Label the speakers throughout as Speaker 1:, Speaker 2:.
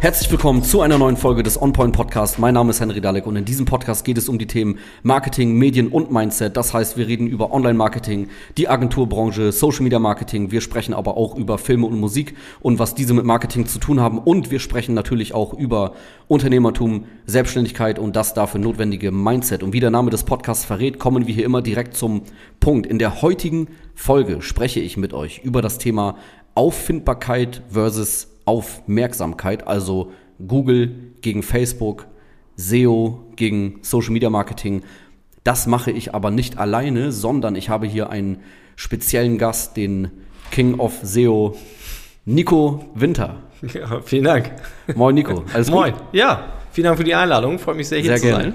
Speaker 1: Herzlich willkommen zu einer neuen Folge des On Point Podcast. Mein Name ist Henry Dalek und in diesem Podcast geht es um die Themen Marketing, Medien und Mindset. Das heißt, wir reden über Online-Marketing, die Agenturbranche, Social Media Marketing. Wir sprechen aber auch über Filme und Musik und was diese mit Marketing zu tun haben. Und wir sprechen natürlich auch über Unternehmertum, Selbstständigkeit und das dafür notwendige Mindset. Und wie der Name des Podcasts verrät, kommen wir hier immer direkt zum Punkt. In der heutigen Folge spreche ich mit euch über das Thema Auffindbarkeit versus Aufmerksamkeit, also Google gegen Facebook, SEO gegen Social Media Marketing. Das mache ich aber nicht alleine, sondern ich habe hier einen speziellen Gast, den King of SEO, Nico Winter.
Speaker 2: Ja, vielen Dank.
Speaker 1: Moin Nico,
Speaker 2: alles Moin. Gut? Ja, vielen Dank für die Einladung. Freut mich sehr, hier sehr zu gerne. sein.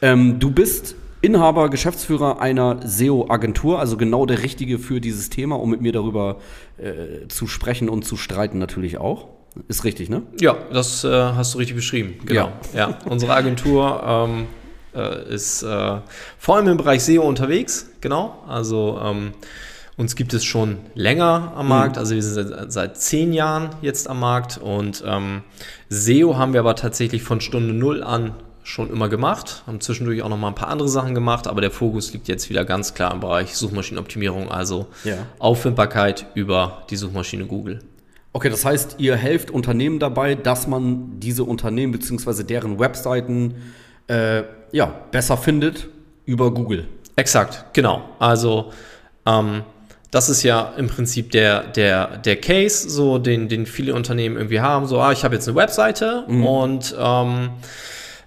Speaker 1: Ähm, du bist Inhaber, Geschäftsführer einer SEO-Agentur, also genau der Richtige für dieses Thema, um mit mir darüber äh, zu sprechen und zu streiten natürlich auch. Ist richtig, ne?
Speaker 2: Ja, das äh, hast du richtig beschrieben. Genau. Ja. ja. Unsere Agentur ähm, äh, ist vor allem im Bereich SEO unterwegs, genau. Also ähm, uns gibt es schon länger am Markt, also wir sind seit, seit zehn Jahren jetzt am Markt und ähm, SEO haben wir aber tatsächlich von Stunde null an schon immer gemacht, haben zwischendurch auch noch mal ein paar andere Sachen gemacht, aber der Fokus liegt jetzt wieder ganz klar im Bereich Suchmaschinenoptimierung, also ja. Auffindbarkeit über die Suchmaschine Google.
Speaker 1: Okay, das heißt, ihr helft Unternehmen dabei, dass man diese Unternehmen bzw. deren Webseiten äh, ja, besser findet über Google.
Speaker 2: Exakt, genau. Also ähm, das ist ja im Prinzip der, der, der Case, so den, den viele Unternehmen irgendwie haben. So, ah, ich habe jetzt eine Webseite mhm. und ähm,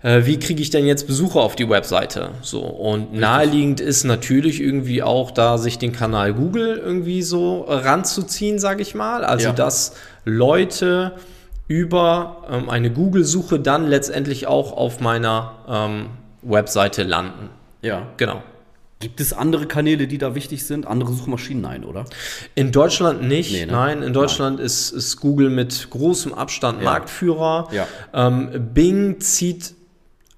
Speaker 2: wie kriege ich denn jetzt Besucher auf die Webseite? So und naheliegend ist natürlich irgendwie auch da sich den Kanal Google irgendwie so ranzuziehen, sage ich mal. Also ja. dass Leute über ähm, eine Google-Suche dann letztendlich auch auf meiner ähm, Webseite landen.
Speaker 1: Ja,
Speaker 2: genau.
Speaker 1: Gibt es andere Kanäle, die da wichtig sind? Andere Suchmaschinen? Nein, oder?
Speaker 2: In Deutschland nicht. Nee, ne? Nein, in Deutschland Nein. Ist, ist Google mit großem Abstand ja. Marktführer. Ja. Ähm, Bing zieht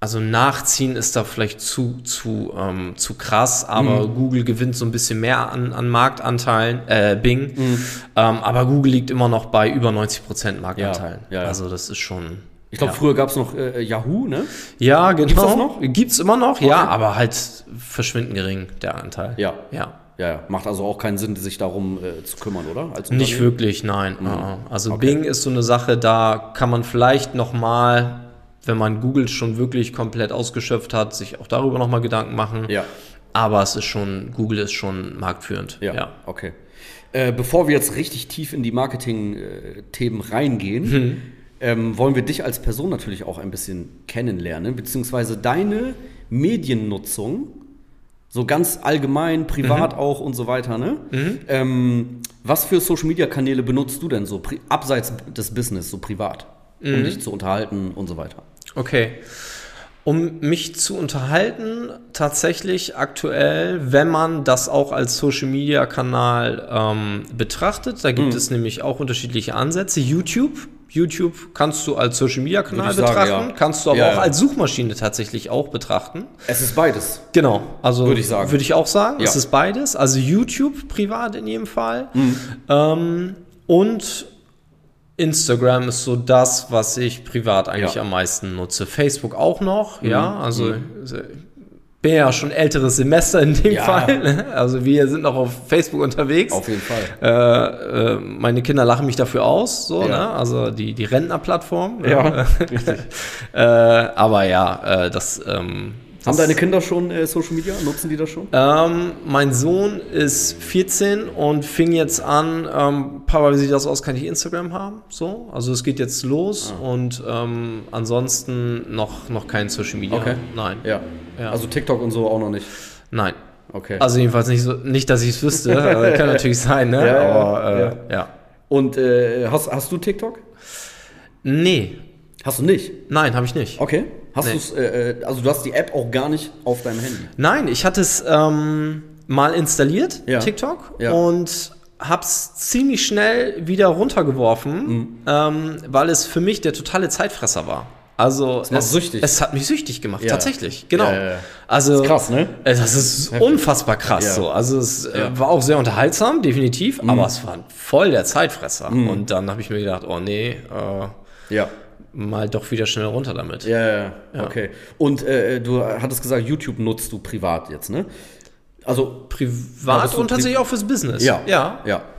Speaker 2: also nachziehen ist da vielleicht zu, zu, ähm, zu krass, aber mhm. Google gewinnt so ein bisschen mehr an, an Marktanteilen, äh, Bing. Mhm. Ähm, aber Google liegt immer noch bei über 90 Prozent Marktanteilen.
Speaker 1: Ja, ja,
Speaker 2: also das ist schon.
Speaker 1: Ich glaube, ja. früher gab es noch äh, Yahoo, ne?
Speaker 2: Ja, genau. Gibt's das noch? Gibt's immer noch, okay. ja, aber halt verschwindend gering der Anteil.
Speaker 1: Ja. Ja. Ja, macht also auch keinen Sinn, sich darum äh, zu kümmern, oder?
Speaker 2: Nicht wirklich, nein.
Speaker 1: Hm.
Speaker 2: Mhm. Also okay. Bing ist so eine Sache, da kann man vielleicht noch mal wenn man Google schon wirklich komplett ausgeschöpft hat, sich auch darüber nochmal Gedanken machen.
Speaker 1: Ja.
Speaker 2: Aber es ist schon, Google ist schon marktführend.
Speaker 1: Ja, ja. okay. Äh, bevor wir jetzt richtig tief in die Marketing-Themen reingehen, hm. ähm, wollen wir dich als Person natürlich auch ein bisschen kennenlernen, beziehungsweise deine Mediennutzung, so ganz allgemein, privat mhm. auch und so weiter. Ne? Mhm. Ähm, was für Social-Media-Kanäle benutzt du denn so, abseits des Business, so privat? um mhm. dich zu unterhalten und so weiter.
Speaker 2: Okay. Um mich zu unterhalten, tatsächlich aktuell, wenn man das auch als Social Media Kanal ähm, betrachtet, da gibt mhm. es nämlich auch unterschiedliche Ansätze. YouTube. YouTube kannst du als Social Media Kanal betrachten, sagen, ja. kannst du aber ja, auch ja. als Suchmaschine tatsächlich auch betrachten.
Speaker 1: Es ist beides.
Speaker 2: Genau, also
Speaker 1: würde ich sagen.
Speaker 2: Würde ich auch sagen, es ist beides. Also YouTube privat in jedem Fall. Mhm. Ähm, und Instagram ist so das, was ich privat eigentlich ja. am meisten nutze. Facebook auch noch, mhm. ja. Also mhm. bin ja schon älteres Semester in dem ja. Fall. Also wir sind noch auf Facebook unterwegs.
Speaker 1: Auf jeden Fall.
Speaker 2: Äh, äh, meine Kinder lachen mich dafür aus, so, ja. ne? Also die, die Rentnerplattform. ne?
Speaker 1: Ja, richtig.
Speaker 2: äh, aber ja, das. Ähm,
Speaker 1: haben deine Kinder schon äh, Social Media? Nutzen die das schon?
Speaker 2: Ähm, mein Sohn ist 14 und fing jetzt an, ähm, Papa, wie sieht das aus? Kann ich Instagram haben? So, also es geht jetzt los ah. und ähm, ansonsten noch, noch kein Social Media.
Speaker 1: Okay.
Speaker 2: Nein.
Speaker 1: Ja. ja. Also TikTok und so auch noch nicht.
Speaker 2: Nein.
Speaker 1: Okay.
Speaker 2: Also jedenfalls nicht so, nicht, dass ich es wüsste. kann natürlich sein, ne?
Speaker 1: Ja,
Speaker 2: Aber
Speaker 1: ja.
Speaker 2: Äh, ja.
Speaker 1: Und äh, hast, hast du TikTok?
Speaker 2: Nee.
Speaker 1: Hast du nicht?
Speaker 2: Nein, habe ich nicht.
Speaker 1: Okay. Hast nee. du's, äh, also du hast die App auch gar nicht auf deinem Handy?
Speaker 2: Nein, ich hatte es ähm, mal installiert,
Speaker 1: ja.
Speaker 2: TikTok,
Speaker 1: ja.
Speaker 2: und hab's ziemlich schnell wieder runtergeworfen, mhm. ähm, weil es für mich der totale Zeitfresser war. Also
Speaker 1: es,
Speaker 2: es, hat mich süchtig gemacht, ja. tatsächlich, genau.
Speaker 1: Ja, ja,
Speaker 2: also
Speaker 1: das ist krass, ne?
Speaker 2: Das ist Heftig. unfassbar krass so. Also es war auch sehr unterhaltsam, definitiv, mhm. aber es war voll der Zeitfresser. Mhm. Und dann habe ich mir gedacht, oh nee, äh,
Speaker 1: ja
Speaker 2: mal doch wieder schnell runter damit.
Speaker 1: Ja, ja, ja. okay. Und äh, du hattest gesagt, YouTube nutzt du privat jetzt, ne? Also
Speaker 2: Privat
Speaker 1: Hattest du
Speaker 2: und tatsächlich auch fürs Business. ja.
Speaker 1: ja.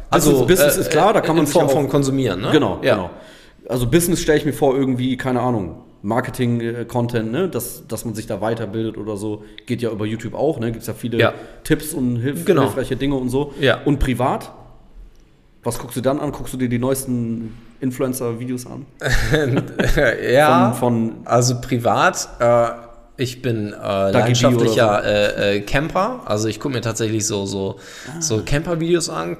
Speaker 2: Also äh,
Speaker 1: Business, Business ist klar, da kann man
Speaker 2: in
Speaker 1: sich
Speaker 2: Form
Speaker 1: auch-
Speaker 2: von konsumieren, ne?
Speaker 1: Genau,
Speaker 2: ja.
Speaker 1: genau. Also Business stelle ich mir vor, irgendwie, keine Ahnung, Marketing-Content, ne? dass, dass man sich da weiterbildet oder so. Geht ja über YouTube auch, ne? Gibt es ja viele
Speaker 2: Ja.
Speaker 1: Tipps und hilf
Speaker 2: Genau.
Speaker 1: hilfreiche Dinge und so.
Speaker 2: Ja.
Speaker 1: Und privat? Was guckst du dann an? Guckst du dir die neuesten Influencer-Videos an?
Speaker 2: ja.
Speaker 1: Von, von
Speaker 2: also privat, äh, ich bin äh, leidenschaftlicher äh, äh, Camper. Also ich gucke mir tatsächlich so, so,
Speaker 1: Ah.
Speaker 2: so Camper-Videos an,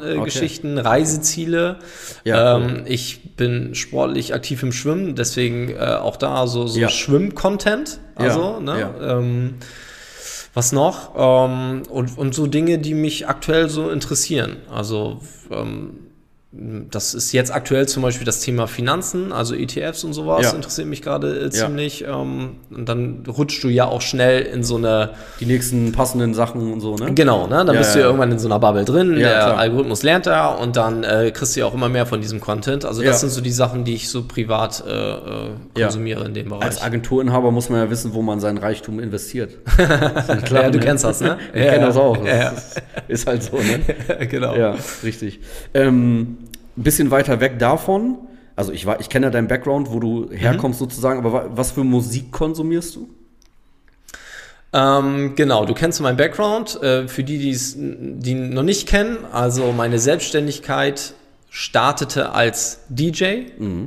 Speaker 2: Caravan-Geschichten, Reiseziele.
Speaker 1: Ja,
Speaker 2: ähm, Ich bin sportlich aktiv im Schwimmen, deswegen äh, auch da so, so
Speaker 1: Ja.
Speaker 2: Schwimm-Content.
Speaker 1: Ja,
Speaker 2: Also, ne? Ähm, was noch? Ähm, und, und so Dinge, die mich aktuell so interessieren. Also ähm, das ist jetzt aktuell zum Beispiel das Thema Finanzen, also ETFs und sowas,
Speaker 1: Ja.
Speaker 2: interessiert mich gerade äh,
Speaker 1: Ja.
Speaker 2: ziemlich. Ähm, und dann rutscht du ja auch schnell in so eine,
Speaker 1: die nächsten passenden Sachen und so, ne?
Speaker 2: genau, ne? Dann
Speaker 1: Ja,
Speaker 2: bist du
Speaker 1: ja.
Speaker 2: ja irgendwann in so einer Bubble drin,
Speaker 1: Ja,
Speaker 2: der
Speaker 1: klar.
Speaker 2: Algorithmus lernt da und dann äh, kriegst du ja auch immer mehr von diesem Content. Also das
Speaker 1: Ja.
Speaker 2: sind so die Sachen, die ich so privat äh, äh,
Speaker 1: Ja.
Speaker 2: konsumiere in dem Bereich.
Speaker 1: Als Agenturinhaber muss man ja wissen, wo man seinen Reichtum investiert.
Speaker 2: klar, ja, du kennst das, ne?
Speaker 1: Ich
Speaker 2: ja,
Speaker 1: kenne das auch. Das
Speaker 2: Ja,
Speaker 1: ist, ist halt so, ne?
Speaker 2: ja. genau.
Speaker 1: Ja, richtig. Ähm, ein bisschen weiter weg davon. Also ich, war- ich kenne ja deinen Background, wo du herkommst sozusagen, aber wa- was für Musik konsumierst du?
Speaker 2: Ähm, genau, du kennst meinen Background. Äh, für die, die's, die noch nicht kennen, also meine Selbstständigkeit startete als DJ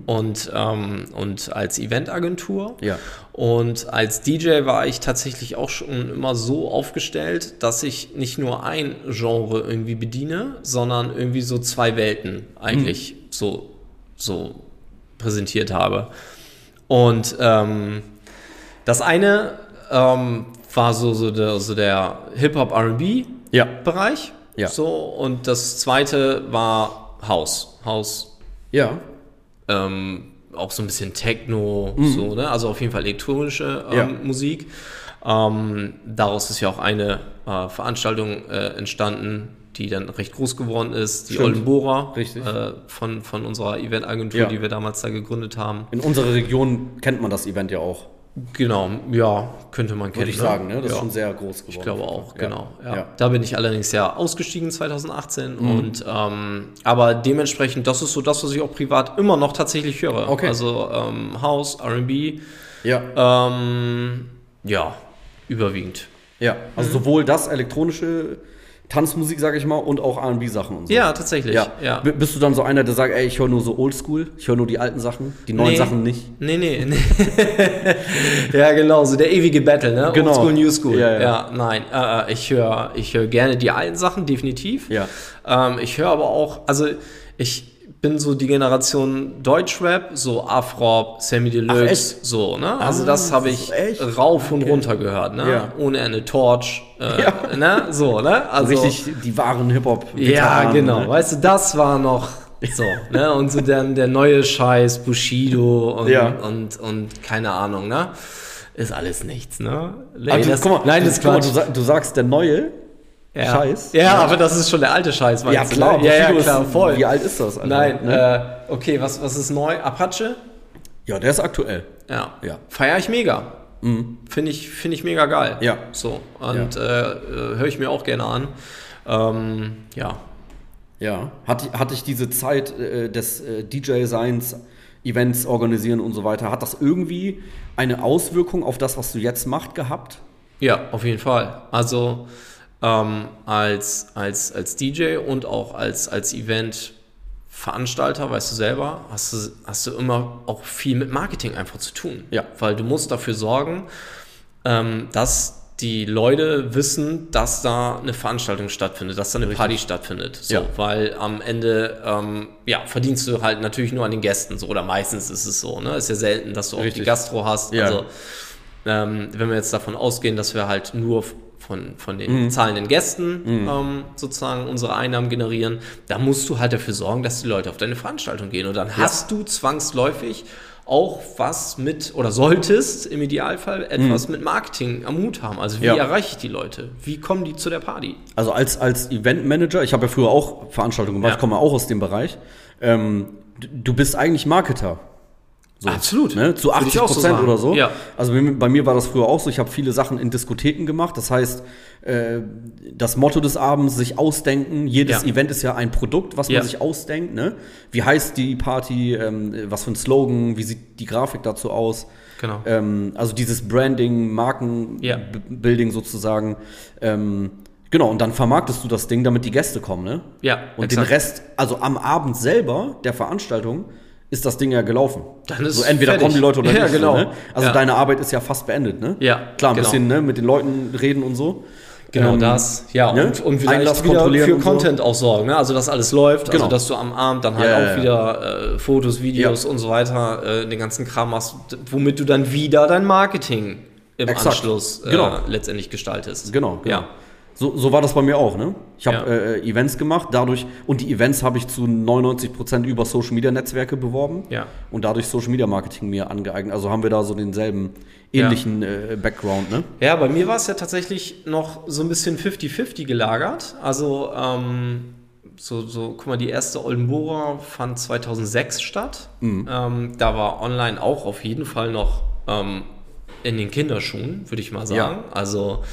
Speaker 2: und, ähm, und als Eventagentur.
Speaker 1: Ja.
Speaker 2: Und als DJ war ich tatsächlich auch schon immer so aufgestellt, dass ich nicht nur ein Genre irgendwie bediene, sondern irgendwie so zwei Welten eigentlich so, so präsentiert habe. Und ähm, das eine ähm, war so, so der, so der Hip-Hop-RB-Bereich.
Speaker 1: Ja. Ja.
Speaker 2: So, und das zweite war House. House,
Speaker 1: Ja.
Speaker 2: ähm, auch so ein bisschen Techno, so, ne? Also auf jeden Fall elektronische ähm,
Speaker 1: Mhm. Ja.
Speaker 2: Musik. Ähm, daraus ist ja auch eine äh, Veranstaltung äh, entstanden, die dann recht groß geworden ist, die
Speaker 1: Stimmt.
Speaker 2: Oldenbora
Speaker 1: Richtig.
Speaker 2: Äh, von, von unserer Eventagentur,
Speaker 1: Ja.
Speaker 2: die wir damals da gegründet haben.
Speaker 1: In unserer Region kennt man das Event ja auch,
Speaker 2: Genau, ja, könnte man kennen.
Speaker 1: würde ich sagen. Ne? Das
Speaker 2: ja.
Speaker 1: ist schon sehr groß geworden.
Speaker 2: Ich glaube auch,
Speaker 1: Ja.
Speaker 2: genau. Ja.
Speaker 1: Ja. Mhm.
Speaker 2: Da bin ich allerdings ja ausgestiegen 2018 und ähm, aber dementsprechend, das ist so das, was ich auch privat immer noch tatsächlich höre.
Speaker 1: Okay.
Speaker 2: Also ähm, House, RB,
Speaker 1: Ja.
Speaker 2: ähm, ja, überwiegend.
Speaker 1: ja. Also sowohl das elektronische Tanzmusik, sage ich mal, und auch RB-Sachen und so.
Speaker 2: Ja, tatsächlich.
Speaker 1: Ja.
Speaker 2: Ja.
Speaker 1: B- Bist du dann so einer, der sagt, ey, ich höre nur so oldschool, ich höre nur die alten Sachen, die neuen
Speaker 2: Nee.
Speaker 1: Sachen nicht?
Speaker 2: Nee, nee, nee. ja, genau, so der ewige Battle, ne?
Speaker 1: Genau.
Speaker 2: Old School, New School.
Speaker 1: Ja, ja.
Speaker 2: nein, äh, äh, ich höre ich hör gerne die alten Sachen, definitiv.
Speaker 1: Ja.
Speaker 2: Ähm, ich höre aber auch, also ich bin so die Generation Deutschrap, so Afrop, Sammy
Speaker 1: Ach,
Speaker 2: Deluxe,
Speaker 1: echt? Ah,
Speaker 2: so, ne? Also das habe ich
Speaker 1: echt?
Speaker 2: rauf und runter gehört, ne?
Speaker 1: Ja.
Speaker 2: Ohne Ende Torch, äh, ne? So, ne? Also
Speaker 1: Richtig, die wahren Hip-Hop.
Speaker 2: ja,
Speaker 1: Veteranen,
Speaker 2: genau.
Speaker 1: ne?
Speaker 2: Weißt du, das war noch so. Ne? Und so dann der neue Scheiß, Bushido und,
Speaker 1: Ja.
Speaker 2: und, und keine Ahnung, ne? Ist alles nichts, ne? Nee,
Speaker 1: Ah, du,
Speaker 2: das,
Speaker 1: guck mal,
Speaker 2: nein,
Speaker 1: du-
Speaker 2: das ist
Speaker 1: guck mal,
Speaker 2: Quatsch.
Speaker 1: du, sa- du sagst der neue.
Speaker 2: ja.
Speaker 1: Scheiß.
Speaker 2: Ja, aber das ist schon der alte Scheiß, meinst
Speaker 1: Ja
Speaker 2: du,
Speaker 1: klar,
Speaker 2: ne? ja, ja,
Speaker 1: Bushido
Speaker 2: klar,
Speaker 1: ist,
Speaker 2: voll.
Speaker 1: Wie alt ist das? Alter?
Speaker 2: nein,
Speaker 1: Ne?
Speaker 2: äh, okay, was, was ist neu? Apache?
Speaker 1: Ja, der ist aktuell.
Speaker 2: Ja.
Speaker 1: Ja. Mhm.
Speaker 2: Feier ich mega. Finde ich, find ich mega geil.
Speaker 1: Ja.
Speaker 2: So. Und äh, äh, höre ich mir auch gerne an. Ähm, ja.
Speaker 1: Ja. Hatte, hatte ich diese Zeit äh, des äh, DJ-Seins, Events organisieren und so weiter, hat das irgendwie eine Auswirkung auf das, was du jetzt machst, gehabt?
Speaker 2: Ja, auf jeden Fall. Also ähm, als, als, als DJ und auch als, als Event-Veranstalter, weißt du selber, hast du, hast du immer auch viel mit Marketing einfach zu tun.
Speaker 1: Ja.
Speaker 2: Weil du musst dafür sorgen, ähm, dass die Leute wissen, dass da eine Veranstaltung stattfindet, dass da eine Party stattfindet. So,
Speaker 1: Ja.
Speaker 2: Weil am Ende ähm, ja, verdienst du halt natürlich nur an den Gästen so oder meistens ist es so. Ne? Ist ja selten, dass du auch
Speaker 1: Richtig.
Speaker 2: die Gastro hast.
Speaker 1: Ja.
Speaker 2: Also ähm, wenn wir jetzt davon ausgehen, dass wir halt nur von, von den
Speaker 1: Mhm.
Speaker 2: zahlenden Gästen ähm, sozusagen unsere Einnahmen generieren, dann musst du halt dafür sorgen, dass die Leute auf deine Veranstaltung gehen. Und dann hast du zwangsläufig auch was mit, oder solltest im Idealfall etwas mit Marketing am Mut haben. Also wie
Speaker 1: Mhm. Ja.
Speaker 2: erreiche ich die Leute? Wie kommen die zu der Party?
Speaker 1: Also als, als Eventmanager, ich habe ja früher auch Veranstaltungen gemacht,
Speaker 2: Ja.
Speaker 1: ich komme auch aus dem Bereich. Ähm, d- du bist eigentlich Marketer. So,
Speaker 2: Absolut.
Speaker 1: Ne? Zu
Speaker 2: Würde
Speaker 1: 80
Speaker 2: ich auch so
Speaker 1: Prozent
Speaker 2: sagen.
Speaker 1: oder so.
Speaker 2: Ja.
Speaker 1: Also bei mir- bei mir war das früher auch so. Ich habe viele Sachen in Diskotheken gemacht. Das heißt, äh, das Motto des Abends, sich ausdenken. Jedes
Speaker 2: Ja.
Speaker 1: Event ist ja ein Produkt, was
Speaker 2: Ja.
Speaker 1: man sich ausdenkt. Ne? Wie heißt die Party? Ähm, was für ein Slogan? Wie sieht die Grafik dazu aus?
Speaker 2: Genau.
Speaker 1: Ähm, also dieses Branding,
Speaker 2: Ja.
Speaker 1: Markenbuilding sozusagen. Ähm, genau, und dann vermarktest du das Ding, damit die Gäste kommen, ne?
Speaker 2: Ja,
Speaker 1: Und
Speaker 2: exakt.
Speaker 1: den Rest, also am Abend selber der Veranstaltung, ist das Ding ja gelaufen.
Speaker 2: Dann ist
Speaker 1: so entweder
Speaker 2: fertig.
Speaker 1: kommen die Leute oder
Speaker 2: Ja,
Speaker 1: nicht.
Speaker 2: genau.
Speaker 1: So, ne? Also
Speaker 2: Ja.
Speaker 1: deine Arbeit ist ja fast beendet, ne?
Speaker 2: Ja,
Speaker 1: Klar, ein
Speaker 2: genau.
Speaker 1: bisschen ne? mit den Leuten reden und so.
Speaker 2: Genau
Speaker 1: Ähm,
Speaker 2: das. Ja,
Speaker 1: ne?
Speaker 2: und, und vielleicht
Speaker 1: Einlass
Speaker 2: wieder
Speaker 1: kontrollieren
Speaker 2: für
Speaker 1: und so.
Speaker 2: Content auch sorgen, ne? Also dass alles läuft,
Speaker 1: Genau.
Speaker 2: also dass du am Abend dann halt
Speaker 1: Ja, ja,
Speaker 2: auch
Speaker 1: ja.
Speaker 2: wieder äh, Fotos, Videos und so weiter, äh, den ganzen Kram machst, d- womit du dann wieder dein Marketing im
Speaker 1: Exakt.
Speaker 2: Anschluss äh,
Speaker 1: Genau.
Speaker 2: letztendlich gestaltest.
Speaker 1: Genau, genau.
Speaker 2: Ja.
Speaker 1: So, so war das bei mir auch, ne? Ich habe
Speaker 2: Ja.
Speaker 1: äh, Events gemacht, dadurch, und die Events habe ich zu 99% über Social Media Netzwerke beworben
Speaker 2: Ja.
Speaker 1: und dadurch Social Media Marketing mir angeeignet. Also haben wir da so denselben ähnlichen äh, Background, ne?
Speaker 2: Ja, bei mir war es ja tatsächlich noch so ein bisschen 50-50 gelagert. Also, ähm, so, so, guck mal, die erste Oldenburger fand 2006 statt.
Speaker 1: Mhm.
Speaker 2: Ähm, da war online auch auf jeden Fall noch ähm, in den Kinderschuhen, würde ich mal sagen. Also,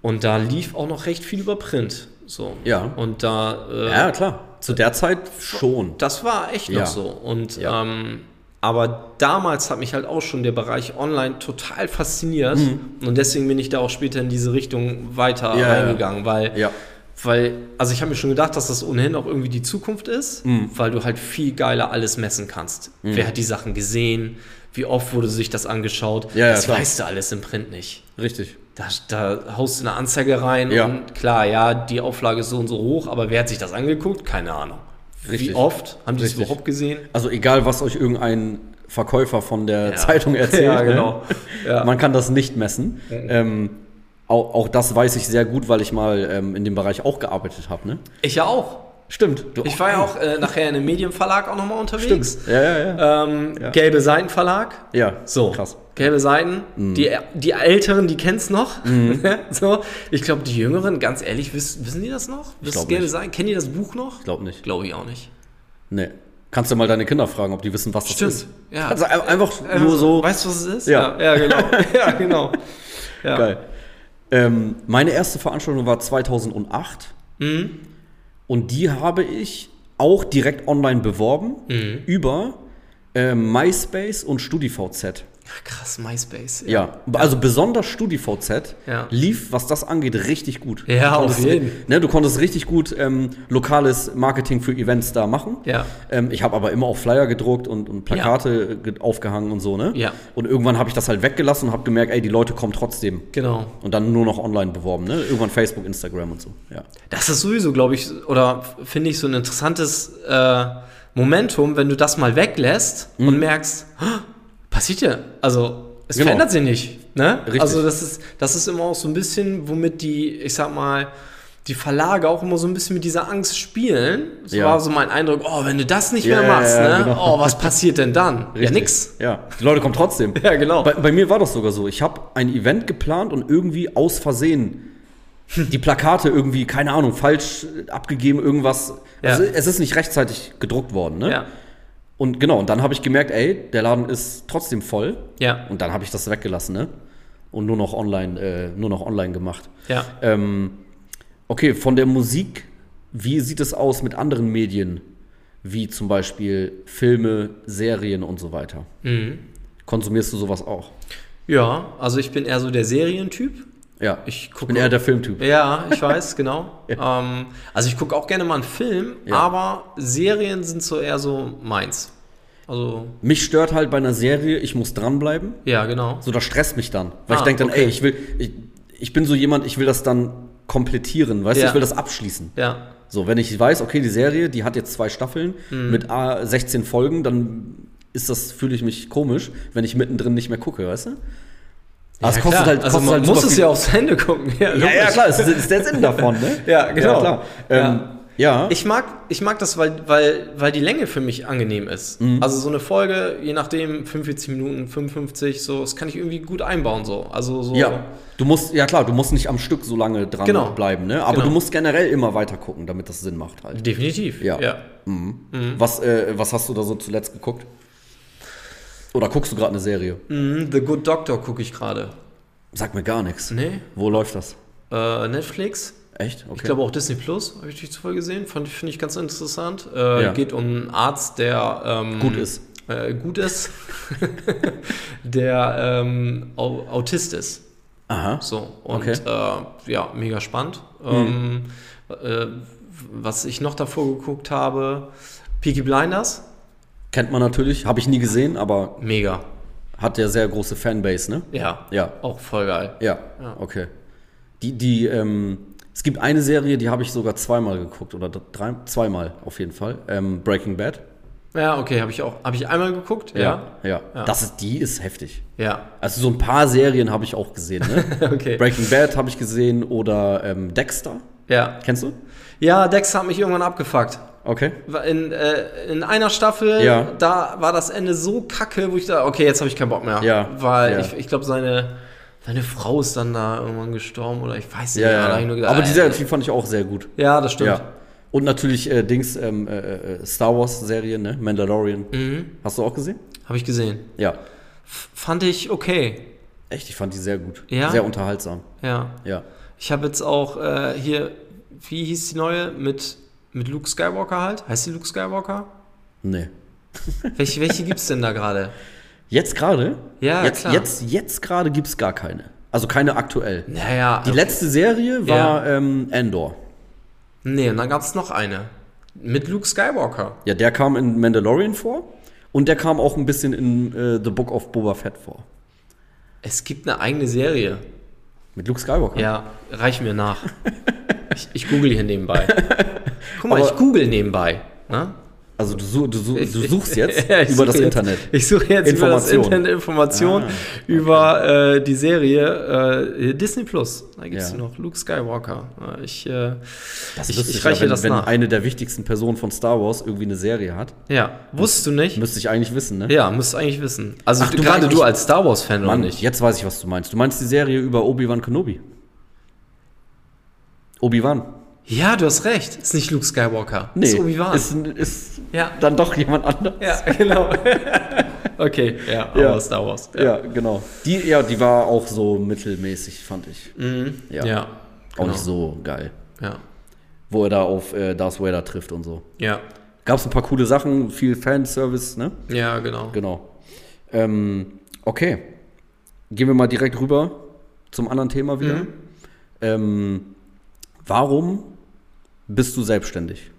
Speaker 2: und da lief auch noch recht viel über Print. So.
Speaker 1: Ja.
Speaker 2: Und da. äh,
Speaker 1: Ja, klar. Zu der Zeit schon.
Speaker 2: das war echt
Speaker 1: Ja.
Speaker 2: noch so. Und
Speaker 1: Ja.
Speaker 2: ähm, aber damals hat mich halt auch schon der Bereich online total fasziniert. Und deswegen bin ich da auch später in diese Richtung weiter
Speaker 1: Mhm. Ja, ja.
Speaker 2: reingegangen, weil,
Speaker 1: Ja.
Speaker 2: weil, also ich habe mir schon gedacht, dass das ohnehin auch irgendwie die Zukunft ist,
Speaker 1: Mhm.
Speaker 2: weil du halt viel geiler alles messen kannst. Wer hat die Sachen gesehen? Wie oft wurde sich das angeschaut?
Speaker 1: Ja, ja,
Speaker 2: das
Speaker 1: klar.
Speaker 2: weißt du alles im Print nicht.
Speaker 1: Richtig.
Speaker 2: Da, da haust du eine Anzeige rein
Speaker 1: Ja.
Speaker 2: und klar, ja, die Auflage ist so und so hoch, aber wer hat sich das angeguckt? Keine Ahnung.
Speaker 1: Richtig.
Speaker 2: Wie oft haben die es
Speaker 1: Richtig.
Speaker 2: überhaupt gesehen?
Speaker 1: Also egal, was euch irgendein Verkäufer von der
Speaker 2: Ja.
Speaker 1: Zeitung erzählt.
Speaker 2: Ja, genau.
Speaker 1: Ne?
Speaker 2: Ja.
Speaker 1: Man kann das nicht messen. Ähm, auch, auch das weiß ich sehr gut, weil ich mal ähm, in dem Bereich auch gearbeitet habe. Ne?
Speaker 2: Ich ja auch.
Speaker 1: Stimmt. Du,
Speaker 2: Ich war ja auch äh, nachher in einem Medienverlag auch nochmal unterwegs.
Speaker 1: Stimmt. Ja, ja, ja.
Speaker 2: Ähm,
Speaker 1: Ja.
Speaker 2: Gelbe Seiten Verlag.
Speaker 1: ja,
Speaker 2: So,
Speaker 1: krass. Mhm.
Speaker 2: gelbe Seiten. Die, die Älteren, die kennen es noch. so, ich glaube, die Jüngeren, ganz ehrlich, wissen, wissen die das noch? Wissen
Speaker 1: glaub
Speaker 2: gelbe
Speaker 1: nicht.
Speaker 2: Seiten? Kennen die das Buch noch?
Speaker 1: Ich glaube nicht.
Speaker 2: Glaube ich auch nicht.
Speaker 1: Nee. Kannst du mal deine Kinder fragen, ob die wissen, was
Speaker 2: Stimmt,
Speaker 1: das ist.
Speaker 2: ja.
Speaker 1: Also ein- einfach
Speaker 2: Äh,
Speaker 1: nur so.
Speaker 2: Weißt du, was es ist?
Speaker 1: Ja.
Speaker 2: ja, ja, genau. ja, genau. Ja.
Speaker 1: Geil. Ähm, meine erste Veranstaltung war 2008.
Speaker 2: Mhm.
Speaker 1: Und die habe ich auch direkt online beworben
Speaker 2: Mhm.
Speaker 1: über ähm, MySpace und StudiVZ.
Speaker 2: Ach, krass, MySpace.
Speaker 1: Ja, also besonders StudiVZ
Speaker 2: Ja.
Speaker 1: lief, was das angeht, richtig gut.
Speaker 2: Ja,
Speaker 1: Du
Speaker 2: auf
Speaker 1: konntest-
Speaker 2: jeden.
Speaker 1: Ne, du konntest richtig gut ähm, lokales Marketing für Events da machen.
Speaker 2: Ja.
Speaker 1: Ähm, ich habe aber immer auch Flyer gedruckt und, und Plakate ge- aufgehangen und so, ne?
Speaker 2: Ja.
Speaker 1: Und irgendwann habe ich das halt weggelassen und habe gemerkt, ey, die Leute kommen trotzdem.
Speaker 2: Genau.
Speaker 1: Und dann nur noch online beworben, ne? Irgendwann Facebook, Instagram und so. Ja.
Speaker 2: Das ist sowieso, glaube ich, oder finde ich so ein interessantes äh, Momentum, wenn du das mal weglässt und merkst, "Ah, passiert ja, also es
Speaker 1: Mhm. Genau.
Speaker 2: verändert sich nicht. Ne?
Speaker 1: Richtig.
Speaker 2: Also das ist, das ist immer auch so ein bisschen, womit die, ich sag mal, die Verlage auch immer so ein bisschen mit dieser Angst spielen. So
Speaker 1: Ja.
Speaker 2: war so mein Eindruck, oh, wenn du das nicht
Speaker 1: Ja,
Speaker 2: mehr machst,
Speaker 1: ja, ja,
Speaker 2: ne?
Speaker 1: genau.
Speaker 2: oh, was passiert denn dann? Ja,
Speaker 1: Richtig.
Speaker 2: nix.
Speaker 1: Ja. Die Leute kommen trotzdem.
Speaker 2: Ja, genau.
Speaker 1: Bei, bei mir war das sogar so. Ich habe ein Event geplant und irgendwie aus Versehen die Plakate irgendwie, keine Ahnung, falsch abgegeben, irgendwas.
Speaker 2: Ja.
Speaker 1: Also es ist nicht rechtzeitig gedruckt worden, ne?
Speaker 2: Ja.
Speaker 1: Und genau, und dann habe ich gemerkt, ey, der Laden ist trotzdem voll.
Speaker 2: Ja.
Speaker 1: Und dann habe ich das weggelassen, ne? Und nur noch online, äh, nur noch online gemacht.
Speaker 2: Ja.
Speaker 1: Ähm, okay, von der Musik, wie sieht es aus mit anderen Medien, wie zum Beispiel Filme, Serien und so weiter?
Speaker 2: Mhm.
Speaker 1: Konsumierst du sowas auch?
Speaker 2: ja, also ich bin eher so der Serientyp.
Speaker 1: Ja,
Speaker 2: Ich
Speaker 1: ich
Speaker 2: gucke
Speaker 1: bin eher der Filmtyp.
Speaker 2: Ja, ich weiß, genau. ähm, also ich gucke auch gerne mal einen Film,
Speaker 1: Ja.
Speaker 2: aber Serien sind so eher so meins. Also,
Speaker 1: Mich stört halt bei einer Serie, ich muss dranbleiben.
Speaker 2: ja, genau.
Speaker 1: So, das stresst mich dann. Weil ich
Speaker 2: Ah,
Speaker 1: denke dann,
Speaker 2: okay.
Speaker 1: ey, ich will, ich, ich bin so jemand, ich will das dann komplettieren, weißt du,
Speaker 2: Ja.
Speaker 1: ich will das abschließen.
Speaker 2: Ja,
Speaker 1: So, wenn ich weiß, okay, die Serie, die hat jetzt zwei Staffeln
Speaker 2: Mhm.
Speaker 1: mit A 16 Folgen, dann ist das, fühle ich mich komisch, wenn ich mittendrin nicht mehr gucke, weißt du? Aber es
Speaker 2: ja,
Speaker 1: kostet
Speaker 2: klar.
Speaker 1: halt,
Speaker 2: also
Speaker 1: kostet
Speaker 2: man
Speaker 1: halt
Speaker 2: muss
Speaker 1: super
Speaker 2: es
Speaker 1: viel-
Speaker 2: ja aufs Ende gucken.
Speaker 1: Ja, ja,
Speaker 2: logisch.
Speaker 1: klar, ist, ist der Sinn davon, ne?
Speaker 2: Ja, genau.
Speaker 1: klar. Ähm, ja.
Speaker 2: Ich mag, ich mag das, weil, weil, weil die Länge für mich angenehm ist.
Speaker 1: Mhm.
Speaker 2: Also so eine Folge, je nachdem, 45 Minuten, 55, so, das kann ich irgendwie gut einbauen. So. Also so
Speaker 1: ja. Du musst, ja klar, du musst nicht am Stück so lange dran
Speaker 2: Genau.
Speaker 1: bleiben, ne? Aber
Speaker 2: Genau.
Speaker 1: du musst generell immer weiter gucken, damit das Sinn macht halt. Mhm.
Speaker 2: definitiv.
Speaker 1: Ja.
Speaker 2: ja.
Speaker 1: Was, äh, was hast du da so zuletzt geguckt? Oder guckst du gerade eine Serie?
Speaker 2: Mhm, The Good Doctor gucke ich gerade.
Speaker 1: Sag mir gar nichts.
Speaker 2: Nee?
Speaker 1: Wo läuft das?
Speaker 2: Äh, Netflix?
Speaker 1: Echt? Okay.
Speaker 2: Ich glaube auch Disney Plus, habe ich dich zuvor gesehen. Fand ich, finde ich ganz interessant. Äh,
Speaker 1: Ja.
Speaker 2: Geht um einen Arzt, der ähm,
Speaker 1: Gut ist.
Speaker 2: Äh, gut ist. der ähm, Au Autist ist.
Speaker 1: Aha.
Speaker 2: So. Und
Speaker 1: Okay. Hm.
Speaker 2: äh, ja, mega spannend. Ähm, äh, was ich noch davor geguckt habe, Peaky Blinders,
Speaker 1: Kennt man natürlich, habe ich nie gesehen, aber
Speaker 2: mega.
Speaker 1: hat ja sehr große Fanbase, ne?
Speaker 2: Ja.
Speaker 1: Ja.
Speaker 2: Auch voll geil.
Speaker 1: Ja,
Speaker 2: Ja.
Speaker 1: okay. Die, die, ähm, es gibt eine Serie, die habe ich sogar zweimal geguckt oder dr- drei, zweimal auf jeden Fall. Ähm, Breaking Bad.
Speaker 2: Ja, okay, habe ich auch. Habe ich einmal geguckt? Ja.
Speaker 1: ja.
Speaker 2: Ja.
Speaker 1: Das ist, die ist heftig.
Speaker 2: Ja.
Speaker 1: Also so ein paar Serien habe ich auch gesehen, ne?
Speaker 2: Okay.
Speaker 1: Breaking Bad habe ich gesehen oder ähm, Dexter.
Speaker 2: Ja.
Speaker 1: Kennst du?
Speaker 2: Ja, Dex hat mich irgendwann abgefuckt.
Speaker 1: Okay.
Speaker 2: In, äh, in einer Staffel,
Speaker 1: Ja.
Speaker 2: da war das Ende so kacke, wo ich da, okay, jetzt habe ich keinen Bock mehr.
Speaker 1: Ja,
Speaker 2: Weil
Speaker 1: ja.
Speaker 2: ich, ich glaube, seine, seine Frau ist dann da irgendwann gestorben oder ich weiß nicht.
Speaker 1: Ja,
Speaker 2: da
Speaker 1: ja.
Speaker 2: hab ich nur gedacht,
Speaker 1: Aber die,
Speaker 2: äh,
Speaker 1: Serie, die fand ich auch sehr gut.
Speaker 2: Ja, das stimmt.
Speaker 1: Ja. Und natürlich äh, Dings, ähm, äh, äh, Star Wars-Serien, ne? Mandalorian.
Speaker 2: Mhm.
Speaker 1: Hast du auch gesehen?
Speaker 2: Habe ich gesehen.
Speaker 1: Ja.
Speaker 2: F fand ich okay.
Speaker 1: Echt, ich fand die sehr gut.
Speaker 2: Ja?
Speaker 1: Sehr unterhaltsam.
Speaker 2: Ja.
Speaker 1: Ja.
Speaker 2: Ich habe jetzt auch äh, hier, wie hieß die neue? Mit, mit Luke Skywalker halt. Heißt die Luke Skywalker?
Speaker 1: Nee.
Speaker 2: Welche, welche gibt's denn da gerade?
Speaker 1: Jetzt gerade?
Speaker 2: Ja,
Speaker 1: jetzt,
Speaker 2: klar.
Speaker 1: Jetzt, jetzt gerade gibt es gar keine. Also keine aktuell.
Speaker 2: Naja. äh,
Speaker 1: Die letzte Serie war ähm, Endor.
Speaker 2: Nee, und dann gab's noch eine. Mit Luke Skywalker.
Speaker 1: Ja, der kam in Mandalorian vor und der kam auch ein bisschen in äh, The Book of Boba Fett vor.
Speaker 2: Es gibt eine eigene Serie.
Speaker 1: Mit Luke Skywalker.
Speaker 2: Ja, reich mir nach. ich, ich google hier nebenbei. Guck mal,
Speaker 1: Aber-
Speaker 2: ich google nebenbei. Ne?
Speaker 1: Also du, such, du, such, du suchst jetzt
Speaker 2: Ja, ich
Speaker 1: über
Speaker 2: suche
Speaker 1: das
Speaker 2: jetzt-
Speaker 1: Internet.
Speaker 2: Ich suche jetzt
Speaker 1: Informationen.
Speaker 2: über das Internet Informationen
Speaker 1: Ah,
Speaker 2: über äh, die Serie äh, Disney Plus. Da gibt's
Speaker 1: Ja.
Speaker 2: noch Luke Skywalker. Äh, Ich, äh,
Speaker 1: Das
Speaker 2: ich,
Speaker 1: wüsste
Speaker 2: ich
Speaker 1: ja,
Speaker 2: reiche
Speaker 1: wenn,
Speaker 2: das
Speaker 1: wenn
Speaker 2: nach.
Speaker 1: eine der wichtigsten Personen von Star Wars irgendwie eine Serie hat,
Speaker 2: ja, wusstest du nicht?
Speaker 1: müsste ich eigentlich wissen, ne?
Speaker 2: Ja, musst du eigentlich wissen. Also
Speaker 1: Ach,
Speaker 2: du-
Speaker 1: du
Speaker 2: gerade
Speaker 1: meinst-
Speaker 2: du als Star Wars-Fan oder
Speaker 1: Mann,
Speaker 2: nicht?
Speaker 1: jetzt weiß ich, was du meinst. Du meinst die Serie über Obi-Wan Kenobi. Obi-Wan.
Speaker 2: Ja, du hast recht. Ist nicht Luke Skywalker. Ist Obi-Wan.
Speaker 1: Ist, ist
Speaker 2: Ja.
Speaker 1: dann doch jemand anderes.
Speaker 2: Ja, genau. okay, ja, aber
Speaker 1: Ja.
Speaker 2: Star Wars.
Speaker 1: Ja, genau. Die, ja, die war auch so mittelmäßig, fand ich.
Speaker 2: Mhm.
Speaker 1: Ja.
Speaker 2: Ja.
Speaker 1: Auch
Speaker 2: genau.
Speaker 1: nicht so geil.
Speaker 2: Ja.
Speaker 1: Wo er da auf äh, Darth Vader trifft und so.
Speaker 2: ja.
Speaker 1: Gab es ein paar coole Sachen, viel Fanservice, ne?
Speaker 2: Ja, genau.
Speaker 1: Genau. Ähm, okay. Gehen wir mal direkt rüber zum anderen Thema wieder.
Speaker 2: Mhm.
Speaker 1: Ähm, warum bist du selbstständig?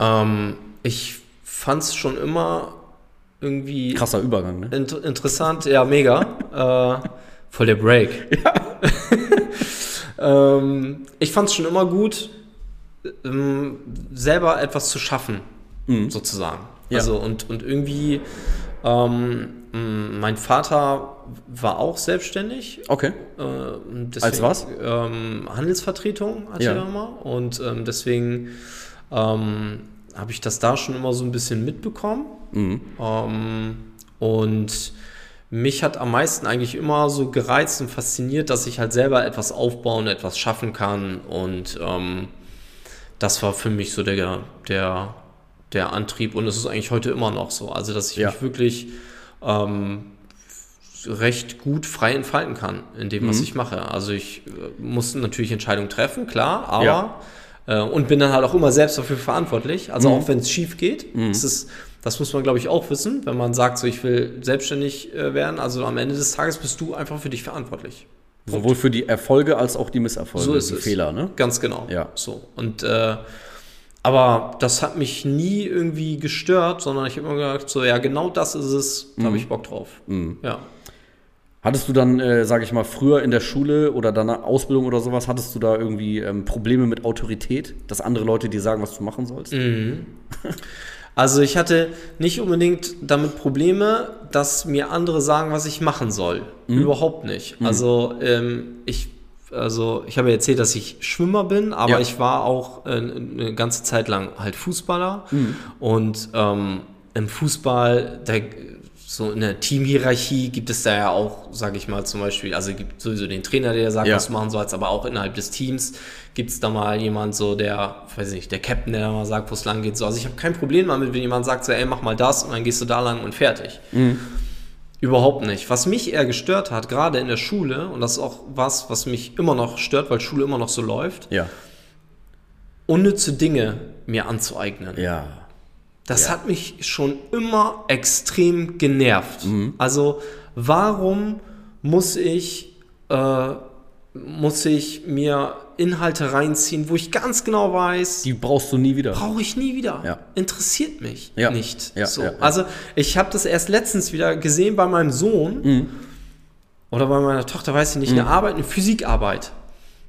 Speaker 2: Ähm, ich fand's schon immer irgendwie
Speaker 1: Krasser Übergang, ne?
Speaker 2: int interessant. Ja, mega. äh, voll der Break. Ja. ähm, ich fand's schon immer gut, ähm, selber etwas zu schaffen.
Speaker 1: Mhm.
Speaker 2: sozusagen.
Speaker 1: Ja.
Speaker 2: Also und, und irgendwie, ähm, mh, mein Vater war auch selbstständig.
Speaker 1: Okay.
Speaker 2: Äh, und deswegen,
Speaker 1: Als was?
Speaker 2: Ähm, Handelsvertretung hatte
Speaker 1: Ja.
Speaker 2: er immer. Und ähm, deswegen ähm, habe ich das da schon immer so ein bisschen mitbekommen.
Speaker 1: Mhm.
Speaker 2: Ähm, und mich hat am meisten eigentlich immer so gereizt und fasziniert, dass ich halt selber etwas aufbauen, etwas schaffen kann. Und ähm, das war für mich so der, der, der Antrieb. Und es ist eigentlich heute immer noch so. Also, dass ich
Speaker 1: Ja.
Speaker 2: mich wirklich ähm, recht gut frei entfalten kann in dem, was
Speaker 1: Mhm.
Speaker 2: ich mache. Also ich äh, muss natürlich Entscheidungen treffen, klar, aber
Speaker 1: Ja.
Speaker 2: äh, und bin dann halt auch immer selbst dafür verantwortlich. Also
Speaker 1: Mhm.
Speaker 2: auch wenn es schief geht,
Speaker 1: Mhm.
Speaker 2: das, ist, das muss man, glaube ich, auch wissen, wenn man sagt, so ich will selbstständig äh, werden. Also am Ende des Tages bist du einfach für dich verantwortlich.
Speaker 1: Sowohl für die Erfolge als auch die Misserfolge,
Speaker 2: So ist
Speaker 1: die
Speaker 2: es.
Speaker 1: Fehler, ne?
Speaker 2: Ganz genau.
Speaker 1: Ja.
Speaker 2: So. Und äh, aber das hat mich nie irgendwie gestört, sondern ich habe immer gedacht, so ja, genau das ist es, da habe ich Bock drauf.
Speaker 1: Mhm.
Speaker 2: Ja.
Speaker 1: Hattest du dann, äh, sag ich mal, früher in der Schule oder deiner Ausbildung oder sowas, hattest du da irgendwie ähm, Probleme mit Autorität, dass andere Leute dir sagen, was du machen sollst?
Speaker 2: Mhm. Also ich hatte nicht unbedingt damit Probleme, dass mir andere sagen, was ich machen soll. Überhaupt nicht. Also ähm, ich, also ich habe ja erzählt, dass ich Schwimmer bin, aber
Speaker 1: Ja.
Speaker 2: ich war auch äh, eine ganze Zeit lang halt Fußballer und ähm, im Fußball, da so in der Teamhierarchie gibt es da ja auch, sage ich mal zum Beispiel, also gibt sowieso den Trainer, der sagt,
Speaker 1: Ja.
Speaker 2: was du machen sollst, aber auch innerhalb des Teams gibt es da mal jemand so, der, weiß ich nicht, der Captain, der da mal sagt, wo es lang geht. So, also ich habe kein Problem damit, wenn jemand sagt, so, ey, mach mal das und dann gehst du da lang und fertig. Überhaupt nicht. Was mich eher gestört hat, gerade in der Schule, und das ist auch was, was mich immer noch stört, weil Schule immer noch so läuft,
Speaker 1: Ja.
Speaker 2: unnütze Dinge mir anzueignen.
Speaker 1: Ja.
Speaker 2: Das hat mich schon immer extrem genervt.
Speaker 1: Mhm.
Speaker 2: Also warum muss ich, äh, muss ich mir Inhalte reinziehen, wo ich ganz genau weiß,
Speaker 1: Die brauchst du nie wieder.
Speaker 2: brauche ich nie wieder.
Speaker 1: Ja.
Speaker 2: Interessiert mich
Speaker 1: Ja.
Speaker 2: nicht.
Speaker 1: Ja,
Speaker 2: So.
Speaker 1: ja, ja.
Speaker 2: Also ich habe das erst letztens wieder gesehen bei meinem Sohn
Speaker 1: Mhm.
Speaker 2: oder bei meiner Tochter, weiß ich nicht, eine Arbeit, eine Physikarbeit.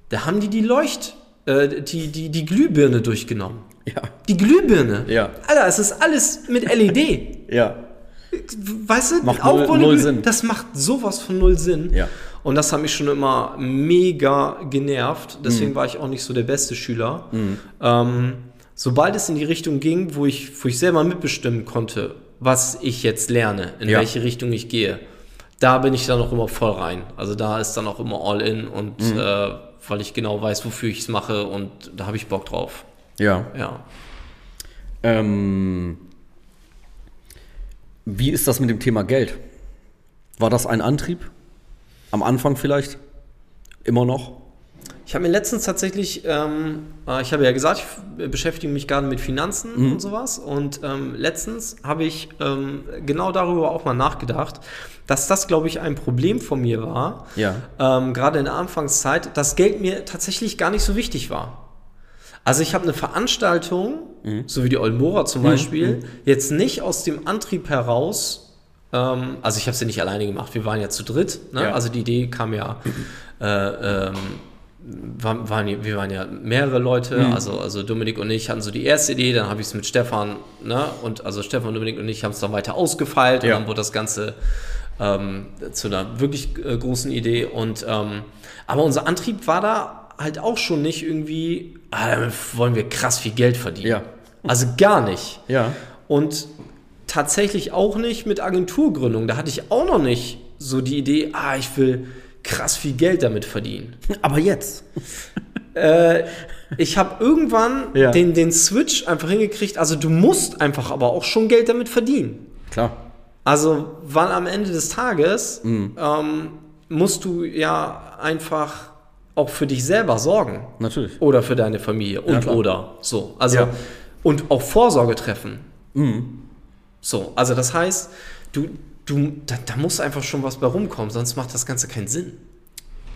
Speaker 2: Da haben die die Leucht, äh, die, die, die Glühbirne durchgenommen.
Speaker 1: Ja.
Speaker 2: Die Glühbirne.
Speaker 1: Ja.
Speaker 2: Alter, es ist alles mit LED.
Speaker 1: Ja.
Speaker 2: weißt du,
Speaker 1: Macht
Speaker 2: Aufbau
Speaker 1: null-
Speaker 2: der
Speaker 1: null
Speaker 2: Glüh-
Speaker 1: Sinn.
Speaker 2: Das macht sowas von null Sinn.
Speaker 1: Ja.
Speaker 2: Und das hat mich schon immer mega genervt. Deswegen
Speaker 1: Mhm.
Speaker 2: war ich auch nicht so der beste Schüler. Ähm, sobald es in die Richtung ging, wo ich, wo ich selber mitbestimmen konnte, was ich jetzt lerne, in
Speaker 1: Ja.
Speaker 2: welche Richtung ich gehe, da bin ich dann auch immer voll rein. Also da ist dann auch immer all in und
Speaker 1: Mhm.
Speaker 2: äh, weil ich genau weiß, wofür ich es mache und da habe ich Bock drauf.
Speaker 1: Ja.
Speaker 2: Ja.
Speaker 1: Ähm, wie ist das mit dem Thema Geld? War das ein Antrieb? Am Anfang vielleicht? Immer noch?
Speaker 2: Ich habe mir letztens tatsächlich, ähm, äh, ich habe ja gesagt, ich f- beschäftige mich gerade mit Finanzen
Speaker 1: Mhm.
Speaker 2: und sowas. Und ähm, letztens habe ich ähm, genau darüber auch mal nachgedacht, dass das, glaube ich, ein Problem von mir war,
Speaker 1: Ja.
Speaker 2: ähm, gerade in der Anfangszeit, dass Geld mir tatsächlich gar nicht so wichtig war. Also ich habe eine Veranstaltung,
Speaker 1: Mhm.
Speaker 2: so wie die Olmora zum Beispiel, jetzt nicht aus dem Antrieb heraus, ähm, also ich habe sie nicht alleine gemacht, wir waren ja zu dritt, ne?
Speaker 1: Ja.
Speaker 2: also die Idee kam ja, äh, ähm, war- waren, ja- wir waren ja mehrere Leute,
Speaker 1: Mhm.
Speaker 2: also, also Dominik und ich hatten so die erste Idee, dann habe ich es mit Stefan, ne? und also Stefan, Dominik und ich haben es dann weiter ausgefeilt
Speaker 1: Ja.
Speaker 2: und dann wurde das Ganze ähm, zu einer wirklich äh, großen Idee. Und ähm, aber unser Antrieb war da halt auch schon nicht irgendwie, ah, damit wollen wir krass viel Geld verdienen.
Speaker 1: Ja.
Speaker 2: Also gar nicht.
Speaker 1: Ja.
Speaker 2: Und tatsächlich auch nicht mit Agenturgründung. Da hatte ich auch noch nicht so die Idee, ah, ich will krass viel Geld damit verdienen.
Speaker 1: Aber jetzt?
Speaker 2: Ich habe irgendwann
Speaker 1: Ja.
Speaker 2: den, den Switch einfach hingekriegt. Also du musst einfach aber auch schon Geld damit verdienen.
Speaker 1: Klar.
Speaker 2: Also, weil am Ende des Tages
Speaker 1: Mhm.
Speaker 2: ähm, musst du ja einfach auch für dich selber sorgen.
Speaker 1: Natürlich.
Speaker 2: Oder für deine Familie. Und
Speaker 1: klar.
Speaker 2: oder. So. Also,
Speaker 1: Ja. Mhm.
Speaker 2: und auch Vorsorge treffen. So. Also, das heißt, du, du, da, da muss einfach schon was bei rumkommen, sonst macht das Ganze keinen Sinn.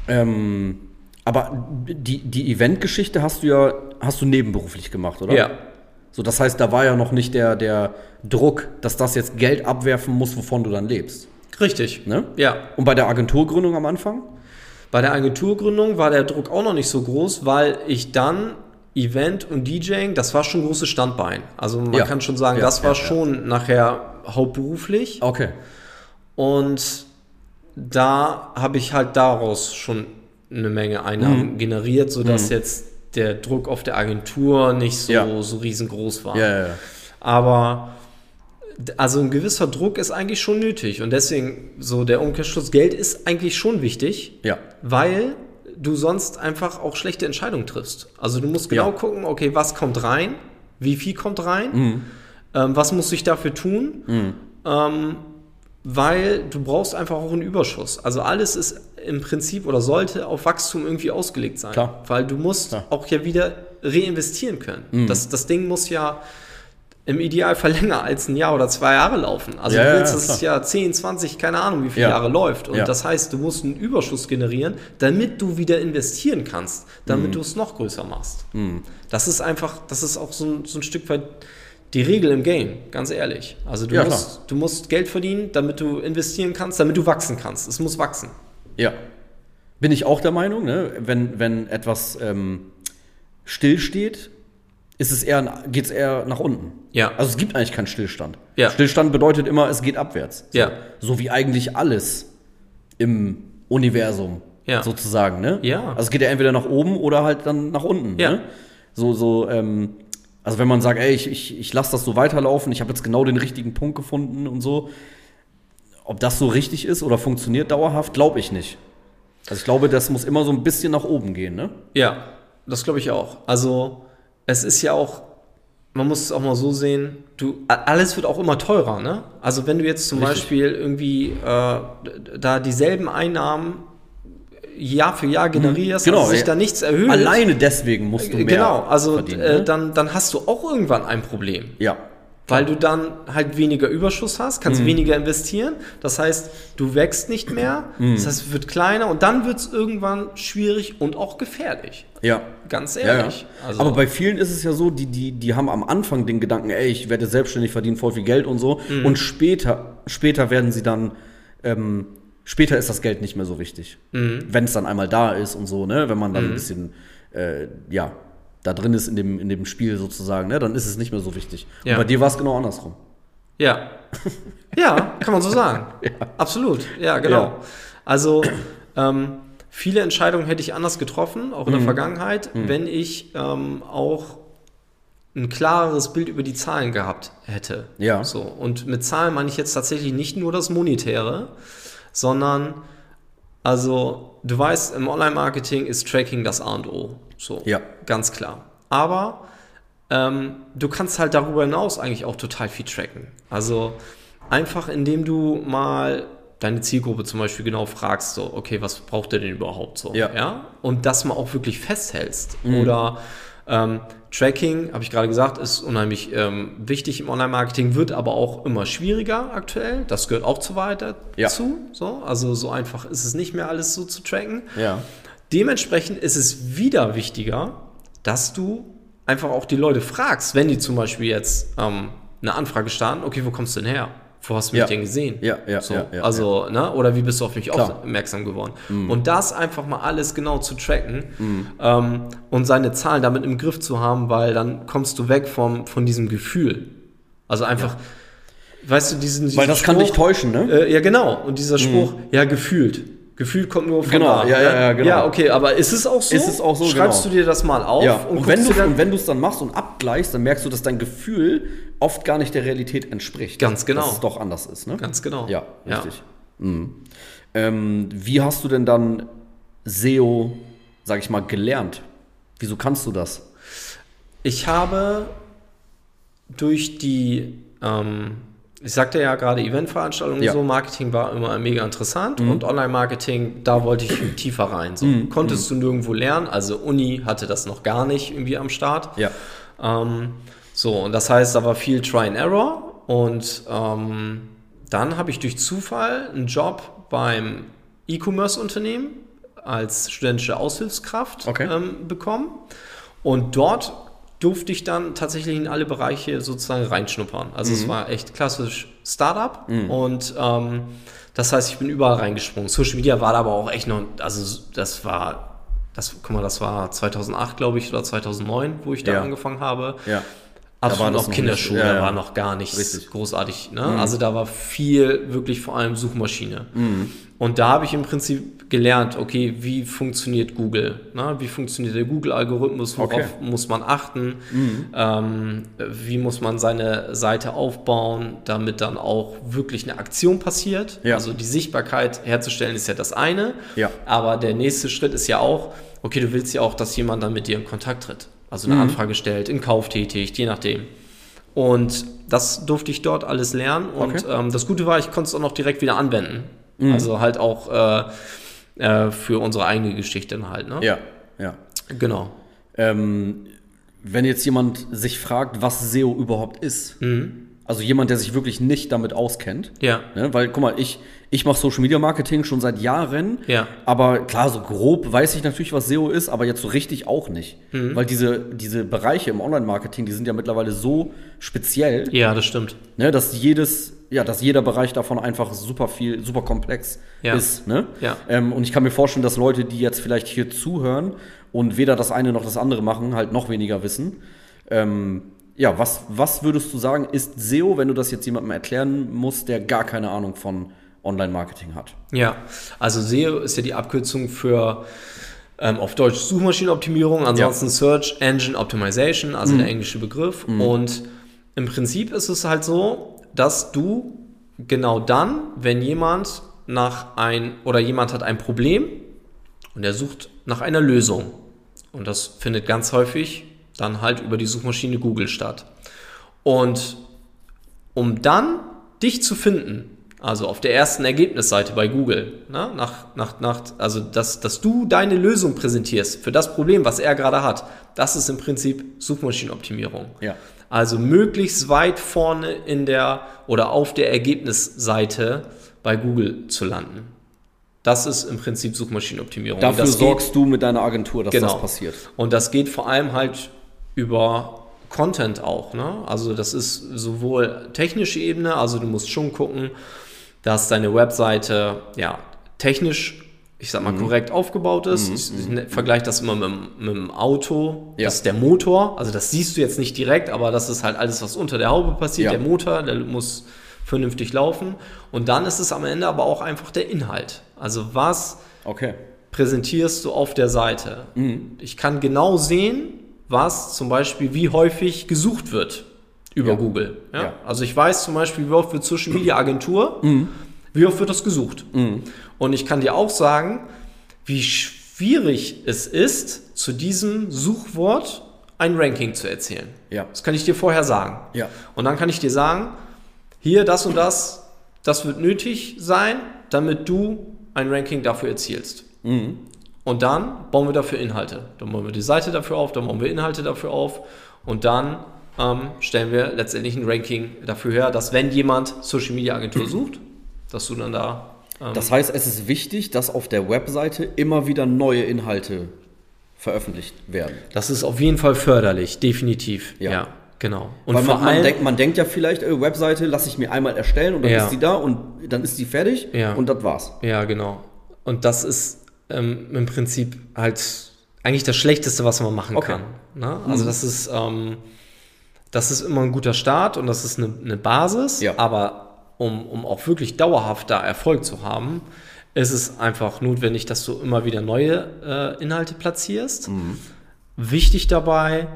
Speaker 1: Ähm, aber die, die Eventgeschichte hast du ja hast du nebenberuflich gemacht, oder? So, das heißt, da war ja noch nicht der, der Druck, dass das jetzt Geld abwerfen muss, wovon du dann lebst.
Speaker 2: Richtig.
Speaker 1: Ne?
Speaker 2: Ja.
Speaker 1: Und bei der Agenturgründung am Anfang?
Speaker 2: Bei der Agenturgründung war der Druck auch noch nicht so groß, weil ich dann Event und DJing, das war schon großes Standbein. Also man
Speaker 1: Ja.
Speaker 2: kann schon sagen,
Speaker 1: Ja,
Speaker 2: das war
Speaker 1: ja, ja.
Speaker 2: schon nachher hauptberuflich.
Speaker 1: Okay.
Speaker 2: Und da habe ich halt daraus schon eine Menge
Speaker 1: Mhm.
Speaker 2: Einnahmen generiert, sodass jetzt der Druck auf der Agentur nicht so,
Speaker 1: Ja.
Speaker 2: so riesengroß war.
Speaker 1: Ja, ja, ja.
Speaker 2: Aber d- also ein gewisser Druck ist eigentlich schon nötig. Und deswegen, so der Umkehrschluss, Geld ist eigentlich schon wichtig
Speaker 1: Ja.
Speaker 2: weil du sonst einfach auch schlechte Entscheidungen triffst. Also du musst genau
Speaker 1: Ja.
Speaker 2: gucken, okay, was kommt rein, wie viel kommt rein,
Speaker 1: Mhm.
Speaker 2: ähm, was muss ich dafür tun, ähm, weil du brauchst einfach auch einen Überschuss. Also alles ist im Prinzip oder sollte auf Wachstum irgendwie ausgelegt sein,
Speaker 1: Klar.
Speaker 2: weil du musst
Speaker 1: Klar. Mhm.
Speaker 2: auch ja wieder reinvestieren können. Das, das Ding muss ja im Idealfall länger als ein Jahr oder zwei Jahre laufen. Also
Speaker 1: Ja,
Speaker 2: du
Speaker 1: ja,
Speaker 2: willst,
Speaker 1: ja,
Speaker 2: dass
Speaker 1: klar.
Speaker 2: es ja 10, 20, keine Ahnung, wie viele
Speaker 1: Ja.
Speaker 2: Jahre läuft. Und
Speaker 1: Ja.
Speaker 2: das heißt, du musst einen Überschuss generieren, damit du wieder investieren kannst,
Speaker 1: Mhm.
Speaker 2: damit du es noch größer machst. Das ist einfach, das ist auch so ein, so ein Stück weit die Regel im Game, ganz ehrlich. Also du,
Speaker 1: Ja,
Speaker 2: musst, du musst Geld verdienen, damit du investieren kannst, damit du wachsen kannst. Es muss wachsen.
Speaker 1: Ja. Bin ich auch der Meinung, ne? wenn, wenn etwas ähm, stillsteht, ist es eher, geht es eher nach unten.
Speaker 2: Ja.
Speaker 1: Also es gibt eigentlich keinen Stillstand.
Speaker 2: Ja.
Speaker 1: Stillstand bedeutet immer, es geht abwärts.
Speaker 2: Ja.
Speaker 1: So wie eigentlich alles im Universum
Speaker 2: Ja.
Speaker 1: sozusagen. Ne?
Speaker 2: Ja.
Speaker 1: Also es geht ja entweder nach oben oder halt dann nach unten.
Speaker 2: Ja.
Speaker 1: Ne? So, so, ähm, also wenn man sagt, ey, ich, ich, ich lasse das so weiterlaufen, ich habe jetzt genau den richtigen Punkt gefunden und so, Ob das so richtig ist oder funktioniert dauerhaft, glaube ich nicht. Also ich glaube, das muss immer so ein bisschen nach oben gehen, ne?
Speaker 2: Ja, das glaube ich auch. Also es ist ja auch, man muss es auch mal so sehen, du, a- alles wird auch immer teurer, ne? Also wenn du jetzt zum
Speaker 1: Richtig.
Speaker 2: Beispiel irgendwie äh, da dieselben Einnahmen Jahr für Jahr generierst,
Speaker 1: Genau,
Speaker 2: also sich
Speaker 1: ja.
Speaker 2: da nichts erhöht.
Speaker 1: Alleine deswegen musst du
Speaker 2: äh,
Speaker 1: mehr
Speaker 2: Genau, also
Speaker 1: verdienen,
Speaker 2: äh,
Speaker 1: ne?
Speaker 2: dann, dann hast du auch irgendwann ein Problem.
Speaker 1: ja.
Speaker 2: Weil du dann halt weniger Überschuss hast,
Speaker 1: Mhm.
Speaker 2: kannst weniger investieren. Das heißt, du wächst nicht mehr.
Speaker 1: Mhm.
Speaker 2: Das heißt, es wird kleiner und dann wird es irgendwann schwierig und auch gefährlich.
Speaker 1: Ja.
Speaker 2: Ganz
Speaker 1: Ja, ja.
Speaker 2: ehrlich. Also-
Speaker 1: Aber bei vielen ist es ja so, die, die, die haben am Anfang den Gedanken, ey, ich werde selbstständig, verdiene voll viel Geld und so.
Speaker 2: Mhm.
Speaker 1: Und später, später werden sie dann, ähm, später ist das Geld nicht mehr so wichtig.
Speaker 2: Mhm.
Speaker 1: Wenn es dann einmal da ist und so, ne? Wenn man dann ein bisschen, äh, ja, da drin ist in dem, in dem Spiel sozusagen, ne? Dann ist es nicht mehr so wichtig.
Speaker 2: Ja.
Speaker 1: Und bei dir war es genau andersrum.
Speaker 2: Ja. Ja, kann man so sagen. Absolut. Ja, genau.
Speaker 1: Ja.
Speaker 2: Also, ähm, viele Entscheidungen hätte ich anders getroffen, auch in
Speaker 1: Mhm.
Speaker 2: der Vergangenheit, wenn ich ähm, auch ein klareres Bild über die Zahlen gehabt hätte.
Speaker 1: Ja.
Speaker 2: So. Und mit Zahlen meine ich jetzt tatsächlich nicht nur das Monetäre, sondern also, du weißt, im Online-Marketing ist Tracking das A und O. So,
Speaker 1: Ja.
Speaker 2: ganz klar. Aber ähm, du kannst halt darüber hinaus eigentlich auch total viel tracken. Also einfach indem du mal deine Zielgruppe zum Beispiel genau fragst, so, okay, was braucht der denn überhaupt so?
Speaker 1: Ja. Mhm.
Speaker 2: Und das mal auch wirklich festhältst. Oder ähm, Tracking, habe ich gerade gesagt, ist unheimlich ähm, wichtig im Online-Marketing, wird aber auch immer schwieriger aktuell. Das gehört auch zu weit
Speaker 1: Ja.
Speaker 2: dazu. So. Also so einfach ist es nicht mehr alles so zu tracken.
Speaker 1: Ja.
Speaker 2: Dementsprechend ist es wieder wichtiger, dass du einfach auch die Leute fragst, wenn die zum Beispiel jetzt ähm, eine Anfrage starten, okay, wo kommst du denn her? Wo hast du mich
Speaker 1: Ja.
Speaker 2: denn gesehen?
Speaker 1: Ja, ja,
Speaker 2: so,
Speaker 1: ja, ja,
Speaker 2: Also, ne? Oder wie bist du auf mich
Speaker 1: Klar. Mhm.
Speaker 2: aufmerksam geworden? Und das einfach mal alles genau zu tracken ähm, und seine Zahlen damit im Griff zu haben, weil dann kommst du weg vom, von diesem Gefühl. Also einfach, weißt du, diesen, diesen
Speaker 1: Weil das kann dich
Speaker 2: Spruch,
Speaker 1: täuschen, ne?
Speaker 2: äh, ja, genau. Und dieser Spruch, ja, gefühlt. Gefühlt kommt nur von
Speaker 1: Mhm. Genau,
Speaker 2: da.
Speaker 1: ja,
Speaker 2: ne?
Speaker 1: ja, ja, genau.
Speaker 2: Ja, okay, aber ist es auch so?
Speaker 1: Ist es auch so,
Speaker 2: Schreibst
Speaker 1: genau.
Speaker 2: du dir das mal auf
Speaker 1: Ja, und, wenn
Speaker 2: guckst
Speaker 1: du
Speaker 2: dir dann...
Speaker 1: und wenn du es dann machst und abgleichst, dann merkst du, dass dein Gefühl oft gar nicht der Realität entspricht.
Speaker 2: Ganz genau.
Speaker 1: Dass es doch anders ist, ne?
Speaker 2: Ganz genau.
Speaker 1: Ja,
Speaker 2: Ja.
Speaker 1: richtig. Mhm. Ähm, wie hast du denn dann SEO, sag ich mal, gelernt? Wieso kannst du das?
Speaker 2: Ich habe durch die, ähm, ich sagte ja gerade Eventveranstaltungen
Speaker 1: Ja. Mhm.
Speaker 2: so, Marketing war immer mega interessant und Online-Marketing, da wollte ich tiefer rein. So. Konntest
Speaker 1: Mhm.
Speaker 2: du nirgendwo lernen, also Uni hatte das noch gar nicht irgendwie am Start.
Speaker 1: Ja.
Speaker 2: Ähm, so, und das heißt, da war viel Try and Error. Und ähm, dann habe ich durch Zufall einen Job beim E-Commerce-Unternehmen als studentische Aushilfskraft
Speaker 1: Okay.
Speaker 2: ähm, bekommen. Und dort durfte ich dann tatsächlich in alle Bereiche sozusagen reinschnuppern. Also
Speaker 1: Mhm.
Speaker 2: es war echt klassisch Startup und ähm, das heißt, ich bin überall reingesprungen. Social Media war da aber auch echt noch, also das war, das, guck mal, das war 2008, glaube ich, oder 2009, wo ich da
Speaker 1: Ja.
Speaker 2: angefangen habe.
Speaker 1: Ja.
Speaker 2: Absolut
Speaker 1: war das
Speaker 2: noch
Speaker 1: noch
Speaker 2: Kinderschuhe,
Speaker 1: nicht- ja,
Speaker 2: da
Speaker 1: ja.
Speaker 2: war noch gar nichts
Speaker 1: Richtig. Mhm.
Speaker 2: großartig. Ne? Also da war viel wirklich vor allem Suchmaschine.
Speaker 1: Mhm.
Speaker 2: Und da habe ich im Prinzip gelernt, okay, wie funktioniert Google? Ne? Wie funktioniert der Google-Algorithmus? Worauf
Speaker 1: Okay. Mhm.
Speaker 2: muss man achten? Ähm, wie muss man seine Seite aufbauen, damit dann auch wirklich eine Aktion passiert?
Speaker 1: Ja.
Speaker 2: Also die Sichtbarkeit herzustellen ist ja das eine.
Speaker 1: Ja.
Speaker 2: Aber der nächste Schritt ist ja auch, okay, du willst ja auch, dass jemand dann mit dir in Kontakt tritt. Also
Speaker 1: Mhm.
Speaker 2: eine Anfrage stellt, in Kauf tätigt, je nachdem. Und das durfte ich dort alles lernen. Und
Speaker 1: Okay. Mhm.
Speaker 2: ähm, das Gute war, ich konnte es auch noch direkt wieder anwenden. Also halt auch äh, äh, für unsere eigene Geschichte dann halt. Ne?
Speaker 1: Ja, ja.
Speaker 2: Genau.
Speaker 1: Ähm, wenn jetzt jemand sich fragt, was SEO überhaupt ist, also jemand, der sich wirklich nicht damit auskennt,
Speaker 2: Ja.
Speaker 1: Ne? Weil, guck mal, ich, ich mache Social Media Marketing schon seit Jahren.
Speaker 2: Ja.
Speaker 1: Aber klar, so grob weiß ich natürlich, was SEO ist, aber jetzt so richtig auch nicht. Weil diese, diese Bereiche im Online-Marketing, die sind ja mittlerweile so speziell,
Speaker 2: Ja, das stimmt.
Speaker 1: ne, dass jedes, ja, dass jeder Bereich davon einfach super viel, super komplex
Speaker 2: Ja.
Speaker 1: ist. Ne?
Speaker 2: Ja.
Speaker 1: Ähm, und ich kann mir vorstellen, dass Leute, die jetzt vielleicht hier zuhören und weder das eine noch das andere machen, halt noch weniger wissen. Ähm, ja, was, was würdest du sagen, ist SEO, wenn du das jetzt jemandem erklären musst, der gar keine Ahnung von Online-Marketing hat?
Speaker 2: Ja, also SEO ist ja die Abkürzung für ähm, auf Deutsch Suchmaschinenoptimierung, ansonsten Search Engine Optimization, also der englische Begriff. Und im Prinzip ist es halt so, dass du genau dann, wenn jemand nach ein oder jemand hat ein Problem und er sucht nach einer Lösung. Und das findet ganz häufig dann halt über die Suchmaschine Google statt. Und um dann dich zu finden, also auf der ersten Ergebnisseite bei Google, ne, nach, nach, nach, also dass, dass du deine Lösung präsentierst für das Problem, was er gerade hat, das ist im Prinzip Suchmaschinenoptimierung.
Speaker 1: Ja.
Speaker 2: Also möglichst weit vorne in der oder auf der Ergebnisseite bei Google zu landen. Das ist im Prinzip Suchmaschinenoptimierung.
Speaker 1: Dafür
Speaker 2: Und Also das
Speaker 1: sorgst du mit deiner Agentur, dass
Speaker 2: Genau.
Speaker 1: das passiert.
Speaker 2: Und das geht vor allem halt über Content auch. Ne? Also das ist sowohl technische Ebene, also du musst schon gucken, dass deine Webseite ja technisch, ich sag mal,
Speaker 1: Mhm.
Speaker 2: korrekt aufgebaut ist. Ich, ich ne- vergleiche das immer mit, dem- mit dem Auto.
Speaker 1: Ja.
Speaker 2: Das ist der Motor. Also das siehst du jetzt nicht direkt, aber das ist halt alles, was unter der Haube passiert.
Speaker 1: Ja.
Speaker 2: Der Motor, der muss vernünftig laufen. Und dann ist es am Ende aber auch einfach der Inhalt. Also was
Speaker 1: Okay.
Speaker 2: Ähm. präsentierst du auf der Seite.
Speaker 1: Mhm.
Speaker 2: Ich kann genau sehen, was zum Beispiel wie häufig gesucht wird über
Speaker 1: Ja.
Speaker 2: Google. Ja?
Speaker 1: Ja. Mhm.
Speaker 2: Also ich weiß zum Beispiel, wie oft wird Social Media Agentur, wie oft wird das gesucht. Und ich kann dir auch sagen, wie schwierig es ist, zu diesem Suchwort ein Ranking zu erzielen.
Speaker 1: Ja.
Speaker 2: Das kann ich dir vorher sagen.
Speaker 1: Ja.
Speaker 2: Und dann kann ich dir sagen, hier das und das, das wird nötig sein, damit du ein Ranking dafür erzielst. Und dann bauen wir dafür Inhalte. Dann bauen wir die Seite dafür auf, dann bauen wir Inhalte dafür auf und dann ähm, stellen wir letztendlich ein Ranking dafür her, dass wenn jemand Social Media Agentur sucht, dass du dann da ähm,
Speaker 1: Das heißt, es ist wichtig, dass auf der Webseite immer wieder neue Inhalte veröffentlicht werden.
Speaker 2: Das ist auf jeden Fall förderlich, definitiv.
Speaker 1: Ja.
Speaker 2: Ja, genau. Und
Speaker 1: Weil
Speaker 2: vor
Speaker 1: man, man,
Speaker 2: allem,
Speaker 1: denkt, man denkt ja vielleicht, äh, Webseite lasse ich mir einmal erstellen und dann
Speaker 2: Ja.
Speaker 1: ist die da und dann ist die fertig
Speaker 2: Ja.
Speaker 1: und das war's.
Speaker 2: ja, genau. Und das ist ähm, im Prinzip halt eigentlich das Schlechteste, was man machen
Speaker 1: Okay. Mhm.
Speaker 2: kann. Ne? Also das ist, ähm, das ist immer ein guter Start und das ist eine, eine Basis.
Speaker 1: Ja.
Speaker 2: Aber um, um auch wirklich dauerhaft da Erfolg zu haben, ist es einfach notwendig, dass du immer wieder neue äh, Inhalte platzierst. Wichtig dabei,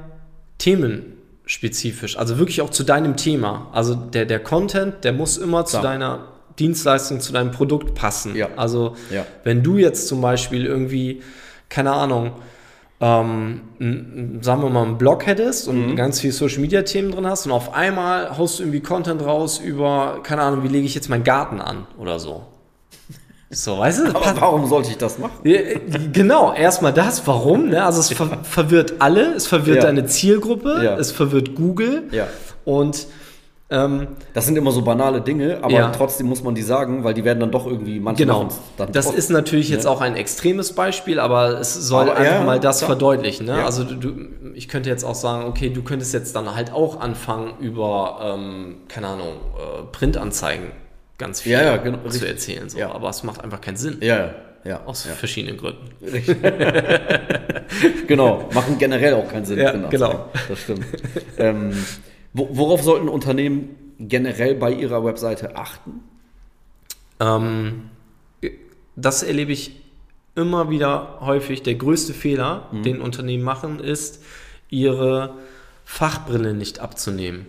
Speaker 2: themenspezifisch, also wirklich auch zu deinem Thema. Also der, der Content, der muss immer zu
Speaker 1: Klar.
Speaker 2: deiner Dienstleistung, zu deinem Produkt passen.
Speaker 1: Ja.
Speaker 2: Also
Speaker 1: Ja.
Speaker 2: wenn du jetzt zum Beispiel irgendwie, keine Ahnung, ähm, n- n- sagen wir mal, einen Blog hättest und
Speaker 1: Mhm.
Speaker 2: ganz viele Social-Media-Themen drin hast und auf einmal haust du irgendwie Content raus über, keine Ahnung, wie lege ich jetzt meinen Garten an oder so. So, weißt du?
Speaker 1: Aber warum sollte ich das machen?
Speaker 2: Ja, äh, Genau, erstmal das, warum? Ne? Also es ver verwirrt alle, es verwirrt
Speaker 1: Ja.
Speaker 2: deine Zielgruppe,
Speaker 1: Ja.
Speaker 2: es verwirrt Google
Speaker 1: Ja.
Speaker 2: und ähm,
Speaker 1: Das sind immer so banale Dinge, aber
Speaker 2: Ja.
Speaker 1: trotzdem muss man die sagen, weil die werden dann doch irgendwie manchmal
Speaker 2: genau,
Speaker 1: dann
Speaker 2: das
Speaker 1: doch-
Speaker 2: ist natürlich jetzt auch ein extremes Beispiel, aber es soll
Speaker 1: Aber,
Speaker 2: einfach
Speaker 1: ja,
Speaker 2: mal das
Speaker 1: klar.
Speaker 2: verdeutlichen. Ne?
Speaker 1: Ja.
Speaker 2: Also du, du, ich könnte jetzt auch sagen, okay, du könntest jetzt dann halt auch anfangen über, ähm, keine Ahnung, äh, Printanzeigen ganz viel
Speaker 1: Ja, ja, genau,
Speaker 2: zu
Speaker 1: richtig.
Speaker 2: erzählen. So.
Speaker 1: Ja.
Speaker 2: Aber es macht einfach keinen Sinn,
Speaker 1: ja, ja, ja,
Speaker 2: aus
Speaker 1: ja.
Speaker 2: verschiedenen Gründen.
Speaker 1: Genau, machen generell auch keinen Sinn.
Speaker 2: Ja,
Speaker 1: Printanzeigen.
Speaker 2: genau.
Speaker 1: Das stimmt. ähm, wo, worauf sollten Unternehmen generell bei ihrer Webseite achten?
Speaker 2: Ähm, das erlebe ich immer wieder häufig. Der größte Fehler,
Speaker 1: Mhm.
Speaker 2: den Unternehmen machen, ist, ihre Fachbrille nicht abzunehmen.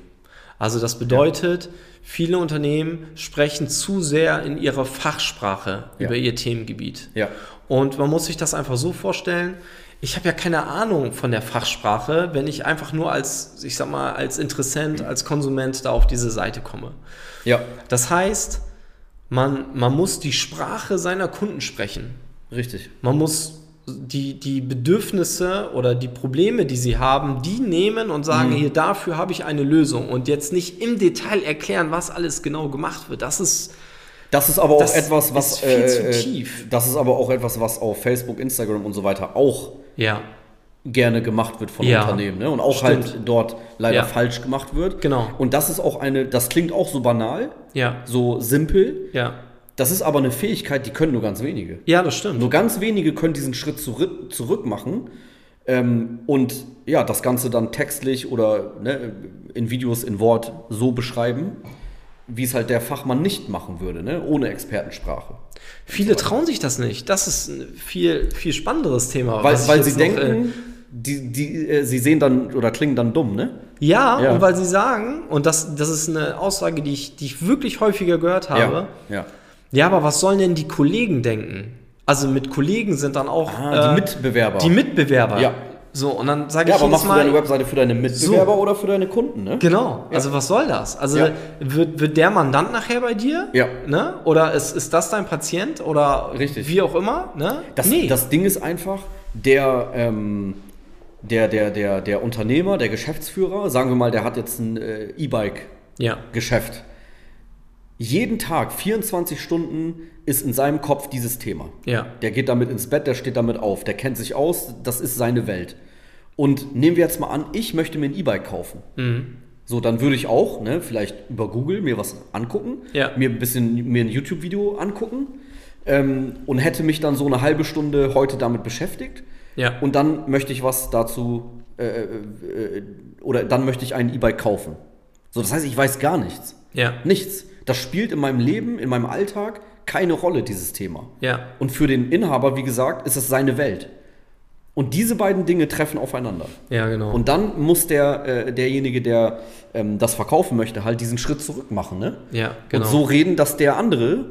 Speaker 2: Also das bedeutet, viele Unternehmen sprechen zu sehr in ihrer Fachsprache
Speaker 1: Ja.
Speaker 2: über ihr Themengebiet.
Speaker 1: Ja.
Speaker 2: Und man muss sich das einfach so vorstellen, ich habe ja keine Ahnung von der Fachsprache, wenn ich einfach nur als, ich sag mal, als Interessent,
Speaker 1: Mhm.
Speaker 2: als Konsument da auf diese Seite komme.
Speaker 1: Ja,
Speaker 2: Das heißt, man, man muss die Sprache seiner Kunden sprechen.
Speaker 1: richtig.
Speaker 2: Man muss die, die Bedürfnisse oder die Probleme, die sie haben, die nehmen und sagen,
Speaker 1: Mhm.
Speaker 2: hier, dafür habe ich eine Lösung. Und jetzt nicht im Detail erklären, was alles genau gemacht wird. Das ist,
Speaker 1: Das ist aber auch
Speaker 2: Das
Speaker 1: etwas, was
Speaker 2: ist viel zu
Speaker 1: äh,
Speaker 2: tief.
Speaker 1: Das ist aber auch etwas, was auf Facebook, Instagram und so weiter auch
Speaker 2: ja,
Speaker 1: gerne gemacht wird von
Speaker 2: Ja.
Speaker 1: Unternehmen ne? und auch
Speaker 2: Stimmt.
Speaker 1: halt dort leider
Speaker 2: Ja.
Speaker 1: falsch gemacht wird.
Speaker 2: Genau.
Speaker 1: Und das ist auch eine, das klingt auch so banal,
Speaker 2: ja,
Speaker 1: so simpel.
Speaker 2: ja.
Speaker 1: Das ist aber eine Fähigkeit, die können nur ganz wenige.
Speaker 2: Ja, das stimmt.
Speaker 1: Nur ganz wenige können diesen Schritt zurück, zurück machen ähm, und ja, das Ganze dann textlich oder ne, in Videos, in Wort so beschreiben, wie es halt der Fachmann nicht machen würde, ne? ohne Expertensprache.
Speaker 2: Viele trauen sich das nicht. Das ist ein viel, viel spannenderes Thema.
Speaker 1: Weil,
Speaker 2: was ich
Speaker 1: weil
Speaker 2: jetzt
Speaker 1: sie
Speaker 2: noch,
Speaker 1: denken,
Speaker 2: äh,
Speaker 1: die, die, äh, sie sehen dann oder klingen dann dumm, ne?
Speaker 2: Ja,
Speaker 1: Ja.
Speaker 2: und weil sie sagen, und das, das ist eine Aussage, die ich, die ich wirklich häufiger gehört habe,
Speaker 1: Ja. ja.
Speaker 2: ja. aber was sollen denn die Kollegen denken? Also mit Kollegen sind dann auch äh,
Speaker 1: Ah, die Mitbewerber.
Speaker 2: Die Mitbewerber.
Speaker 1: Ja.
Speaker 2: So, und dann sage
Speaker 1: Ja,
Speaker 2: ich
Speaker 1: aber
Speaker 2: jedes
Speaker 1: machst du
Speaker 2: Mal,
Speaker 1: deine Webseite für deine Mitbewerber oder für deine Kunden, ne?
Speaker 2: Genau, also was soll das? Also
Speaker 1: Ja.
Speaker 2: wird, wird der Mandant nachher bei dir?
Speaker 1: Ja.
Speaker 2: Ne? Oder ist, ist das dein Patient oder
Speaker 1: Richtig.
Speaker 2: wie auch immer? Ne?
Speaker 1: Das, das Ding ist einfach, der, ähm, der, der, der, der Unternehmer, der Geschäftsführer, sagen wir mal, der hat jetzt ein äh, E-Bike-Geschäft.
Speaker 2: ja.
Speaker 1: Jeden Tag, 24 Stunden, ist in seinem Kopf dieses Thema.
Speaker 2: Ja.
Speaker 1: Der geht damit ins Bett, der steht damit auf, der kennt sich aus, das ist seine Welt. Und nehmen wir jetzt mal an, ich möchte mir ein E-Bike kaufen.
Speaker 2: Mhm.
Speaker 1: So, dann würde ich auch, ne, vielleicht über Google mir was angucken,
Speaker 2: Ja.
Speaker 1: mir ein bisschen mir ein YouTube-Video angucken ähm, und hätte mich dann so eine halbe Stunde heute damit beschäftigt.
Speaker 2: Ja.
Speaker 1: Und dann möchte ich was dazu äh, äh, oder dann möchte ich ein E-Bike kaufen. So, das heißt, ich weiß gar nichts.
Speaker 2: Ja.
Speaker 1: Nichts. Das spielt in meinem Leben, in meinem Alltag keine Rolle, dieses Thema.
Speaker 2: Ja.
Speaker 1: Und für den Inhaber, wie gesagt, ist es seine Welt. Und diese beiden Dinge treffen aufeinander.
Speaker 2: Ja, genau.
Speaker 1: Und dann muss der, äh, derjenige, der ähm, das verkaufen möchte, halt diesen Schritt zurück machen. Ne?
Speaker 2: ja, genau.
Speaker 1: Und so reden, dass der andere,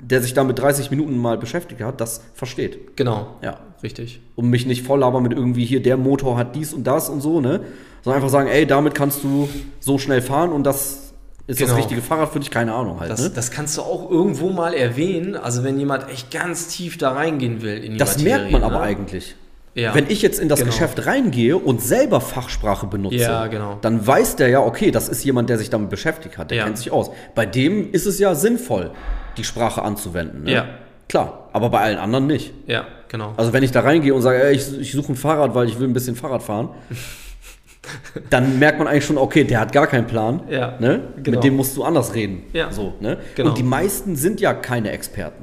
Speaker 1: der sich damit 30 Minuten mal beschäftigt hat, das versteht.
Speaker 2: genau.
Speaker 1: Ja.
Speaker 2: Richtig.
Speaker 1: Und mich nicht voll labern mit irgendwie hier, der Motor hat dies und das und so, ne? Sondern einfach sagen, ey, damit kannst du so schnell fahren und das ist das
Speaker 2: Genau.
Speaker 1: richtige Fahrrad für dich, keine Ahnung halt.
Speaker 2: Das,
Speaker 1: ne?
Speaker 2: das kannst du auch irgendwo mal erwähnen, also wenn jemand echt ganz tief da reingehen will in die
Speaker 1: Das
Speaker 2: Materie,
Speaker 1: merkt man aber
Speaker 2: ne?
Speaker 1: eigentlich.
Speaker 2: Ja.
Speaker 1: Wenn ich jetzt in das
Speaker 2: Genau.
Speaker 1: Geschäft reingehe und selber Fachsprache benutze,
Speaker 2: Ja, genau.
Speaker 1: dann weiß der ja, okay, das ist jemand, der sich damit beschäftigt hat, der
Speaker 2: Ja.
Speaker 1: kennt sich aus. Bei dem ist es ja sinnvoll, die Sprache anzuwenden. Ne?
Speaker 2: Ja.
Speaker 1: Klar, aber bei allen anderen nicht.
Speaker 2: Ja, genau.
Speaker 1: Also wenn ich da reingehe und sage, ey, ich, ich suche ein Fahrrad, weil ich will ein bisschen Fahrrad fahren, dann merkt man eigentlich schon, okay, der hat gar keinen Plan.
Speaker 2: Ja,
Speaker 1: Ne?
Speaker 2: genau.
Speaker 1: Mit dem musst du anders reden.
Speaker 2: Ja,
Speaker 1: So, ne?
Speaker 2: genau.
Speaker 1: Und die meisten sind ja keine Experten.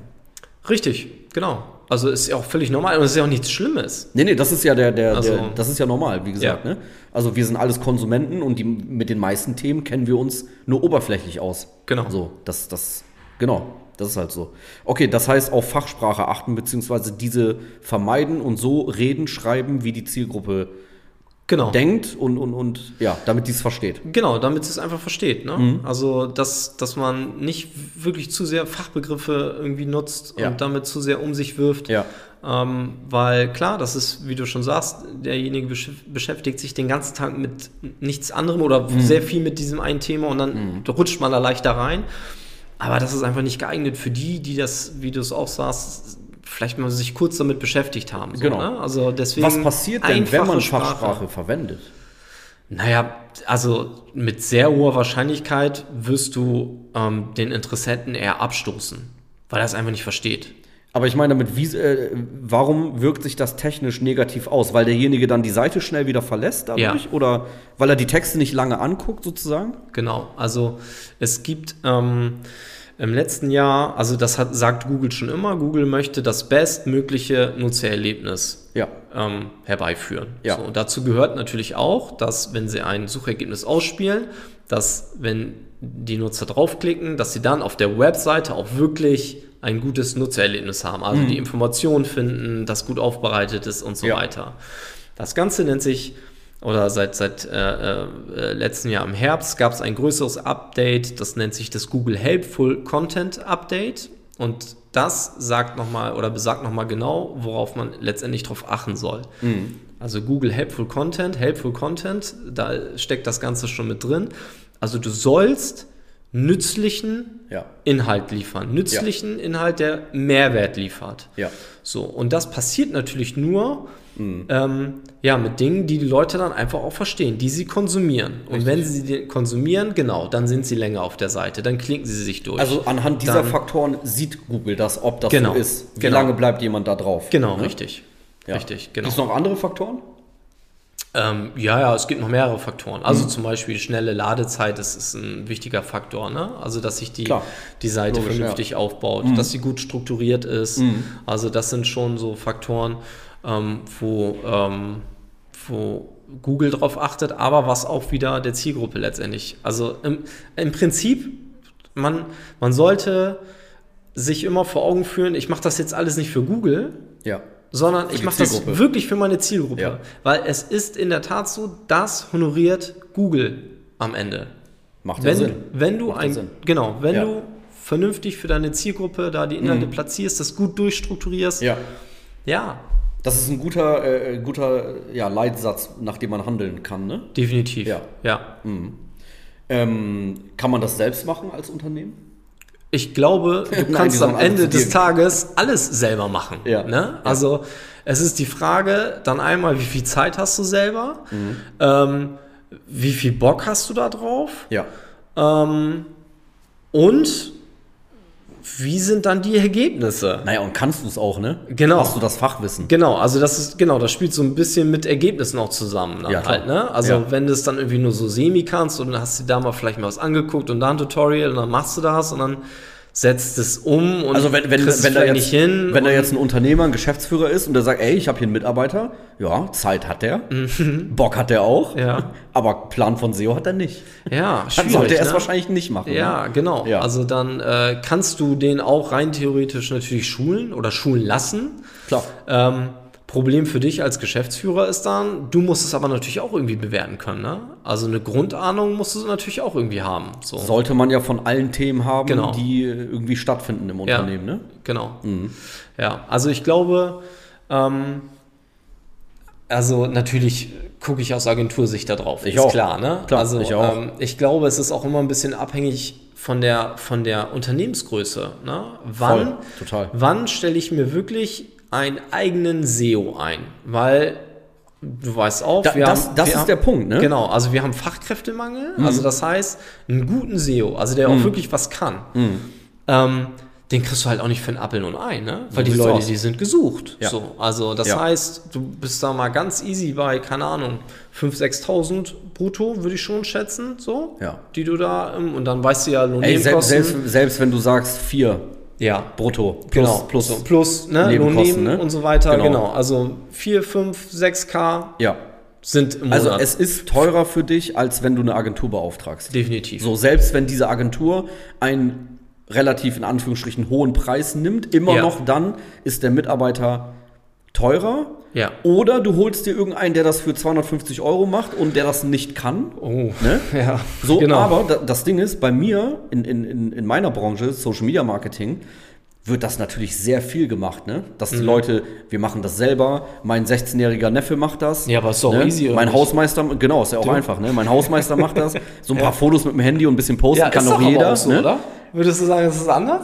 Speaker 2: Richtig, genau. Also ist ja auch völlig normal und es ist ja auch nichts Schlimmes.
Speaker 1: Nee, nee, das ist ja der, der,
Speaker 2: Also-
Speaker 1: der das ist ja normal, wie gesagt.
Speaker 2: Ja.
Speaker 1: Ne? Also wir sind alles Konsumenten und die, mit den meisten Themen kennen wir uns nur oberflächlich aus.
Speaker 2: Genau.
Speaker 1: So, das, das, genau, das ist halt so. Okay, das heißt auf Fachsprache achten, beziehungsweise diese vermeiden und so reden, schreiben, wie die Zielgruppe
Speaker 2: Genau.
Speaker 1: denkt und, und, und ja, damit die es versteht. Mhm.
Speaker 2: Genau, damit sie es einfach versteht. Ne? Also, dass, dass man nicht wirklich zu sehr Fachbegriffe irgendwie nutzt
Speaker 1: Ja.
Speaker 2: und damit zu sehr um sich wirft.
Speaker 1: Ja.
Speaker 2: Ähm, weil klar, das ist, wie du schon sagst, derjenige besch beschäftigt sich den ganzen Tag mit nichts anderem oder
Speaker 1: Mhm.
Speaker 2: sehr viel mit diesem einen Thema und dann rutscht man da leicht da rein. Aber das ist einfach nicht geeignet für die, die das, wie du es auch sagst, vielleicht mal sich kurz damit beschäftigt haben. So,
Speaker 1: Genau.
Speaker 2: Ne? Also deswegen
Speaker 1: Was passiert denn, wenn man
Speaker 2: einfache Sprache.
Speaker 1: Fachsprache verwendet?
Speaker 2: Naja, also mit sehr hoher Wahrscheinlichkeit wirst du ähm, den Interessenten eher abstoßen, weil er es einfach nicht versteht.
Speaker 1: Aber ich meine damit, wie, äh, warum wirkt sich das technisch negativ aus? Weil derjenige dann die Seite schnell wieder verlässt dadurch?
Speaker 2: Ja.
Speaker 1: Oder weil er die Texte nicht lange anguckt sozusagen?
Speaker 2: Genau, also es gibt ähm, im letzten Jahr, also das hat, sagt Google schon immer, Google möchte das bestmögliche Nutzererlebnis
Speaker 1: Ja.
Speaker 2: ähm, herbeiführen.
Speaker 1: Ja.
Speaker 2: So, und dazu gehört natürlich auch, dass wenn sie ein Suchergebnis ausspielen, dass wenn die Nutzer draufklicken, dass sie dann auf der Webseite auch wirklich ein gutes Nutzererlebnis haben. Also die Informationen finden, das gut aufbereitet ist und so
Speaker 1: Mhm. Ja.
Speaker 2: weiter. Das Ganze nennt sich, oder seit, seit äh, äh, letzten Jahr im Herbst gab es ein größeres Update, das nennt sich das Google Helpful Content Update. Und das sagt nochmal oder besagt nochmal genau, worauf man letztendlich drauf achten soll.
Speaker 1: Mhm.
Speaker 2: Also Google Helpful Content, Helpful Content, da steckt das Ganze schon mit drin. Also du sollst nützlichen
Speaker 1: Ja.
Speaker 2: Inhalt liefern, nützlichen Inhalt, der Mehrwert liefert.
Speaker 1: Ja.
Speaker 2: So, und das passiert natürlich nur ähm, ja, mit Dingen, die die Leute dann einfach auch verstehen, die sie konsumieren. Und wenn sie die konsumieren, genau, dann sind sie länger auf der Seite, dann klicken sie sich durch.
Speaker 1: Also anhand dieser
Speaker 2: Dann-
Speaker 1: Faktoren sieht Google das, ob das
Speaker 2: Genau.
Speaker 1: so ist. Wie
Speaker 2: Genau.
Speaker 1: lange bleibt jemand da drauf?
Speaker 2: Genau,
Speaker 1: Ne?
Speaker 2: richtig.
Speaker 1: Ja.
Speaker 2: Richtig, genau.
Speaker 1: Gibt es noch andere Faktoren?
Speaker 2: Ähm, ja, ja, es gibt noch mehrere Faktoren. Also
Speaker 1: Mhm.
Speaker 2: zum Beispiel schnelle Ladezeit, das ist ein wichtiger Faktor. Ne? Also, dass sich die,
Speaker 1: Klar.
Speaker 2: die Seite
Speaker 1: Logisch, Mhm.
Speaker 2: vernünftig aufbaut, dass sie gut strukturiert ist. Also, das sind schon so Faktoren, ähm, wo, ähm, wo Google drauf achtet, aber was auch wieder der Zielgruppe letztendlich. Also, im, im Prinzip, man, man sollte sich immer vor Augen führen, ich mache das jetzt alles nicht für Google,
Speaker 1: Ja.
Speaker 2: sondern
Speaker 1: die
Speaker 2: ich mache das
Speaker 1: Zielgruppe.
Speaker 2: wirklich für meine Zielgruppe.
Speaker 1: Ja.
Speaker 2: Weil es ist in der Tat so, das honoriert Google am Ende.
Speaker 1: Macht ja
Speaker 2: Wenn,
Speaker 1: Sinn.
Speaker 2: wenn du
Speaker 1: Macht ja
Speaker 2: ein,
Speaker 1: Sinn.
Speaker 2: genau, wenn
Speaker 1: Ja. Mhm.
Speaker 2: du vernünftig für deine Zielgruppe da die Inhalte platzierst, das gut durchstrukturierst,
Speaker 1: Ja.
Speaker 2: ja
Speaker 1: Das ist ein guter, äh, guter ja, Leitsatz, nach dem man handeln kann. Ne?
Speaker 2: definitiv.
Speaker 1: Ja.
Speaker 2: ja.
Speaker 1: Ähm, kann man das selbst machen als Unternehmen?
Speaker 2: Ich glaube, du
Speaker 1: Nein, die
Speaker 2: kannst
Speaker 1: sollen
Speaker 2: am
Speaker 1: alle zu
Speaker 2: Ende
Speaker 1: dir
Speaker 2: des
Speaker 1: gehen.
Speaker 2: Tages alles selber machen.
Speaker 1: Ja.
Speaker 2: Ne? Also es ist die Frage, dann einmal, wie viel Zeit hast du selber?
Speaker 1: Mhm.
Speaker 2: Ähm, wie viel Bock hast du da drauf?
Speaker 1: Ja.
Speaker 2: Ähm, und wie sind dann die Ergebnisse?
Speaker 1: Naja, und kannst du es auch, ne?
Speaker 2: Genau.
Speaker 1: Hast du das Fachwissen?
Speaker 2: Genau, also das ist, genau, das spielt so ein bisschen mit Ergebnissen auch zusammen. Dann
Speaker 1: Ja, klar.
Speaker 2: halt, ne? Also
Speaker 1: Ja.
Speaker 2: wenn du es dann irgendwie nur so semi kannst und dann hast du dir da mal vielleicht mal was angeguckt und da ein Tutorial und dann machst du das und dann setzt es um und
Speaker 1: Also wenn, wenn,
Speaker 2: kriegst es
Speaker 1: wenn, da
Speaker 2: vielleicht
Speaker 1: jetzt,
Speaker 2: nicht hin.
Speaker 1: wenn da
Speaker 2: und-
Speaker 1: jetzt ein Unternehmer, ein Geschäftsführer ist und der sagt, ey, ich habe hier einen Mitarbeiter, ja, Zeit hat der, Bock hat der auch,
Speaker 2: Mhm. Ja.
Speaker 1: aber Plan von SEO hat er nicht.
Speaker 2: ja,
Speaker 1: Dann sollte er es
Speaker 2: ne?
Speaker 1: wahrscheinlich nicht machen.
Speaker 2: Ja,
Speaker 1: ne?
Speaker 2: genau.
Speaker 1: Ja.
Speaker 2: Also dann äh, kannst du den auch rein theoretisch natürlich schulen oder schulen lassen.
Speaker 1: klar.
Speaker 2: Ähm, Problem für dich als Geschäftsführer ist dann, du musst es aber natürlich auch irgendwie bewerten können. Ne? Also eine Grundahnung musst du natürlich auch irgendwie haben. So.
Speaker 1: Sollte man ja von allen Themen haben,
Speaker 2: Genau.
Speaker 1: die irgendwie stattfinden im
Speaker 2: Ja.
Speaker 1: Unternehmen, ne?
Speaker 2: Genau. Ja, also ich glaube, ähm, also natürlich gucke ich aus Agentursicht da drauf.
Speaker 1: Ich
Speaker 2: ist
Speaker 1: auch.
Speaker 2: klar, ne?
Speaker 1: Klar,
Speaker 2: also
Speaker 1: ich auch.
Speaker 2: Ähm, ich glaube, es ist auch immer ein bisschen abhängig von der, von der Unternehmensgröße. Ne? Wann,
Speaker 1: Voll, total.
Speaker 2: wann stelle ich mir wirklich einen eigenen SEO ein? Weil du weißt auch,
Speaker 1: Da- das- das ist der Punkt, ne? Mhm.
Speaker 2: Genau, also wir haben Fachkräftemangel, also das heißt, einen guten SEO, also der auch wirklich was kann ähm, den kriegst du halt auch nicht für einen Appel und ein, ne? Weil die
Speaker 1: sieht's
Speaker 2: Leute,
Speaker 1: aus.
Speaker 2: die sind gesucht.
Speaker 1: Ja.
Speaker 2: So, also das
Speaker 1: Ja.
Speaker 2: heißt, du bist da mal ganz easy bei, keine Ahnung, 5.000, 6.000 brutto, würde ich schon schätzen, so,
Speaker 1: Ja.
Speaker 2: die du da, ähm, und dann weißt du ja, Lohn
Speaker 1: Ey, selbst, selbst, selbst wenn du sagst, vier
Speaker 2: ja,
Speaker 1: brutto, plus,
Speaker 2: genau,
Speaker 1: plus,
Speaker 2: so, plus ne, Lohn
Speaker 1: Nebenkosten,
Speaker 2: nehmen
Speaker 1: ne?
Speaker 2: und so weiter,
Speaker 1: Genau.
Speaker 2: genau. also 4, 5, 6k
Speaker 1: ja.
Speaker 2: sind im
Speaker 1: Also
Speaker 2: Monat
Speaker 1: es ist teurer für dich, als wenn du eine Agentur beauftragst.
Speaker 2: definitiv.
Speaker 1: So, selbst wenn diese Agentur einen relativ in Anführungsstrichen hohen Preis nimmt, immer
Speaker 2: Ja.
Speaker 1: noch dann ist der Mitarbeiter teurer.
Speaker 2: Ja.
Speaker 1: Oder du holst dir irgendeinen, der das für 250 Euro macht und der das nicht kann.
Speaker 2: Oh,
Speaker 1: Ne?
Speaker 2: ja,
Speaker 1: So,
Speaker 2: genau.
Speaker 1: aber da, das Ding ist, bei mir, in, in, in, in meiner Branche, Social Media Marketing, wird das natürlich sehr viel gemacht, ne? Dass die
Speaker 2: Mhm.
Speaker 1: Leute, wir machen das selber, mein 16-jähriger Neffe macht das.
Speaker 2: Ja, aber ist doch
Speaker 1: ne?
Speaker 2: easy, oder
Speaker 1: Mein
Speaker 2: nicht?
Speaker 1: Hausmeister, genau, ist ja auch einfach, ne? Mein Hausmeister macht das. So ein paar Fotos mit dem Handy und ein bisschen posten
Speaker 2: ja,
Speaker 1: kann
Speaker 2: ist
Speaker 1: doch
Speaker 2: aber
Speaker 1: jeder.
Speaker 2: auch so,
Speaker 1: ne?
Speaker 2: oder? Würdest du sagen, ist es anders?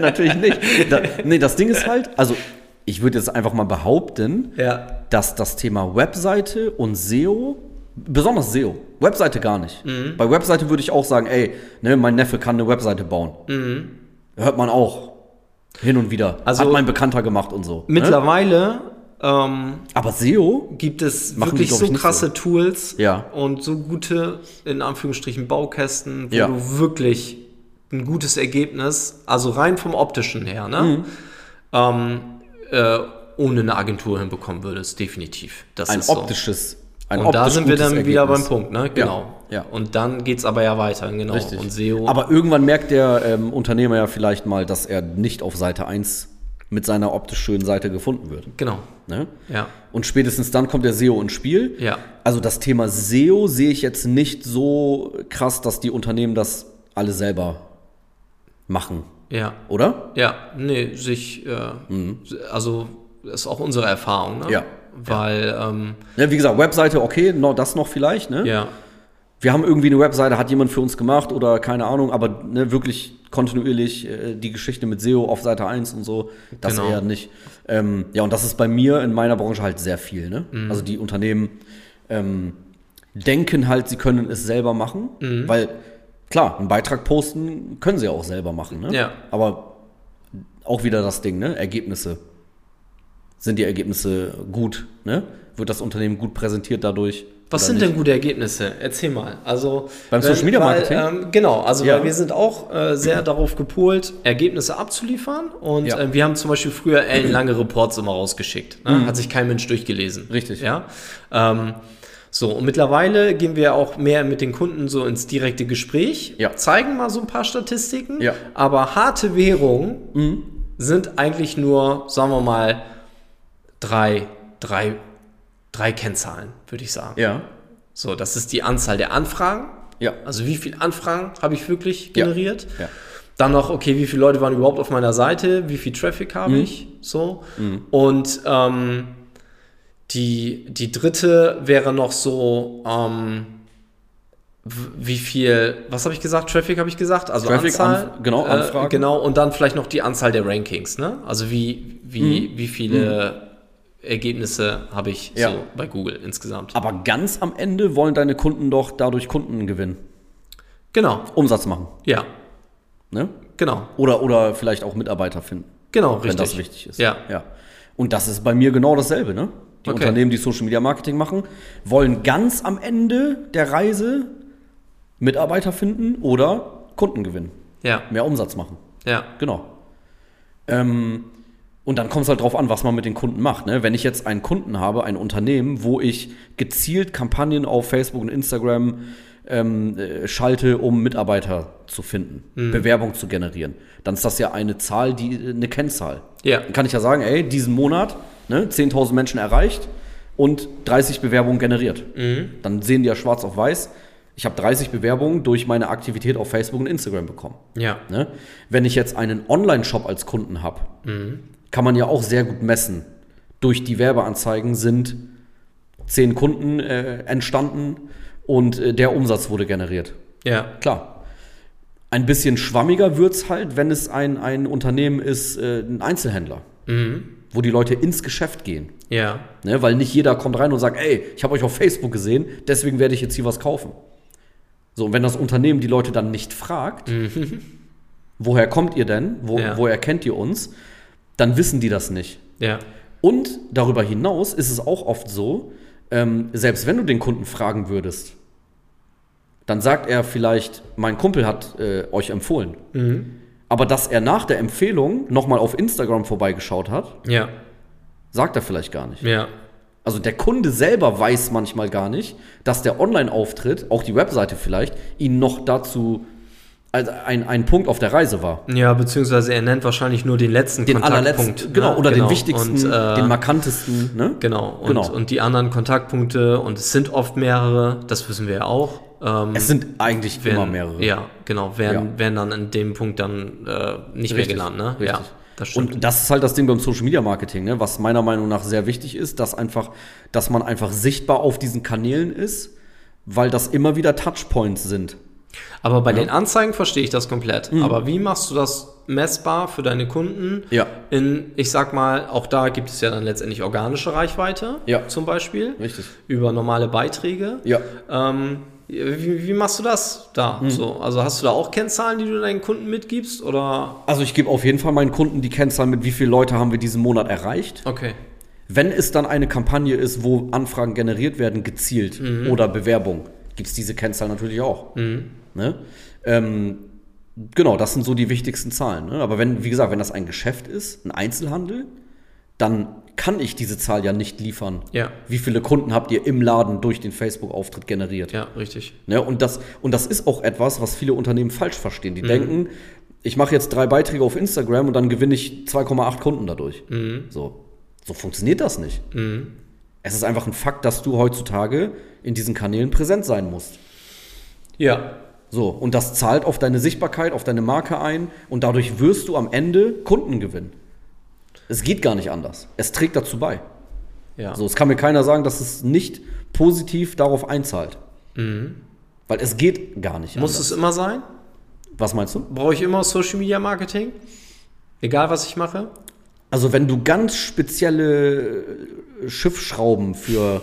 Speaker 1: natürlich nicht. Da, nee, das Ding ist halt, also ich würde jetzt einfach mal behaupten,
Speaker 2: Ja,
Speaker 1: dass das Thema Webseite und SEO, besonders SEO, Webseite gar nicht.
Speaker 2: Mhm.
Speaker 1: Bei Webseite würde ich auch sagen, ey, ne, mein Neffe kann eine Webseite bauen. Hört man auch. Hin und wieder.
Speaker 2: Mhm. Also-
Speaker 1: Hat mein Bekannter gemacht und so. Ne?
Speaker 2: Mittlerweile ähm,
Speaker 1: Aber E SEO,
Speaker 2: gibt es
Speaker 1: Machen die,
Speaker 2: wirklich
Speaker 1: glaub ich,
Speaker 2: so
Speaker 1: nicht
Speaker 2: krasse Tools
Speaker 1: Ja.
Speaker 2: und so gute, in Anführungsstrichen, Baukästen, wo
Speaker 1: Ja.
Speaker 2: du wirklich ein gutes Ergebnis, also rein vom optischen her, ne?
Speaker 1: Mhm.
Speaker 2: ähm, äh, ohne eine Agentur hinbekommen würdest, definitiv. Das
Speaker 1: ein
Speaker 2: ist so.
Speaker 1: optisches. Ein
Speaker 2: Und da
Speaker 1: optisch
Speaker 2: sind wir
Speaker 1: gutes
Speaker 2: dann wieder beim
Speaker 1: Ergebnis.
Speaker 2: Punkt, ne? Genau.
Speaker 1: ja.
Speaker 2: Und dann geht's aber ja weiter, genau.
Speaker 1: Richtig.
Speaker 2: Und SEO.
Speaker 1: Aber irgendwann merkt der ähm, Unternehmer ja vielleicht mal, dass er nicht auf Seite 1 mit seiner optisch schönen Seite gefunden wird.
Speaker 2: genau.
Speaker 1: Ne?
Speaker 2: Ja.
Speaker 1: Und spätestens dann kommt der SEO ins Spiel.
Speaker 2: Ja.
Speaker 1: Also das Thema SEO sehe ich jetzt nicht so krass, dass die Unternehmen das alle selber machen,
Speaker 2: Ja.
Speaker 1: oder?
Speaker 2: Ja, nee, sich, äh, also ist auch unsere Erfahrung, ne?
Speaker 1: Mhm. Ja.
Speaker 2: Weil, ähm,
Speaker 1: Ja, wie gesagt, Webseite, okay, no, das noch vielleicht, ne?
Speaker 2: ja,
Speaker 1: Wir haben irgendwie eine Webseite, hat jemand für uns gemacht oder keine Ahnung, aber ne, wirklich kontinuierlich äh, die Geschichte mit SEO auf Seite 1 und so, das
Speaker 2: Genau.
Speaker 1: eher nicht. Ähm, ja, und das ist bei mir in meiner Branche halt sehr viel, ne?
Speaker 2: Mhm.
Speaker 1: Also die Unternehmen ähm, denken halt, sie können es selber machen,
Speaker 2: Mhm.
Speaker 1: weil klar, einen Beitrag posten können sie ja auch selber machen, ne?
Speaker 2: Ja.
Speaker 1: Aber auch wieder das Ding, ne? Ergebnisse. Sind die Ergebnisse gut, ne? Wird das Unternehmen gut präsentiert dadurch?
Speaker 2: was
Speaker 1: oder
Speaker 2: sind
Speaker 1: nicht?
Speaker 2: denn gute Ergebnisse? Erzähl mal. Also
Speaker 1: Beim
Speaker 2: wenn-
Speaker 1: Social Media Marketing?
Speaker 2: Weil, ähm, genau, also
Speaker 1: Ja.
Speaker 2: weil wir sind auch äh, sehr darauf gepolt, Ergebnisse abzuliefern. Und
Speaker 1: Ja.
Speaker 2: ähm, wir haben zum Beispiel früher ellenlange Reports immer rausgeschickt. Ne? Hat sich kein Mensch durchgelesen.
Speaker 1: Mhm. Richtig.
Speaker 2: Ja. Ähm, so, und mittlerweile gehen wir auch mehr mit den Kunden so ins direkte Gespräch,
Speaker 1: Ja.
Speaker 2: zeigen mal so ein paar Statistiken,
Speaker 1: Ja. Mhm.
Speaker 2: aber harte Währung sind eigentlich nur, sagen wir mal, drei, drei, drei Kennzahlen, würde ich sagen.
Speaker 1: Ja.
Speaker 2: So, das ist die Anzahl der Anfragen.
Speaker 1: Ja.
Speaker 2: Also wie viele Anfragen habe ich wirklich
Speaker 1: Ja.
Speaker 2: generiert?
Speaker 1: Ja.
Speaker 2: Dann noch, okay, wie viele Leute waren überhaupt auf meiner Seite? Wie viel Traffic
Speaker 1: Mhm.
Speaker 2: habe ich? So. Und ähm, die, die dritte wäre noch so, ähm, w- wie viel, was habe ich gesagt? Traffic habe ich gesagt? Also
Speaker 1: Traffic,
Speaker 2: Anzahl.
Speaker 1: Anf- genau, Anfragen.
Speaker 2: Äh, genau, und dann vielleicht noch die Anzahl der Rankings, ne? Also wie, wie, wie viele Ergebnisse habe ich
Speaker 1: Mhm. Ja.
Speaker 2: so bei Google insgesamt.
Speaker 1: Aber ganz am Ende wollen deine Kunden doch dadurch Kunden gewinnen,
Speaker 2: Genau,
Speaker 1: Umsatz machen,
Speaker 2: ja,
Speaker 1: ne?
Speaker 2: genau,
Speaker 1: Oder, oder vielleicht auch Mitarbeiter finden,
Speaker 2: genau,
Speaker 1: wenn
Speaker 2: richtig.
Speaker 1: das wichtig ist.
Speaker 2: Ja,
Speaker 1: ja. Und das ist bei mir genau dasselbe, ne? Die
Speaker 2: Okay.
Speaker 1: Unternehmen, die Social Media Marketing machen, wollen ganz am Ende der Reise Mitarbeiter finden oder Kunden gewinnen,
Speaker 2: ja,
Speaker 1: mehr Umsatz machen.
Speaker 2: ja.
Speaker 1: Genau. Ähm, und dann kommt es halt drauf an, was man mit den Kunden macht. Ne? Wenn ich jetzt einen Kunden habe, ein Unternehmen, wo ich gezielt Kampagnen auf Facebook und Instagram ähm, äh, schalte, um Mitarbeiter zu finden, Bewerbung zu generieren, dann ist das ja eine Zahl, die äh, eine Kennzahl.
Speaker 2: Ja.
Speaker 1: Dann kann ich ja sagen, ey, diesen Monat ne, 10.000 Menschen erreicht und 30 Bewerbungen generiert. Dann sehen die ja schwarz auf weiß, ich habe 30 Bewerbungen durch meine Aktivität auf Facebook und Instagram bekommen.
Speaker 2: Ja,
Speaker 1: Ne? Wenn ich jetzt einen Online-Shop als Kunden habe, kann man ja auch sehr gut messen. Durch die Werbeanzeigen sind zehn Kunden äh, entstanden und äh, der Umsatz wurde generiert.
Speaker 2: ja,
Speaker 1: Klar. Ein bisschen schwammiger wird es halt, wenn es ein, ein Unternehmen ist, äh, ein Einzelhändler, wo die Leute ins Geschäft gehen.
Speaker 2: ja,
Speaker 1: Ne? Weil nicht jeder kommt rein und sagt, ey, ich habe euch auf Facebook gesehen, deswegen werde ich jetzt hier was kaufen. So, und wenn das Unternehmen die Leute dann nicht fragt, woher kommt ihr denn, wo,
Speaker 2: Ja.
Speaker 1: woher kennt ihr uns, dann wissen die das nicht.
Speaker 2: ja,
Speaker 1: Und darüber hinaus ist es auch oft so, ähm, selbst wenn du den Kunden fragen würdest, dann sagt er vielleicht, mein Kumpel hat äh, euch empfohlen. Aber dass er nach der Empfehlung nochmal auf Instagram vorbeigeschaut hat,
Speaker 2: ja,
Speaker 1: sagt er vielleicht gar nicht.
Speaker 2: ja,
Speaker 1: Also der Kunde selber weiß manchmal gar nicht, dass der Online-Auftritt, auch die Webseite vielleicht, ihn noch dazu also ein, ein Punkt auf der Reise war.
Speaker 2: ja, beziehungsweise er nennt wahrscheinlich nur den letzten
Speaker 1: Den
Speaker 2: Kontaktpunkt.
Speaker 1: allerletzten, genau,
Speaker 2: ne?
Speaker 1: oder den wichtigsten,
Speaker 2: Und, äh,
Speaker 1: den markantesten, ne?
Speaker 2: genau, und,
Speaker 1: Genau.
Speaker 2: und die anderen Kontaktpunkte, und es sind oft mehrere, das wissen wir ja auch. Ähm,
Speaker 1: Es sind eigentlich
Speaker 2: werden,
Speaker 1: immer mehrere.
Speaker 2: Ja, genau, werden,
Speaker 1: Ja.
Speaker 2: werden dann an dem Punkt dann äh, nicht mehr
Speaker 1: Richtig,
Speaker 2: genannt, ne?
Speaker 1: richtig.
Speaker 2: Ja, das stimmt.
Speaker 1: Und das ist halt das Ding beim Social Media Marketing, ne? was meiner Meinung nach sehr wichtig ist, dass einfach, dass man einfach sichtbar auf diesen Kanälen ist, weil das immer wieder Touchpoints sind.
Speaker 2: Aber bei den Anzeigen verstehe ich das komplett.
Speaker 1: Mhm.
Speaker 2: Aber wie machst du das messbar für deine Kunden?
Speaker 1: Ja.
Speaker 2: In, ich sag mal, auch da gibt es ja dann letztendlich organische Reichweite,
Speaker 1: Ja.
Speaker 2: zum Beispiel.
Speaker 1: Richtig.
Speaker 2: Über normale Beiträge.
Speaker 1: Ja. Mhm.
Speaker 2: Ähm, wie, wie machst du das da? So, also hast du da auch Kennzahlen, die du deinen Kunden mitgibst? Oder
Speaker 1: Also ich gebe auf jeden Fall meinen Kunden die Kennzahl mit, wie viele Leute haben wir diesen Monat erreicht.
Speaker 2: okay.
Speaker 1: Wenn es dann eine Kampagne ist, wo Anfragen generiert werden, gezielt
Speaker 2: Mhm.
Speaker 1: oder Bewerbung, gibt es diese Kennzahl natürlich auch. Ne? Ähm, genau, das sind so die wichtigsten Zahlen. Ne? Aber wenn, wie gesagt, wenn das ein Geschäft ist, ein Einzelhandel, dann kann ich diese Zahl ja nicht liefern.
Speaker 2: Ja.
Speaker 1: Wie viele Kunden habt ihr im Laden durch den Facebook-Auftritt generiert?
Speaker 2: Ja, richtig.
Speaker 1: Ne? Und, das, und das ist auch etwas, was viele Unternehmen falsch verstehen. Die denken, ich mache jetzt drei Beiträge auf Instagram und dann gewinne ich 2,8 Kunden dadurch. So. so funktioniert das nicht. Es ist einfach ein Fakt, dass du heutzutage in diesen Kanälen präsent sein musst.
Speaker 2: Ja.
Speaker 1: So, und das zahlt auf deine Sichtbarkeit, auf deine Marke ein und dadurch wirst du am Ende Kunden gewinnen. Es geht gar nicht anders. Es trägt dazu bei.
Speaker 2: Ja.
Speaker 1: So, es kann mir keiner sagen, dass es nicht positiv darauf einzahlt. Weil es geht gar nicht
Speaker 2: Muss es immer sein?
Speaker 1: was meinst du?
Speaker 2: Brauche ich immer Social Media Marketing? Egal, was ich mache?
Speaker 1: Also wenn du ganz spezielle äh, Schiffsschrauben für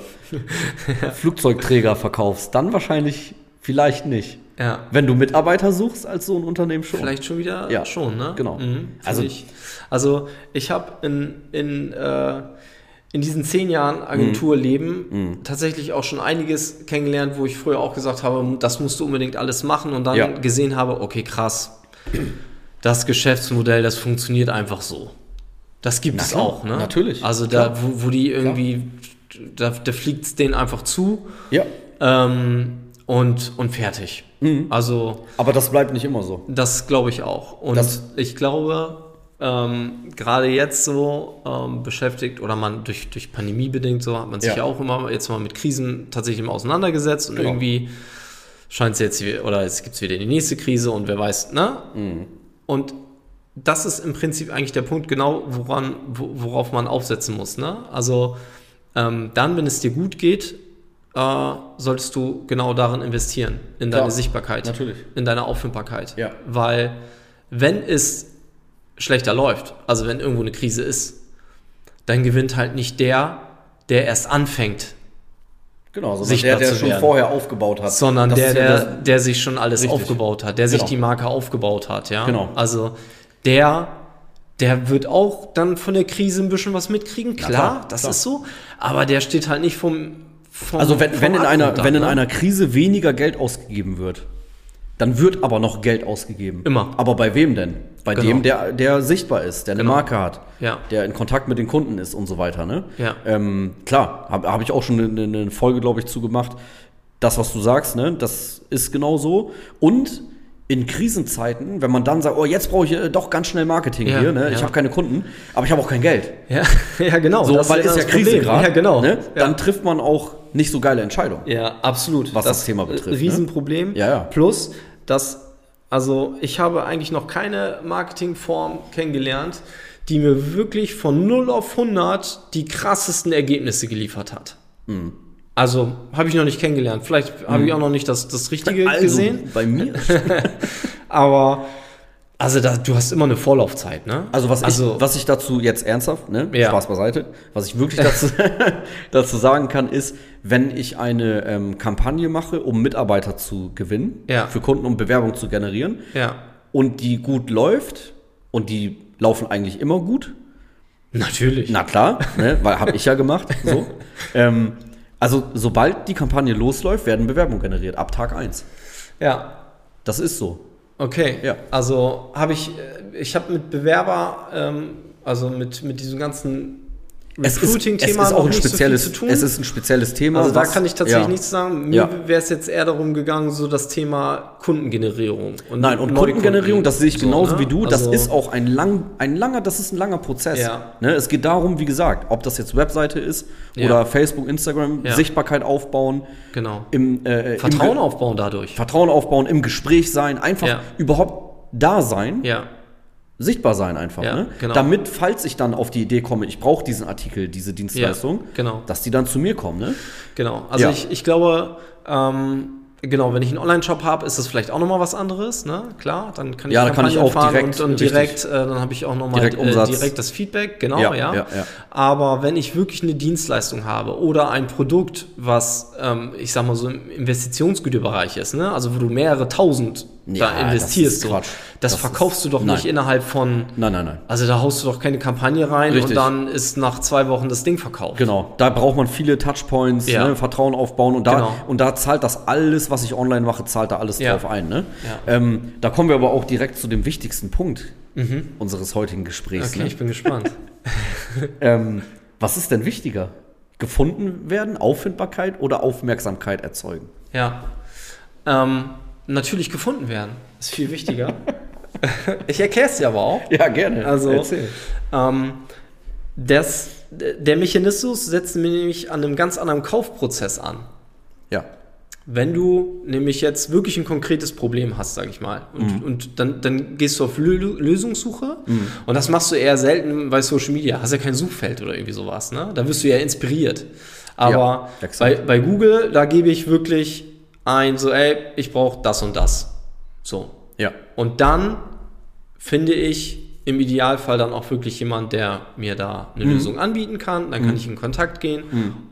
Speaker 1: Flugzeugträger verkaufst, dann wahrscheinlich vielleicht nicht.
Speaker 2: Ja.
Speaker 1: Wenn du Mitarbeiter suchst als so ein Unternehmen schon.
Speaker 2: Vielleicht schon wieder
Speaker 1: Ja,
Speaker 2: schon, ne?
Speaker 1: genau.
Speaker 2: Mhm,
Speaker 1: Also-
Speaker 2: also ich, also ich habe in, in, äh, in diesen zehn Jahren
Speaker 1: Mhm.
Speaker 2: Agenturleben tatsächlich auch schon einiges kennengelernt, wo ich früher auch gesagt habe, das musst du unbedingt alles machen und dann
Speaker 1: Ja.
Speaker 2: gesehen habe, okay, krass, das Geschäftsmodell, das funktioniert einfach so. Das gibt
Speaker 1: Na
Speaker 2: es
Speaker 1: klar,
Speaker 2: auch, ne?
Speaker 1: natürlich,
Speaker 2: Also da, wo, wo die irgendwie, da, da fliegt es denen einfach zu
Speaker 1: Ja,
Speaker 2: ähm, und, und fertig. Also
Speaker 1: Mhm. aber das bleibt nicht immer so.
Speaker 2: das glaube ich auch. Und
Speaker 1: Das-
Speaker 2: ich glaube, ähm, gerade jetzt so ähm, beschäftigt oder man durch, durch Pandemie bedingt so hat man sich
Speaker 1: Ja.
Speaker 2: ja, auch immer jetzt mal mit Krisen tatsächlich immer auseinandergesetzt und
Speaker 1: Genau.
Speaker 2: irgendwie scheint es jetzt wie- oder jetzt gibt es wieder die nächste Krise und wer weiß, ne?
Speaker 1: Mhm.
Speaker 2: Und das ist im Prinzip eigentlich der Punkt genau, woran, wo, worauf man aufsetzen muss, ne? Also ähm, dann, wenn es dir gut geht, äh, solltest du genau darin investieren, in
Speaker 1: Klar,
Speaker 2: deine Sichtbarkeit,
Speaker 1: natürlich.
Speaker 2: in deine Auffindbarkeit.
Speaker 1: Ja.
Speaker 2: Weil wenn es schlechter läuft, also wenn irgendwo eine Krise ist, dann gewinnt halt nicht der, der erst anfängt,
Speaker 1: Genau, sondern
Speaker 2: Sichtbar
Speaker 1: der, der
Speaker 2: zu
Speaker 1: schon
Speaker 2: werden.
Speaker 1: vorher aufgebaut hat.
Speaker 2: sondern
Speaker 1: Das
Speaker 2: der,
Speaker 1: ist ja
Speaker 2: der,
Speaker 1: das-
Speaker 2: der sich schon alles
Speaker 1: Richtig.
Speaker 2: aufgebaut hat, der sich
Speaker 1: Genau.
Speaker 2: die Marke aufgebaut hat, ja.
Speaker 1: Genau.
Speaker 2: Also der, der wird auch dann von der Krise ein bisschen was mitkriegen, klar,
Speaker 1: klar,
Speaker 2: das
Speaker 1: klar.
Speaker 2: ist so, aber der steht halt nicht vom, vom
Speaker 1: Also wenn,
Speaker 2: vom
Speaker 1: wenn, in,
Speaker 2: Abgrund
Speaker 1: einer,
Speaker 2: ab,
Speaker 1: wenn in
Speaker 2: ne?
Speaker 1: einer Krise weniger Geld ausgegeben wird, dann wird aber noch Geld ausgegeben.
Speaker 2: Immer.
Speaker 1: Aber bei wem denn? Bei
Speaker 2: Genau.
Speaker 1: dem, der, der sichtbar ist, der eine
Speaker 2: Genau.
Speaker 1: Marke hat,
Speaker 2: Ja.
Speaker 1: der in Kontakt mit den Kunden ist und so weiter. Ne?
Speaker 2: Ja.
Speaker 1: Ähm, klar, habe hab ich auch schon eine, eine Folge, glaube ich, zugemacht. Das, was du sagst, ne, das ist genau so. Und in Krisenzeiten, wenn man dann sagt, oh, jetzt brauche ich äh, doch ganz schnell Marketing
Speaker 2: Ja,
Speaker 1: hier, ne? ich
Speaker 2: ja.
Speaker 1: habe keine Kunden, aber ich habe auch kein Geld.
Speaker 2: ja, ja, genau,
Speaker 1: So, weil
Speaker 2: dann
Speaker 1: ist ja
Speaker 2: das
Speaker 1: Krise
Speaker 2: Problem.
Speaker 1: gerade.
Speaker 2: Ja, genau.
Speaker 1: Ne?
Speaker 2: Ja.
Speaker 1: Dann trifft man auch nicht so geile Entscheidungen.
Speaker 2: Ja, absolut.
Speaker 1: Was das Thema betrifft,
Speaker 2: äh, Riesenproblem.
Speaker 1: ne? Ja, ja.
Speaker 2: Plus, dass, also ich habe eigentlich noch keine Marketingform kennengelernt, die mir wirklich von 0 auf 100 die krassesten Ergebnisse geliefert hat.
Speaker 1: Mhm.
Speaker 2: Also habe ich noch nicht kennengelernt. Vielleicht habe ich auch noch nicht das, das Richtige
Speaker 1: Also.
Speaker 2: gesehen.
Speaker 1: Bei mir.
Speaker 2: Aber, also da, du hast immer eine Vorlaufzeit, ne?
Speaker 1: Also was,
Speaker 2: also,
Speaker 1: ich, was ich dazu jetzt ernsthaft, ne?
Speaker 2: Ja.
Speaker 1: Spaß beiseite, was ich wirklich dazu, dazu sagen kann, ist, wenn ich eine ähm, Kampagne mache, um Mitarbeiter zu gewinnen,
Speaker 2: Ja.
Speaker 1: für Kunden, um Bewerbung zu generieren,
Speaker 2: Ja,
Speaker 1: und die gut läuft, und die laufen eigentlich immer gut,
Speaker 2: natürlich.
Speaker 1: na klar, ne? weil habe ich ja gemacht. So. ähm, also sobald die Kampagne losläuft, werden Bewerbungen generiert, ab Tag 1.
Speaker 2: Ja,
Speaker 1: Das ist so.
Speaker 2: Okay,
Speaker 1: Ja.
Speaker 2: also habe ich, äh, ich habe mit Bewerber, ähm, also mit, mit diesem ganzen
Speaker 1: es
Speaker 2: Recruiting-Thema
Speaker 1: ist
Speaker 2: noch
Speaker 1: auch ein
Speaker 2: nicht so viel
Speaker 1: spezielles,
Speaker 2: zu tun.
Speaker 1: es ist ein spezielles Thema.
Speaker 2: also da
Speaker 1: was-
Speaker 2: kann ich tatsächlich
Speaker 1: ja.
Speaker 2: nichts sagen. Mir
Speaker 1: Ja.
Speaker 2: wäre es jetzt eher darum gegangen, so das Thema Kundengenerierung. Und
Speaker 1: Nein, und
Speaker 2: neue
Speaker 1: Kundengenerierung,
Speaker 2: Kunden.
Speaker 1: das sehe ich
Speaker 2: So,
Speaker 1: genauso
Speaker 2: ne?
Speaker 1: wie du. Das
Speaker 2: Also-
Speaker 1: ist auch ein, lang, ein langer, das ist ein langer Prozess.
Speaker 2: Ja.
Speaker 1: Ne, es geht darum, wie gesagt, ob das jetzt Webseite ist
Speaker 2: Ja.
Speaker 1: oder Facebook, Instagram,
Speaker 2: Ja.
Speaker 1: Sichtbarkeit aufbauen,
Speaker 2: Genau.
Speaker 1: im, äh, im
Speaker 2: Vertrauen
Speaker 1: Ge-
Speaker 2: aufbauen dadurch.
Speaker 1: Vertrauen aufbauen, im Gespräch sein, einfach
Speaker 2: Ja.
Speaker 1: überhaupt da sein,
Speaker 2: Ja,
Speaker 1: sichtbar sein einfach.
Speaker 2: Ja,
Speaker 1: ne?
Speaker 2: genau.
Speaker 1: Damit, falls ich dann auf die Idee komme, ich brauche diesen Artikel, diese Dienstleistung,
Speaker 2: genau.
Speaker 1: dass die dann zu mir kommen. Ne?
Speaker 2: genau. Also
Speaker 1: Ja.
Speaker 2: ich, ich glaube, ähm, genau, wenn ich einen Online-Shop habe, ist das vielleicht auch nochmal was anderes, ne? Klar, dann kann ich
Speaker 1: Ja, da kann ich
Speaker 2: Kampagnen
Speaker 1: auch
Speaker 2: fahren
Speaker 1: direkt-
Speaker 2: und, und
Speaker 1: richtig.
Speaker 2: direkt, äh, dann habe ich auch nochmal
Speaker 1: Direkt Umsatz.
Speaker 2: direkt das Feedback, genau,
Speaker 1: Ja,
Speaker 2: ja,
Speaker 1: ja, ja.
Speaker 2: Aber wenn ich wirklich eine Dienstleistung habe oder ein Produkt, was, ähm, ich sag mal so im Investitionsgüterbereich ist, ne? Also wo du mehrere tausend
Speaker 1: Ja,
Speaker 2: da
Speaker 1: das ist
Speaker 2: investierst, so,
Speaker 1: Quatsch.
Speaker 2: das,
Speaker 1: Das
Speaker 2: verkaufst
Speaker 1: ist-
Speaker 2: du doch
Speaker 1: nein.
Speaker 2: nicht innerhalb von
Speaker 1: Nein, nein, nein.
Speaker 2: also da haust du doch keine Kampagne rein
Speaker 1: Richtig.
Speaker 2: und dann ist nach zwei Wochen das Ding verkauft.
Speaker 1: Genau, da braucht man viele Touchpoints,
Speaker 2: Ja.
Speaker 1: ne, Vertrauen aufbauen und da,
Speaker 2: Genau.
Speaker 1: und da zahlt das alles, was ich online mache, zahlt da alles
Speaker 2: Ja.
Speaker 1: drauf ein. Ne?
Speaker 2: Ja.
Speaker 1: Ähm, da kommen wir aber auch direkt zu dem wichtigsten Punkt unseres heutigen Gesprächs.
Speaker 2: Mhm. Okay,
Speaker 1: Ne?
Speaker 2: ich bin gespannt.
Speaker 1: Ähm, was ist denn wichtiger? Gefunden werden, Auffindbarkeit oder Aufmerksamkeit erzeugen?
Speaker 2: Ja. Ähm, natürlich gefunden werden. Ist viel wichtiger. ich erkläre es dir aber auch.
Speaker 1: Ja, gerne.
Speaker 2: Also,
Speaker 1: Erzähl.
Speaker 2: Ähm, das, der Mechanismus setzt nämlich an einem ganz anderen Kaufprozess an.
Speaker 1: Ja,
Speaker 2: Wenn du nämlich jetzt wirklich ein konkretes Problem hast, sage ich mal, und,
Speaker 1: Mhm.
Speaker 2: und dann, dann gehst du auf Lö Lösungssuche und das machst du eher selten bei Social Media. Hast ja kein Suchfeld oder irgendwie sowas, ne? Da wirst du ja inspiriert. Aber
Speaker 1: Ja, exakt.
Speaker 2: bei, bei Google, da gebe ich wirklich ein, so, ey, ich brauche das und das. So.
Speaker 1: ja,
Speaker 2: Und dann finde ich im Idealfall dann auch wirklich jemand, der mir da
Speaker 1: Mhm.
Speaker 2: eine Lösung anbieten kann. Dann kann ich in Kontakt gehen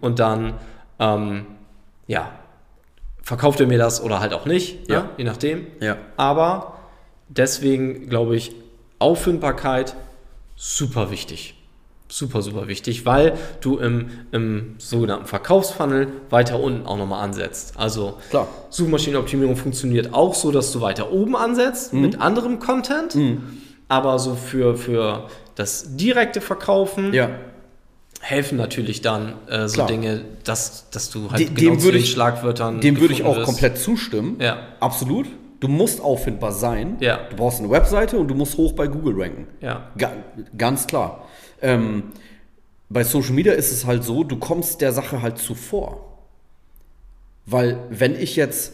Speaker 2: und dann, ähm, ja, verkauft er mir das oder halt auch nicht,
Speaker 1: Ja.
Speaker 2: ne? je nachdem.
Speaker 1: ja.
Speaker 2: Aber deswegen glaube ich, Auffindbarkeit super wichtig. Super, super wichtig, weil du im, im sogenannten Verkaufsfunnel weiter unten auch nochmal ansetzt. Also
Speaker 1: Klar.
Speaker 2: Suchmaschinenoptimierung funktioniert auch so, dass du weiter oben ansetzt
Speaker 1: Mhm.
Speaker 2: mit anderem Content, aber so für, für das direkte Verkaufen
Speaker 1: Ja,
Speaker 2: helfen natürlich dann äh, so
Speaker 1: Klar.
Speaker 2: Dinge, dass, dass du halt
Speaker 1: De- dem
Speaker 2: zu
Speaker 1: würde
Speaker 2: den
Speaker 1: ich-
Speaker 2: Schlagwörtern
Speaker 1: dem würde ich
Speaker 2: gefunden
Speaker 1: auch
Speaker 2: wirst.
Speaker 1: komplett zustimmen.
Speaker 2: Ja,
Speaker 1: Absolut. du musst auffindbar sein.
Speaker 2: Ja.
Speaker 1: Du brauchst eine Webseite und du musst hoch bei Google ranken.
Speaker 2: Ja.
Speaker 1: Ga ganz klar. Ähm, bei Social Media ist es halt so, du kommst der Sache halt zuvor. Weil wenn ich jetzt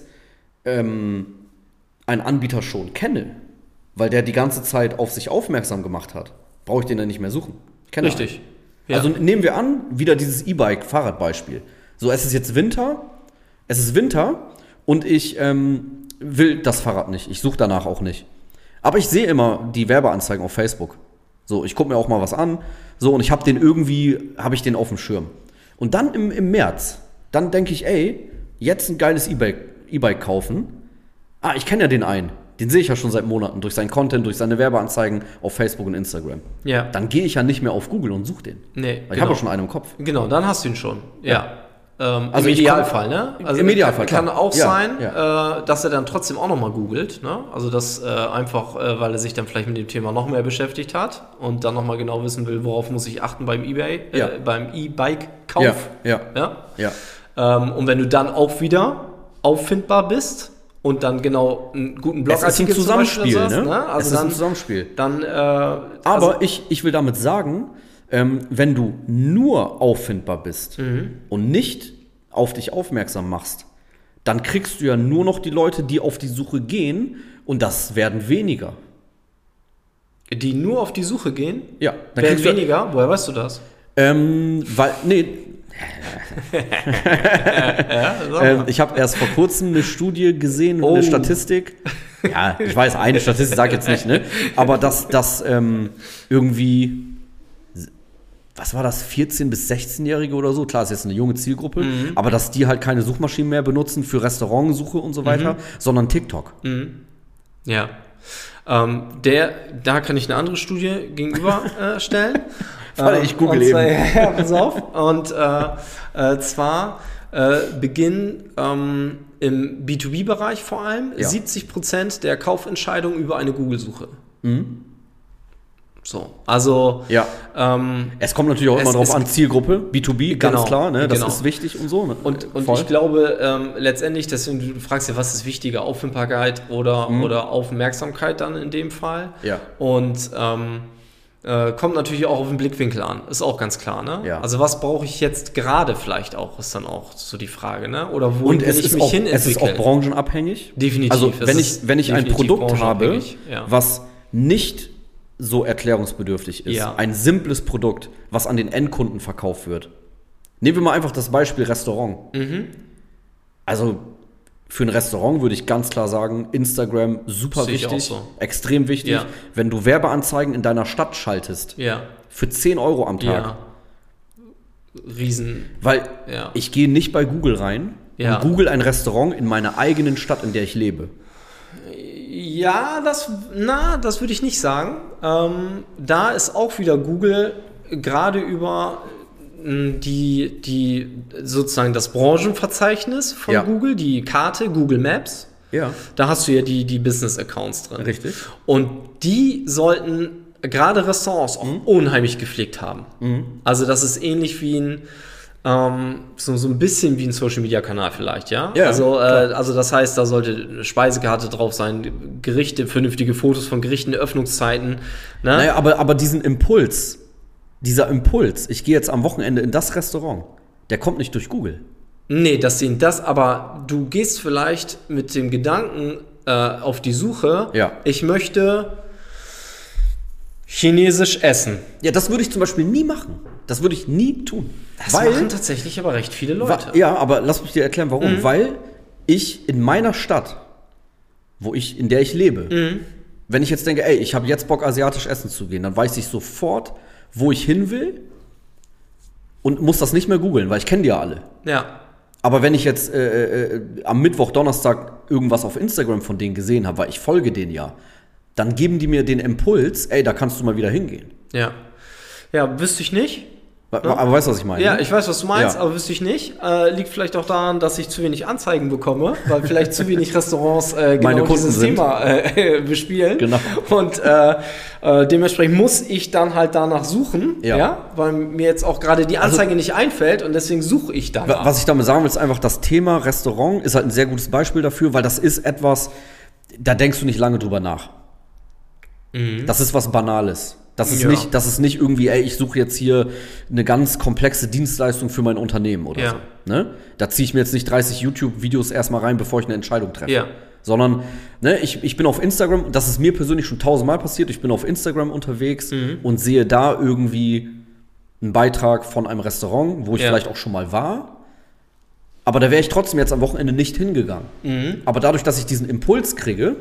Speaker 1: ähm, einen Anbieter schon kenne, weil der die ganze Zeit auf sich aufmerksam gemacht hat, brauche ich den dann nicht mehr suchen. Ich kenne einen.
Speaker 2: Richtig. Ja.
Speaker 1: Also nehmen wir an, wieder dieses E-Bike-Fahrradbeispiel. So, es ist jetzt Winter, es ist Winter und ich ähm, will das Fahrrad nicht. Ich suche danach auch nicht. Aber ich sehe immer die Werbeanzeigen auf Facebook. So, ich gucke mir auch mal was an. So, und ich habe den irgendwie, habe ich den auf dem Schirm. Und dann im, im März, dann denke ich, ey, jetzt ein geiles E-Bike E-Bike kaufen. Ah, ich kenne ja den einen. Den sehe ich ja schon seit Monaten durch seinen Content, durch seine Werbeanzeigen auf Facebook und Instagram.
Speaker 2: ja.
Speaker 1: Dann gehe ich ja nicht mehr auf Google und suche den.
Speaker 2: nee,
Speaker 1: Weil ich habe ja schon einen im Kopf.
Speaker 2: Genau, dann hast du ihn schon. Ja. Ähm,
Speaker 1: Also
Speaker 2: Im
Speaker 1: ich
Speaker 2: Idealfall, ne? Also
Speaker 1: Im Idealfall,
Speaker 2: Kann
Speaker 1: klar.
Speaker 2: auch
Speaker 1: Ja,
Speaker 2: sein,
Speaker 1: ja.
Speaker 2: Äh, dass er dann trotzdem auch nochmal googelt, ne? Also das äh, einfach, äh, weil er sich dann vielleicht mit dem Thema noch mehr beschäftigt hat und dann nochmal genau wissen will, worauf muss ich achten beim Ebay,
Speaker 1: Ja.
Speaker 2: äh, beim E-Bike-Kauf.
Speaker 1: Ja,
Speaker 2: ja?
Speaker 1: ja.
Speaker 2: Ähm, und wenn du dann auch wieder auffindbar bist und dann genau einen guten
Speaker 1: Es ist ein
Speaker 2: Blogartikel zum Beispiel
Speaker 1: Zusammenspiel,
Speaker 2: sagst,
Speaker 1: ne? es
Speaker 2: Also
Speaker 1: ist ein
Speaker 2: dann,
Speaker 1: Zusammenspiel.
Speaker 2: dann äh, Aber
Speaker 1: Aber ich, ich will damit sagen, ähm, wenn du nur auffindbar bist
Speaker 2: Mhm.
Speaker 1: und nicht auf dich aufmerksam machst, dann kriegst du ja nur noch die Leute, die auf die Suche gehen und das werden weniger.
Speaker 2: die nur auf die Suche gehen,
Speaker 1: Ja, dann
Speaker 2: werden
Speaker 1: kriegst du,
Speaker 2: weniger. Woher weißt du das?
Speaker 1: ähm, weil, nee, ähm, ich habe erst vor kurzem eine Studie gesehen,
Speaker 2: Oh.
Speaker 1: eine Statistik. Ja, ich weiß, eine Statistik sage jetzt nicht, ne? Aber dass das ähm, irgendwie, was war das, 14- bis 16-Jährige oder so, klar, ist jetzt eine junge Zielgruppe,
Speaker 2: Mhm.
Speaker 1: aber dass die halt keine Suchmaschinen mehr benutzen für Restaurantsuche und
Speaker 2: Mhm.
Speaker 1: so weiter, sondern TikTok.
Speaker 2: Ja. Ähm, der, da kann ich eine andere Studie gegenüberstellen. Äh, stellen. Ähm,
Speaker 1: Warte, ich google
Speaker 2: und zwar,
Speaker 1: eben.
Speaker 2: Ja, pass auf. Und äh, äh, zwar äh, Beginn ähm, im B2B-Bereich vor allem
Speaker 1: Ja.
Speaker 2: 70 Prozent der Kaufentscheidungen über eine Google-Suche. So, also
Speaker 1: Mhm. Ja.
Speaker 2: ähm,
Speaker 1: Es kommt natürlich auch
Speaker 2: Es
Speaker 1: immer drauf
Speaker 2: ist-
Speaker 1: an, Zielgruppe, B2B,
Speaker 2: Genau,
Speaker 1: ganz klar, ne? Das
Speaker 2: genau.
Speaker 1: ist wichtig und so. Ne?
Speaker 2: Und, und
Speaker 1: Voll.
Speaker 2: ich glaube, ähm, letztendlich, deswegen du fragst ja, was ist wichtiger, Auffindbarkeit oder, oder Aufmerksamkeit dann in dem Fall?
Speaker 1: Mhm. Ja.
Speaker 2: Und ähm, äh, kommt natürlich auch auf den Blickwinkel an, ist auch ganz klar, ne?
Speaker 1: Ja.
Speaker 2: Also was brauche ich jetzt gerade vielleicht auch, ist dann auch so die Frage, ne? Oder wo
Speaker 1: Und
Speaker 2: will
Speaker 1: es
Speaker 2: ich
Speaker 1: ist,
Speaker 2: mich
Speaker 1: auch,
Speaker 2: hin
Speaker 1: es ist auch
Speaker 2: entwickeln?
Speaker 1: branchenabhängig.
Speaker 2: Definitiv,
Speaker 1: Also
Speaker 2: es
Speaker 1: wenn
Speaker 2: ist
Speaker 1: ich, wenn ich ein
Speaker 2: definitiv
Speaker 1: Produkt habe,
Speaker 2: branchenabhängig, ja.
Speaker 1: was nicht so erklärungsbedürftig ist,
Speaker 2: Ja.
Speaker 1: ein simples Produkt, was an den Endkunden verkauft wird. Nehmen wir mal einfach das Beispiel Restaurant.
Speaker 2: Mhm.
Speaker 1: Also für ein Restaurant würde ich ganz klar sagen, Instagram super
Speaker 2: Sehe ich auch
Speaker 1: wichtig,
Speaker 2: so.
Speaker 1: extrem wichtig.
Speaker 2: Ja.
Speaker 1: Wenn du Werbeanzeigen in deiner Stadt schaltest,
Speaker 2: Ja,
Speaker 1: für 10 Euro am Tag,
Speaker 2: ja. Riesen,
Speaker 1: weil
Speaker 2: ja.
Speaker 1: ich gehe nicht bei Google rein
Speaker 2: Ja.
Speaker 1: und google ein Restaurant in meiner eigenen Stadt, in der ich lebe.
Speaker 2: Ja, das, na, das würde ich nicht sagen. Ähm, da ist auch wieder Google gerade über ähm, die, die sozusagen das Branchenverzeichnis von
Speaker 1: Ja.
Speaker 2: Google, die Karte, Google Maps.
Speaker 1: Ja.
Speaker 2: Da hast du ja die, die Business-Accounts drin.
Speaker 1: Richtig.
Speaker 2: Und die sollten gerade Restaurants
Speaker 1: Mhm.
Speaker 2: auch unheimlich gepflegt haben. Also das ist ähnlich wie ein ähm, so, so ein bisschen wie ein Social Media Kanal vielleicht, ja?
Speaker 1: Ja,
Speaker 2: also, äh,
Speaker 1: klar.
Speaker 2: also das heißt, da sollte eine Speisekarte drauf sein, Gerichte, vernünftige Fotos von Gerichten, Öffnungszeiten. Ne?
Speaker 1: Naja, aber, aber diesen Impuls, dieser Impuls, ich gehe jetzt am Wochenende in das Restaurant, der kommt nicht durch Google.
Speaker 2: Nee, das sehen das, aber du gehst vielleicht mit dem Gedanken äh, auf die Suche,
Speaker 1: Ja.
Speaker 2: ich möchte chinesisch essen.
Speaker 1: Ja, das würde ich zum Beispiel nie machen. Das würde ich nie tun.
Speaker 2: Das
Speaker 1: Weil,
Speaker 2: machen tatsächlich aber recht viele
Speaker 1: wa-
Speaker 2: Leute.
Speaker 1: ja, aber lass mich dir erklären, warum.
Speaker 2: Mhm.
Speaker 1: Weil ich in meiner Stadt, wo ich, in der ich
Speaker 2: Mhm.
Speaker 1: lebe, wenn ich jetzt denke, ey, ich habe jetzt Bock, asiatisch essen zu gehen, dann weiß ich sofort, wo ich hin will und muss das nicht mehr googeln, weil ich kenne die ja alle.
Speaker 2: Ja.
Speaker 1: Aber wenn ich jetzt äh, äh, am Mittwoch, Donnerstag irgendwas auf Instagram von denen gesehen habe, weil ich folge denen ja, dann geben die mir den Impuls, ey, da kannst du mal wieder hingehen.
Speaker 2: Ja. Ja, wüsste ich nicht.
Speaker 1: Wa- wa- Aber weißt du, was ich meine?
Speaker 2: Ja, ich weiß, was du meinst,
Speaker 1: Mhm. Ja.
Speaker 2: aber wüsste ich nicht. Äh, liegt vielleicht auch daran, dass ich zu wenig Anzeigen bekomme, weil vielleicht zu wenig Restaurants äh, genau
Speaker 1: Meine Kunden
Speaker 2: dieses
Speaker 1: sind.
Speaker 2: Thema äh, bespielen.
Speaker 1: Genau.
Speaker 2: Und äh, äh, dementsprechend muss ich dann halt danach suchen, ja.
Speaker 1: Ja. Also
Speaker 2: weil mir jetzt auch gerade die Anzeige nicht einfällt und deswegen suche ich
Speaker 1: Wa-
Speaker 2: danach.
Speaker 1: Was ich damit sagen will, ist einfach, das Thema Restaurant ist halt ein sehr gutes Beispiel dafür, weil das ist etwas, da denkst du nicht lange drüber nach. Das ist was Banales. Das ist,
Speaker 2: Mhm. Ja.
Speaker 1: nicht, das ist nicht irgendwie, ey, ich suche jetzt hier eine ganz komplexe Dienstleistung für mein Unternehmen oder
Speaker 2: Ja.
Speaker 1: so. Ne? Da ziehe ich mir jetzt nicht 30 YouTube-Videos erstmal rein, bevor ich eine Entscheidung treffe.
Speaker 2: Ja.
Speaker 1: Sondern ne, ich, ich bin auf Instagram, das ist mir persönlich schon tausendmal passiert, ich bin auf Instagram unterwegs
Speaker 2: Mhm.
Speaker 1: und sehe da irgendwie einen Beitrag von einem Restaurant, wo ich
Speaker 2: Ja.
Speaker 1: vielleicht auch schon mal war. Aber da wäre ich trotzdem jetzt am Wochenende nicht hingegangen.
Speaker 2: Mhm.
Speaker 1: Aber dadurch, dass ich diesen Impuls kriege,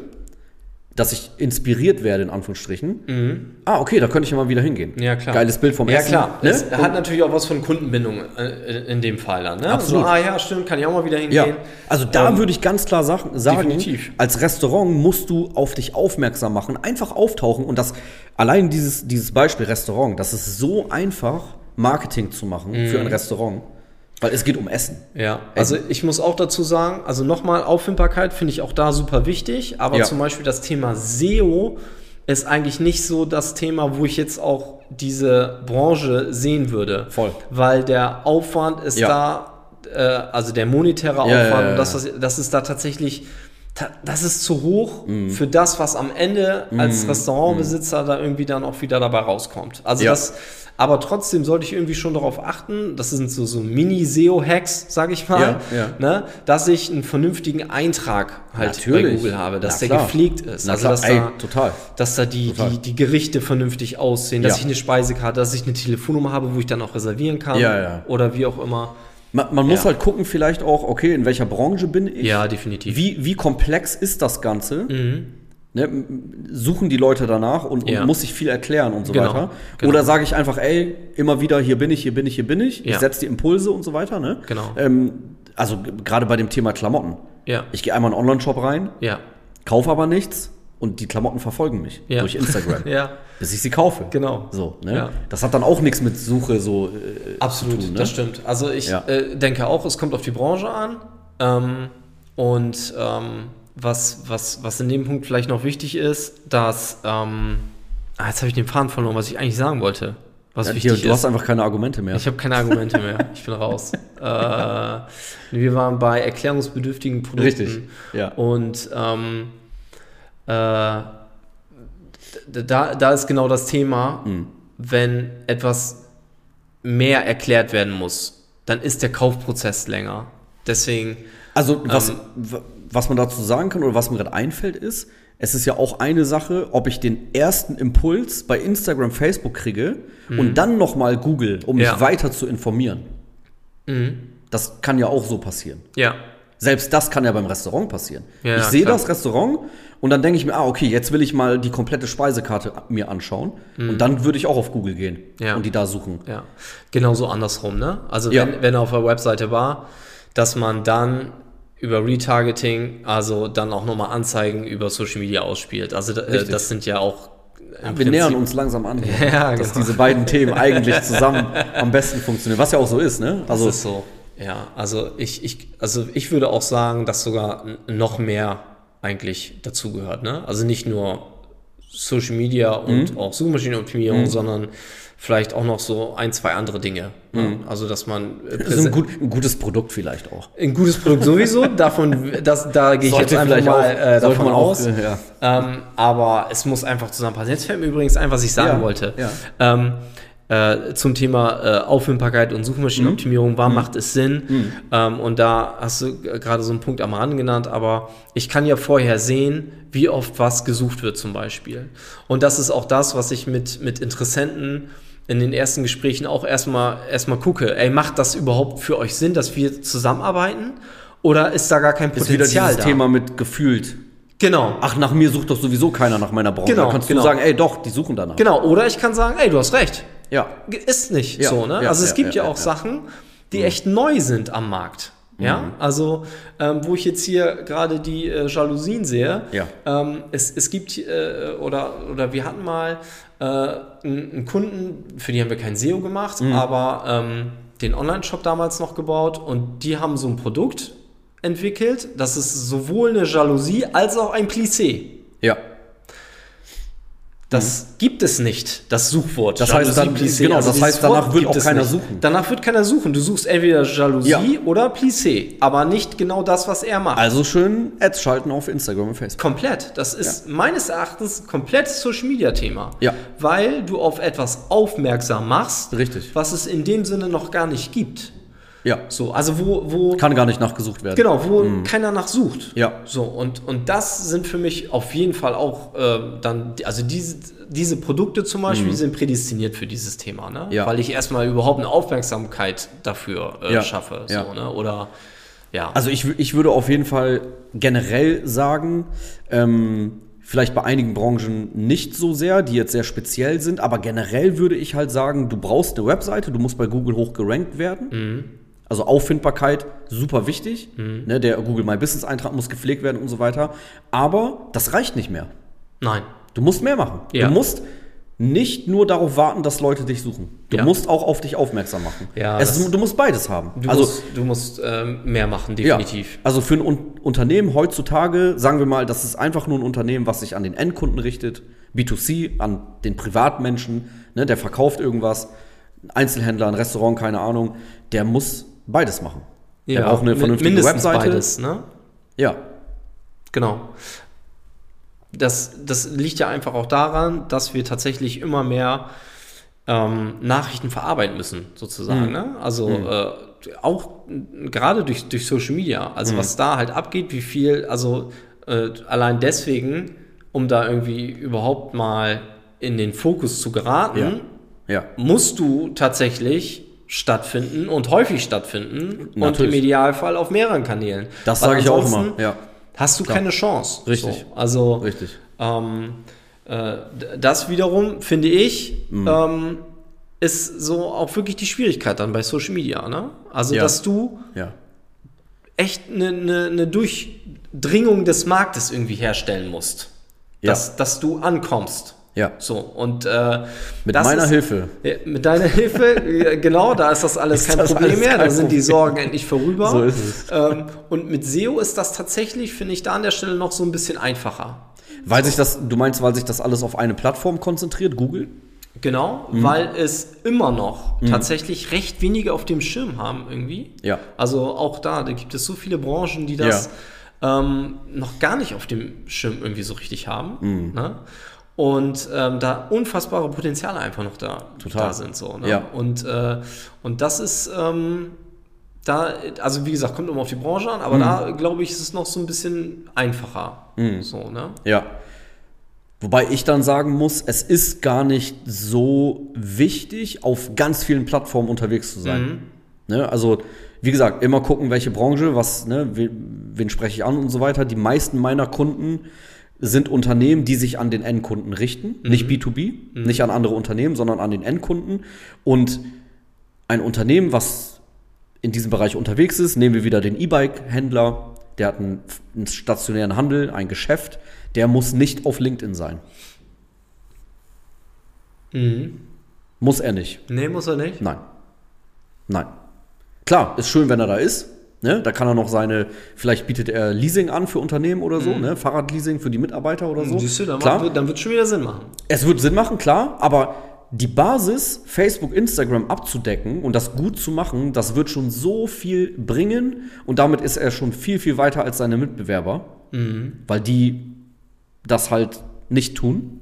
Speaker 1: dass ich inspiriert werde, in Anführungsstrichen, ah, okay, da könnte ich ja mal wieder hingehen.
Speaker 2: Mhm. Ja, klar.
Speaker 1: Geiles Bild vom
Speaker 2: Ja,
Speaker 1: Essen.
Speaker 2: klar.
Speaker 1: Ne?
Speaker 2: Es hat natürlich auch was von Kundenbindung äh, in dem Fall dann. Ne?
Speaker 1: Absolut.
Speaker 2: So, ah ja, stimmt, kann ich auch mal wieder
Speaker 1: Ja,
Speaker 2: hingehen.
Speaker 1: also da
Speaker 2: Ähm,
Speaker 1: würde ich ganz klar sagen, sagen
Speaker 2: definitiv.
Speaker 1: als Restaurant musst du auf dich aufmerksam machen, einfach auftauchen und das allein dieses, dieses Beispiel Restaurant, das ist so einfach, Marketing zu machen für ein
Speaker 2: Mhm.
Speaker 1: Restaurant, weil es geht um Essen.
Speaker 2: Ja, also ich muss auch dazu sagen, also nochmal Auffindbarkeit finde ich auch da super wichtig, aber
Speaker 1: Ja.
Speaker 2: zum Beispiel das Thema SEO ist eigentlich nicht so das Thema, wo ich jetzt auch diese Branche sehen würde.
Speaker 1: Voll.
Speaker 2: Weil der Aufwand ist
Speaker 1: Ja.
Speaker 2: da, äh, also der monetäre Aufwand,
Speaker 1: ja, ja,
Speaker 2: und das,
Speaker 1: ja.
Speaker 2: was, das ist da tatsächlich, ta- das ist zu hoch
Speaker 1: Mhm.
Speaker 2: für das, was am Ende als Restaurantbesitzer da irgendwie dann auch wieder dabei rauskommt. Also
Speaker 1: Ja.
Speaker 2: das, aber trotzdem sollte ich irgendwie schon darauf achten, das sind so, so Mini-SEO-Hacks, sage ich mal,
Speaker 1: Ja, ja.
Speaker 2: Ne, dass ich einen vernünftigen Eintrag halt bei
Speaker 1: Natürlich.
Speaker 2: Google habe, dass
Speaker 1: Na
Speaker 2: der
Speaker 1: klar.
Speaker 2: gepflegt ist.
Speaker 1: Na
Speaker 2: also
Speaker 1: klar,
Speaker 2: dass
Speaker 1: ey,
Speaker 2: da,
Speaker 1: total.
Speaker 2: dass da die,
Speaker 1: Total.
Speaker 2: die, die Gerichte vernünftig aussehen, dass
Speaker 1: Ja.
Speaker 2: ich eine Speisekarte, dass ich eine Telefonnummer habe, wo ich dann auch reservieren kann
Speaker 1: Ja, ja.
Speaker 2: oder wie auch immer.
Speaker 1: Man, man muss
Speaker 2: Ja.
Speaker 1: halt gucken, vielleicht auch, okay, in welcher Branche bin ich?
Speaker 2: Ja, definitiv. Mhm.
Speaker 1: Wie, wie komplex ist das Ganze? Ne, m- suchen die Leute danach und, und
Speaker 2: Ja.
Speaker 1: muss ich viel erklären und so
Speaker 2: Genau,
Speaker 1: weiter?
Speaker 2: genau.
Speaker 1: Oder sage ich einfach, ey, immer wieder, hier bin ich, hier bin ich, hier bin ich. Ich
Speaker 2: Ja.
Speaker 1: setze die Impulse und so weiter. Ne?
Speaker 2: Genau.
Speaker 1: Ähm, also g- gerade bei dem Thema Klamotten.
Speaker 2: Ja.
Speaker 1: Ich gehe einmal in einen Online-Shop rein,
Speaker 2: Ja.
Speaker 1: kaufe aber nichts und die Klamotten verfolgen mich
Speaker 2: Ja.
Speaker 1: durch Instagram,
Speaker 2: Ja.
Speaker 1: bis ich sie kaufe.
Speaker 2: Genau.
Speaker 1: So, ne?
Speaker 2: Ja.
Speaker 1: Das hat dann auch nichts mit Suche so. Äh,
Speaker 2: Absolut,
Speaker 1: tun, ne?
Speaker 2: das stimmt. Also ich
Speaker 1: Ja.
Speaker 2: äh, denke auch, es kommt auf die Branche an. Ähm, und ähm, was, was, was in dem Punkt vielleicht noch wichtig ist, dass ähm, ah, jetzt habe ich den Faden verloren, was ich eigentlich sagen wollte. Was
Speaker 1: hier,
Speaker 2: wichtig
Speaker 1: du hast
Speaker 2: ist.
Speaker 1: einfach keine Argumente mehr.
Speaker 2: Ich habe keine Argumente mehr. Ich bin raus. äh, wir waren bei erklärungsbedürftigen Produkten.
Speaker 1: Richtig, ja.
Speaker 2: Und ähm, äh, d- da, da ist genau das Thema,
Speaker 1: Mhm.
Speaker 2: wenn etwas mehr erklärt werden muss, dann ist der Kaufprozess länger. Deswegen,
Speaker 1: Also, was,
Speaker 2: Ähm,
Speaker 1: w- was man dazu sagen kann oder was mir gerade einfällt, ist, es ist ja auch eine Sache, ob ich den ersten Impuls bei Instagram, Facebook kriege und dann nochmal Google, um
Speaker 2: Mhm. Ja. Mhm.
Speaker 1: mich weiter zu informieren. Das kann ja auch so passieren.
Speaker 2: ja,
Speaker 1: Selbst das kann ja beim Restaurant passieren.
Speaker 2: Ja,
Speaker 1: ich
Speaker 2: ja,
Speaker 1: sehe
Speaker 2: klar.
Speaker 1: das Restaurant und dann denke ich mir, ah, okay, jetzt will ich mal die komplette Speisekarte mir anschauen. Und dann würde ich auch auf Google gehen
Speaker 2: Mhm. Ja.
Speaker 1: und die da suchen.
Speaker 2: ja. Genauso andersrum, ne? Also
Speaker 1: Ja.
Speaker 2: wenn, wenn er auf der Webseite war, dass man dann über Retargeting, also dann auch nochmal Anzeigen über Social Media ausspielt. Also da- äh,
Speaker 1: Richtig.
Speaker 2: das sind ja auch im
Speaker 1: Wir nähern
Speaker 2: Prinzip-
Speaker 1: uns langsam an,
Speaker 2: Ja,
Speaker 1: dass
Speaker 2: genau.
Speaker 1: diese beiden Themen eigentlich zusammen am besten funktionieren. Was ja auch so ist, ne? Also,
Speaker 2: Das ist so. Ja, also ich, ich, also ich würde auch sagen, dass sogar n- noch mehr eigentlich dazugehört. Ne? Also nicht nur Social Media
Speaker 1: Mhm.
Speaker 2: und auch Suchmaschinenoptimierung, sondern vielleicht auch noch so ein, zwei andere Dinge. Ne?
Speaker 1: Mhm.
Speaker 2: Also dass man äh,
Speaker 1: Das ist ein, gut, ein gutes Produkt vielleicht auch.
Speaker 2: ein gutes Produkt sowieso, davon, das, da gehe ich
Speaker 1: Sollte
Speaker 2: jetzt einfach
Speaker 1: vielleicht auch-
Speaker 2: mal äh,
Speaker 1: sollte
Speaker 2: davon
Speaker 1: man auch,
Speaker 2: aus.
Speaker 1: äh, ja.
Speaker 2: ähm, aber es muss einfach zusammenpassen. Jetzt fällt mir übrigens ein, was ich sagen
Speaker 1: Ja,
Speaker 2: wollte.
Speaker 1: ja.
Speaker 2: Ähm, äh, zum Thema äh, Auffindbarkeit und Suchmaschinenoptimierung,
Speaker 1: Mhm.
Speaker 2: wann macht es Sinn? Ähm, und da hast du g- gerade so einen Punkt am Rand genannt, aber ich kann ja vorher sehen, wie oft was gesucht wird zum Beispiel. Und das ist auch das, was ich mit, mit Interessenten in den ersten Gesprächen auch erstmal erstmal gucke, ey, macht das überhaupt für euch Sinn, dass wir zusammenarbeiten? Oder ist da gar kein
Speaker 1: Ist wieder
Speaker 2: Potenzial
Speaker 1: dieses
Speaker 2: da?
Speaker 1: Thema mit gefühlt.
Speaker 2: Genau.
Speaker 1: Ach, nach mir sucht doch sowieso keiner nach meiner Branche.
Speaker 2: Genau,
Speaker 1: Dann kannst
Speaker 2: genau.
Speaker 1: du sagen, ey, doch, die suchen danach.
Speaker 2: Genau, oder ich kann sagen, ey, du hast recht.
Speaker 1: Ja.
Speaker 2: Ist nicht
Speaker 1: Ja,
Speaker 2: so, ne?
Speaker 1: ja,
Speaker 2: also es
Speaker 1: ja,
Speaker 2: gibt ja,
Speaker 1: ja, Mhm.
Speaker 2: auch
Speaker 1: ja.
Speaker 2: Sachen, die echt neu sind am Markt. Ja,
Speaker 1: Mhm.
Speaker 2: also ähm, wo ich jetzt hier gerade die äh, Jalousien sehe,
Speaker 1: Ja.
Speaker 2: ähm, es, es gibt äh, oder, oder wir hatten mal äh, einen einen Kunden, für die haben wir kein SEO gemacht,
Speaker 1: Mhm.
Speaker 2: aber ähm, den Online-Shop damals noch gebaut und die haben so ein Produkt entwickelt, das ist sowohl eine Jalousie als auch ein Plissé.
Speaker 1: Ja.
Speaker 2: Das gibt es nicht, das
Speaker 1: Mhm.
Speaker 2: Suchwort.
Speaker 1: Das heißt dann-
Speaker 2: Plissé. Also
Speaker 1: genau, das
Speaker 2: dieses
Speaker 1: heißt, danach
Speaker 2: Wort
Speaker 1: wird
Speaker 2: gibt
Speaker 1: auch
Speaker 2: es
Speaker 1: keiner
Speaker 2: nicht.
Speaker 1: suchen.
Speaker 2: Danach wird keiner suchen. Du suchst entweder Jalousie
Speaker 1: Ja.
Speaker 2: oder Plissé, aber nicht genau das, was er macht.
Speaker 1: Also schön Ads schalten auf Instagram und Facebook.
Speaker 2: Komplett. Das ist meines Erachtens komplett Social Media Thema.
Speaker 1: Ja.
Speaker 2: Weil du auf etwas aufmerksam machst,
Speaker 1: Richtig.
Speaker 2: was es in dem Sinne noch gar nicht gibt.
Speaker 1: Ja.
Speaker 2: So, also wo, wo
Speaker 1: Kann gar nicht nachgesucht werden.
Speaker 2: genau, wo keiner nach sucht.
Speaker 1: Mhm. Ja.
Speaker 2: So, und, und das sind für mich auf jeden Fall auch äh, dann, also diese, diese Produkte zum Beispiel die sind prädestiniert für dieses Thema, ne?
Speaker 1: Mhm. Ja.
Speaker 2: Weil ich erstmal überhaupt eine Aufmerksamkeit dafür äh,
Speaker 1: Ja.
Speaker 2: schaffe. So,
Speaker 1: Ja.
Speaker 2: ne? Oder ja.
Speaker 1: Also ich, wü- ich würde auf jeden Fall generell sagen, ähm, vielleicht bei einigen Branchen nicht so sehr, die jetzt sehr speziell sind, aber generell würde ich halt sagen, du brauchst eine Webseite, du musst bei Google hoch gerankt werden.
Speaker 2: Mhm.
Speaker 1: Also Auffindbarkeit, super wichtig. Ne, der Google My Business Eintrag muss gepflegt werden und so weiter. Aber das reicht nicht mehr.
Speaker 2: Nein.
Speaker 1: Du musst mehr machen.
Speaker 2: Ja.
Speaker 1: Du musst nicht nur darauf warten, dass Leute dich suchen. Du
Speaker 2: Ja.
Speaker 1: musst auch auf dich aufmerksam machen.
Speaker 2: Ja,
Speaker 1: es,
Speaker 2: das-
Speaker 1: du musst beides haben.
Speaker 2: Du
Speaker 1: also
Speaker 2: musst, du musst ähm, mehr machen, definitiv.
Speaker 1: ja, also für ein Un Unternehmen heutzutage, sagen wir mal, das ist einfach nur ein Unternehmen, was sich an den Endkunden richtet, B2C, an den Privatmenschen, ne, der verkauft irgendwas, ein Einzelhändler, ein Restaurant, keine Ahnung, der muss beides machen. der braucht eine
Speaker 2: mi-
Speaker 1: vernünftige
Speaker 2: mindestens
Speaker 1: Webseite.
Speaker 2: Beides, ne?
Speaker 1: Ja,
Speaker 2: Genau. Das, das liegt ja einfach auch daran, dass wir tatsächlich immer mehr ähm, Nachrichten verarbeiten müssen, sozusagen.
Speaker 1: Mhm.
Speaker 2: Ne? Also äh, auch äh, gerade durch, durch Social Media,
Speaker 1: Mhm.
Speaker 2: also was da halt abgeht, wie viel, also äh, allein deswegen, um da irgendwie überhaupt mal in den Fokus zu geraten,
Speaker 1: Ja. ja.
Speaker 2: musst du tatsächlich stattfinden und häufig stattfinden und im
Speaker 1: Natürlich.
Speaker 2: Idealfall auf mehreren Kanälen.
Speaker 1: Das
Speaker 2: Weil
Speaker 1: sage ich auch
Speaker 2: ansonsten
Speaker 1: immer. Ja,
Speaker 2: Hast du
Speaker 1: Klar.
Speaker 2: keine Chance.
Speaker 1: Richtig.
Speaker 2: So, also
Speaker 1: richtig.
Speaker 2: ähm, äh, d- das wiederum, finde ich,
Speaker 1: Mhm.
Speaker 2: ähm, ist so auch wirklich die Schwierigkeit dann bei Social Media. Ne? Also,
Speaker 1: Ja.
Speaker 2: dass du
Speaker 1: Ja.
Speaker 2: echt eine ne, ne Durchdringung des Marktes irgendwie herstellen musst.
Speaker 1: Ja.
Speaker 2: Dass, dass du ankommst.
Speaker 1: Ja.
Speaker 2: So, und äh,
Speaker 1: Mit
Speaker 2: das
Speaker 1: meiner
Speaker 2: ist-
Speaker 1: Hilfe.
Speaker 2: Ja, Mit deiner Hilfe, ja, genau, da ist das alles kein
Speaker 1: das
Speaker 2: Problem
Speaker 1: alles
Speaker 2: mehr,
Speaker 1: kein
Speaker 2: da sind die
Speaker 1: Problem.
Speaker 2: Sorgen endlich vorüber.
Speaker 1: So ist es.
Speaker 2: Ähm, und mit SEO ist das tatsächlich, finde ich, da an der Stelle noch so ein bisschen einfacher.
Speaker 1: Weil sich das, du meinst, weil sich das alles auf eine Plattform konzentriert, Google?
Speaker 2: Genau,
Speaker 1: Mhm.
Speaker 2: weil es immer noch tatsächlich recht wenige auf dem Schirm haben irgendwie.
Speaker 1: Ja.
Speaker 2: Also auch da, da gibt es so viele Branchen, die das ähm, noch gar nicht auf dem Schirm irgendwie so richtig haben.
Speaker 1: Mhm.
Speaker 2: Ne? Und ähm, da unfassbare Potenziale einfach noch da,
Speaker 1: Total.
Speaker 2: da sind. So, ne?
Speaker 1: Ja.
Speaker 2: und, äh, und das ist ähm, da, also wie gesagt, kommt immer auf die Branche an,
Speaker 1: Mhm.
Speaker 2: aber da glaube ich, ist es noch so ein bisschen einfacher.
Speaker 1: Mhm.
Speaker 2: So, ne?
Speaker 1: Ja. Wobei ich dann sagen muss, es ist gar nicht so wichtig, auf ganz vielen Plattformen unterwegs zu sein. Ne? Also, wie gesagt, immer gucken, welche Branche, was, ne, we- wen spreche ich an und so weiter. Die meisten meiner Kunden sind Unternehmen, die sich an den Endkunden richten. Nicht B2B, nicht an andere Unternehmen, sondern an den Endkunden. Und ein Unternehmen, was in diesem Bereich unterwegs ist, nehmen wir wieder den E-Bike-Händler, der hat einen, einen stationären Handel, ein Geschäft, der muss nicht auf LinkedIn sein.
Speaker 2: Mhm.
Speaker 1: Muss er nicht.
Speaker 2: Nee, muss er nicht.
Speaker 1: Nein. Nein. Klar, ist schön, wenn er da ist. Ne? Da kann er noch seine, vielleicht bietet er Leasing an für Unternehmen oder so, ne? Fahrradleasing für die Mitarbeiter oder so.
Speaker 2: Mhm. Siehst du, dann,
Speaker 1: Mhm. Klar.
Speaker 2: macht, dann wird schon wieder Sinn machen.
Speaker 1: Es wird Sinn machen, klar, aber die Basis, Facebook, Instagram abzudecken und das gut zu machen, das wird schon so viel bringen und damit ist er schon viel, viel weiter als seine Mitbewerber, weil die das halt nicht tun.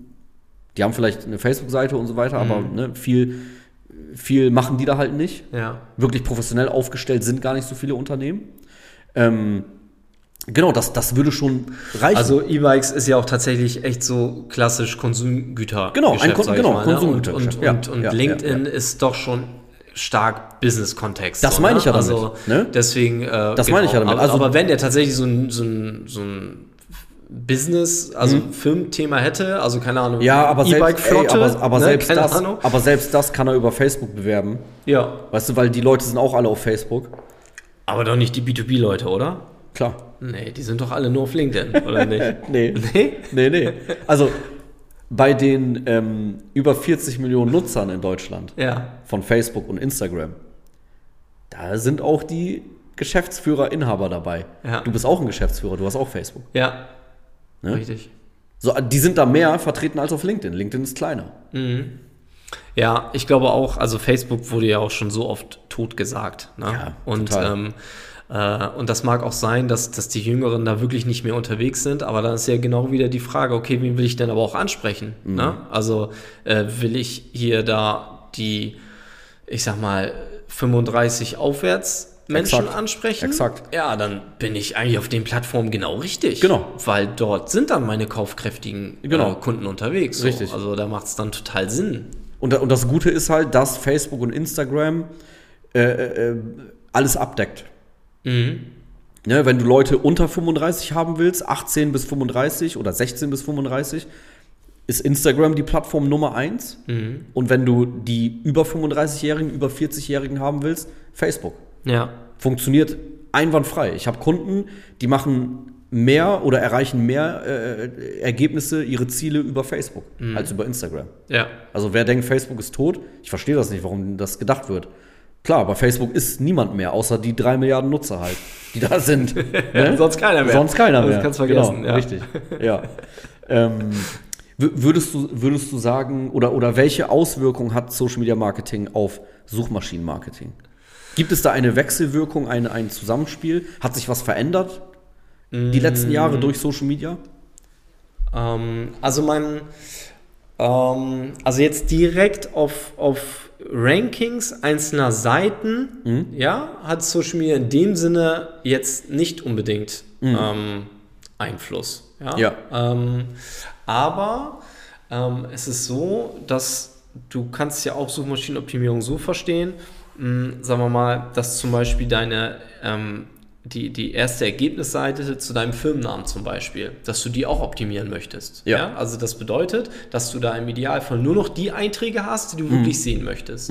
Speaker 1: Die haben vielleicht eine Facebook-Seite und so weiter, aber ne, viel, viel machen die da halt nicht
Speaker 2: Ja.
Speaker 1: wirklich professionell aufgestellt sind gar nicht so viele Unternehmen. Ähm, genau, das, das würde schon reichen.
Speaker 2: Also E-Bikes ist ja auch tatsächlich echt so klassisch Konsumgüter.
Speaker 1: Genau, ein Kon-
Speaker 2: sag ich
Speaker 1: genau,
Speaker 2: ne?
Speaker 1: Konsumgütergeschäft,
Speaker 2: Und, und,
Speaker 1: ja,
Speaker 2: und, und
Speaker 1: ja,
Speaker 2: LinkedIn ist doch schon stark Business-Kontext.
Speaker 1: Das
Speaker 2: so,
Speaker 1: meine ich ja damit,
Speaker 2: Also
Speaker 1: ne?
Speaker 2: deswegen. äh,
Speaker 1: Das meine ich ja damit,
Speaker 2: Aber,
Speaker 1: also-
Speaker 2: aber wenn der tatsächlich so ein, so ein, so ein Business, also Firmenthema hätte, also keine Ahnung.
Speaker 1: Mhm. ja, aber selbst, ey,
Speaker 2: E-Bike-Flotte,
Speaker 1: aber, aber,
Speaker 2: ne?
Speaker 1: selbst
Speaker 2: keine
Speaker 1: das,
Speaker 2: Ahnung.
Speaker 1: aber selbst das kann er über Facebook bewerben.
Speaker 2: Ja,
Speaker 1: Weißt du, weil die Leute sind auch alle auf Facebook.
Speaker 2: aber doch nicht die B2B-Leute, oder?
Speaker 1: Klar.
Speaker 2: Nee, die sind doch alle nur auf LinkedIn, oder nicht?
Speaker 1: Nee.
Speaker 2: Nee?
Speaker 1: nee, nee. Also bei den ähm, über 40 Millionen Nutzern in Deutschland
Speaker 2: Ja.
Speaker 1: von Facebook und Instagram, da sind auch die Geschäftsführer, Inhaber dabei.
Speaker 2: Ja.
Speaker 1: Du bist auch ein Geschäftsführer, du hast auch Facebook.
Speaker 2: Ja.
Speaker 1: Ne?
Speaker 2: Richtig.
Speaker 1: So, die sind da mehr vertreten als auf LinkedIn. LinkedIn ist kleiner.
Speaker 2: Ja, ich glaube auch, also Facebook wurde ja auch schon so oft tot gesagt. Ne?
Speaker 1: Ja,
Speaker 2: und,
Speaker 1: total.
Speaker 2: ähm, äh, und das mag auch sein, dass, dass die Jüngeren da wirklich nicht mehr unterwegs sind, aber dann ist ja genau wieder die Frage, okay, wen will ich denn aber auch ansprechen?
Speaker 1: Mhm.
Speaker 2: Ne? Also äh, will ich hier da die, ich sag mal, 35 aufwärts Menschen
Speaker 1: Exakt.
Speaker 2: ansprechen?
Speaker 1: Exakt.
Speaker 2: Ja, dann bin ich eigentlich auf den Plattformen genau richtig.
Speaker 1: Genau.
Speaker 2: Weil dort sind dann meine kaufkräftigen
Speaker 1: Genau.
Speaker 2: äh, Kunden unterwegs. So,
Speaker 1: Richtig.
Speaker 2: Also da macht es dann total Sinn.
Speaker 1: Und, da- und das Gute ist halt, dass Facebook und Instagram äh, äh, äh, alles abdeckt. Ne, wenn du Leute unter 35 haben willst, 18 bis 35 oder 16 bis 35, ist Instagram die Plattform Nummer 1. Und wenn du die über 35-Jährigen, über 40-Jährigen haben willst, Facebook.
Speaker 2: Ja.
Speaker 1: Funktioniert einwandfrei. Ich habe Kunden, die machen mehr oder erreichen mehr äh, Ergebnisse, ihre Ziele über Facebook als über Instagram.
Speaker 2: Ja.
Speaker 1: Also wer denkt, Facebook ist tot, ich verstehe das nicht, warum das gedacht wird. Klar, bei Facebook ist niemand mehr, außer die drei Milliarden Nutzer halt, die da sind. Ne?
Speaker 2: Sonst keiner mehr.
Speaker 1: Sonst keiner
Speaker 2: Das
Speaker 1: mehr. Genau,
Speaker 2: kannst du vergessen, ja.
Speaker 1: Richtig. Ja. ähm, wü- würdest, du, würdest du sagen, oder, oder welche Auswirkung hat Social Media Marketing auf Suchmaschinenmarketing? Gibt es da eine Wechselwirkung, ein, ein Zusammenspiel? Hat sich was verändert die letzten Jahre durch Social Media?
Speaker 2: Ähm, also mein, ähm, also jetzt direkt auf, auf Rankings einzelner Seiten,
Speaker 1: Mhm.
Speaker 2: ja, hat Social Media in dem Sinne jetzt nicht unbedingt ähm, Einfluss. Ja.
Speaker 1: Mhm. Ja.
Speaker 2: Ähm, aber ähm, es ist so, dass du kannst ja auch Suchmaschinenoptimierung so verstehen, mh, sagen wir mal, dass zum Beispiel deine ähm, die, die erste Ergebnisseite zu deinem Firmennamen zum Beispiel, dass du die auch optimieren möchtest.
Speaker 1: Ja.
Speaker 2: Also das bedeutet, dass du da im Idealfall nur noch die Einträge hast,
Speaker 1: Hm.
Speaker 2: die du wirklich sehen möchtest.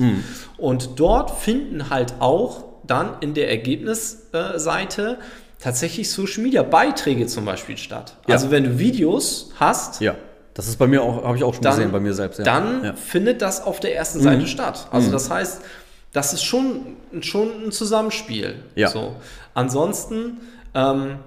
Speaker 2: Und dort finden halt auch dann in der Ergebnisseite tatsächlich Social Media Beiträge zum Beispiel statt.
Speaker 1: Ja.
Speaker 2: Also wenn du Videos hast,
Speaker 1: Ja. Das ist bei mir auch, habe ich auch schon
Speaker 2: Dann-
Speaker 1: gesehen, bei mir selbst. Ja.
Speaker 2: dann
Speaker 1: ja. Mhm.
Speaker 2: findet das auf der ersten Seite statt. Also das heißt, das ist schon, schon ein Zusammenspiel.
Speaker 1: Ja.
Speaker 2: So. Ansonsten ähm,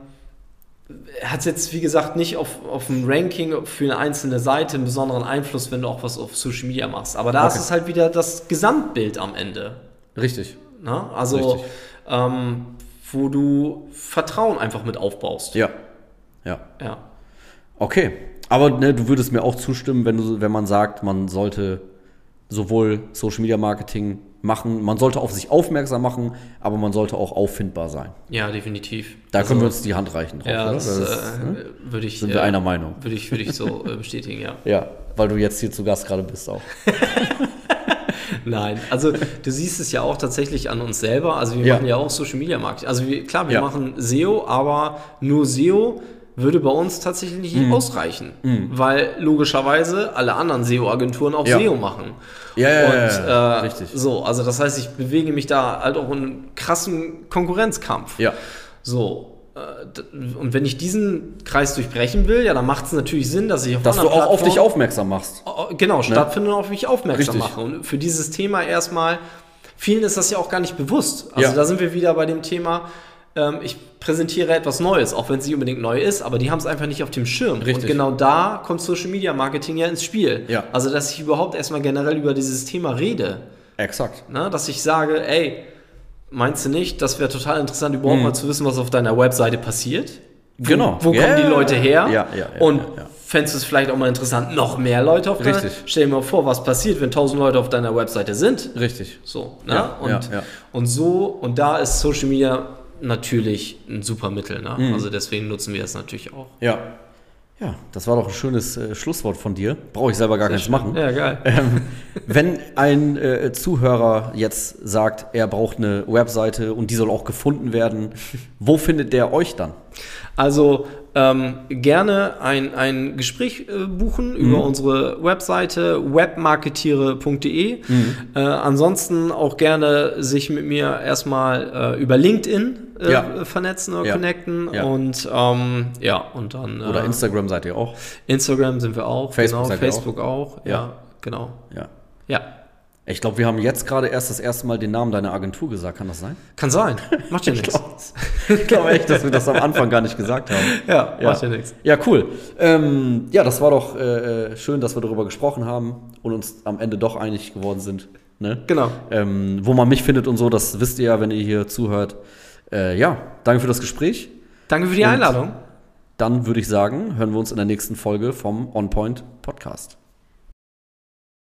Speaker 2: hat es jetzt, wie gesagt, nicht auf, auf ein Ranking für eine einzelne Seite einen besonderen Einfluss, wenn du auch was auf Social Media machst. Aber da
Speaker 1: Okay.
Speaker 2: ist es halt wieder das Gesamtbild am Ende.
Speaker 1: Richtig.
Speaker 2: Ne?
Speaker 1: Richtig.
Speaker 2: Also, ähm, wo du Vertrauen einfach mit aufbaust.
Speaker 1: Ja. Ja.
Speaker 2: ja.
Speaker 1: Okay, aber ne, du würdest mir auch zustimmen, wenn, du, wenn man sagt, man sollte sowohl Social Media Marketing machen, man sollte auf sich aufmerksam machen, aber man sollte auch auffindbar sein.
Speaker 2: Ja, definitiv.
Speaker 1: Da
Speaker 2: Also-
Speaker 1: können wir uns die Hand reichen drauf.
Speaker 2: Ja,
Speaker 1: oder?
Speaker 2: das,
Speaker 1: Das-
Speaker 2: äh,
Speaker 1: ne?
Speaker 2: würde ich.
Speaker 1: Sind wir
Speaker 2: äh,
Speaker 1: einer Meinung.
Speaker 2: Würde ich, würde ich so äh, bestätigen, ja.
Speaker 1: ja, weil du jetzt hier zu Gast gerade bist auch.
Speaker 2: Nein, also du siehst es ja auch tatsächlich an uns selber. Also wir
Speaker 1: Ja.
Speaker 2: machen ja auch Social Media Marketing. Also wir, klar, wir
Speaker 1: Ja.
Speaker 2: machen SEO, aber nur SEO würde bei uns tatsächlich nicht ausreichen, weil logischerweise alle anderen SEO-Agenturen auch
Speaker 1: Ja.
Speaker 2: SEO machen.
Speaker 1: Ja, ja,
Speaker 2: Und,
Speaker 1: ja, ja,
Speaker 2: äh,
Speaker 1: richtig.
Speaker 2: So, also das heißt, ich bewege mich da halt auch in einem krassen Konkurrenzkampf.
Speaker 1: Ja,
Speaker 2: So. äh, d- Und wenn ich diesen Kreis durchbrechen will, ja, dann macht es natürlich Sinn, dass ich auf
Speaker 1: dass du
Speaker 2: anderen
Speaker 1: auch auf dich
Speaker 2: Plattformen-
Speaker 1: aufmerksam machst.
Speaker 2: Oh, Genau, stattfinden und auf mich aufmerksam
Speaker 1: Richtig.
Speaker 2: machen. Und für dieses Thema erstmal, vielen ist das ja auch gar nicht bewusst. Also
Speaker 1: Ja.
Speaker 2: da sind wir wieder bei dem Thema, ähm, ich präsentiere etwas Neues, auch wenn es nicht unbedingt neu ist, aber die haben es einfach nicht auf dem Schirm.
Speaker 1: Richtig.
Speaker 2: Und genau da kommt Social Media Marketing ja ins Spiel.
Speaker 1: Ja.
Speaker 2: Also, dass ich überhaupt erstmal generell über dieses Thema rede.
Speaker 1: Exakt.
Speaker 2: Ne? Dass ich sage, ey, meinst du nicht, das wäre total interessant, überhaupt mal zu wissen, was auf deiner Webseite passiert?
Speaker 1: Mhm. Genau.
Speaker 2: Wo
Speaker 1: Ja,
Speaker 2: kommen die Leute her?
Speaker 1: Ja, ja, ja,
Speaker 2: und
Speaker 1: ja, ja.
Speaker 2: fändest du es vielleicht auch mal interessant, noch mehr Leute auf deiner
Speaker 1: Richtig.
Speaker 2: Stell dir mal vor, was passiert, wenn 1000 Leute auf deiner Webseite sind.
Speaker 1: Richtig.
Speaker 2: So, ne?
Speaker 1: Ja,
Speaker 2: und,
Speaker 1: ja, ja.
Speaker 2: und so, und da ist Social Media natürlich ein super Mittel. Ne?
Speaker 1: Mhm.
Speaker 2: Also deswegen nutzen wir das natürlich auch.
Speaker 1: Ja. Ja, das war doch ein schönes äh, Schlusswort von dir. Brauche ich selber gar keins machen.
Speaker 2: Ja, geil.
Speaker 1: Ähm, wenn ein äh, Zuhörer jetzt sagt, er braucht eine Webseite und die soll auch gefunden werden, wo findet der euch dann?
Speaker 2: Also ähm, gerne ein, ein Gespräch äh,
Speaker 1: Mhm.
Speaker 2: buchen über unsere Webseite webmarketiere.de.
Speaker 1: Mhm.
Speaker 2: Äh, ansonsten auch gerne sich mit mir erstmal äh, über LinkedIn äh,
Speaker 1: Ja.
Speaker 2: vernetzen oder
Speaker 1: Ja.
Speaker 2: connecten.
Speaker 1: Ja.
Speaker 2: Und ähm, ja, und dann äh,
Speaker 1: Oder Instagram seid ihr auch?
Speaker 2: Instagram sind wir auch,
Speaker 1: Facebook
Speaker 2: genau,
Speaker 1: seid ihr
Speaker 2: Facebook auch.
Speaker 1: Ja.
Speaker 2: ja, genau.
Speaker 1: Ja.
Speaker 2: Ja.
Speaker 1: Ich glaube, wir haben jetzt gerade erst das erste Mal den Namen deiner Agentur gesagt. Kann das sein?
Speaker 2: Kann sein. Macht ja nichts.
Speaker 1: Ich glaube echt, dass wir das am Anfang gar nicht gesagt haben.
Speaker 2: Ja,
Speaker 1: Ja,
Speaker 2: macht ja nichts.
Speaker 1: ja cool. Ähm, ja, das war doch äh, äh, schön, dass wir darüber gesprochen haben und uns am Ende doch einig geworden sind. Ne?
Speaker 2: Genau.
Speaker 1: Ähm, wo man mich findet und so, das wisst ihr ja, wenn ihr hier zuhört. Äh, ja, danke für das Gespräch.
Speaker 2: Danke für die
Speaker 1: Und-
Speaker 2: Einladung.
Speaker 1: Dann würde ich sagen, hören wir uns in der nächsten Folge vom On Point Podcast.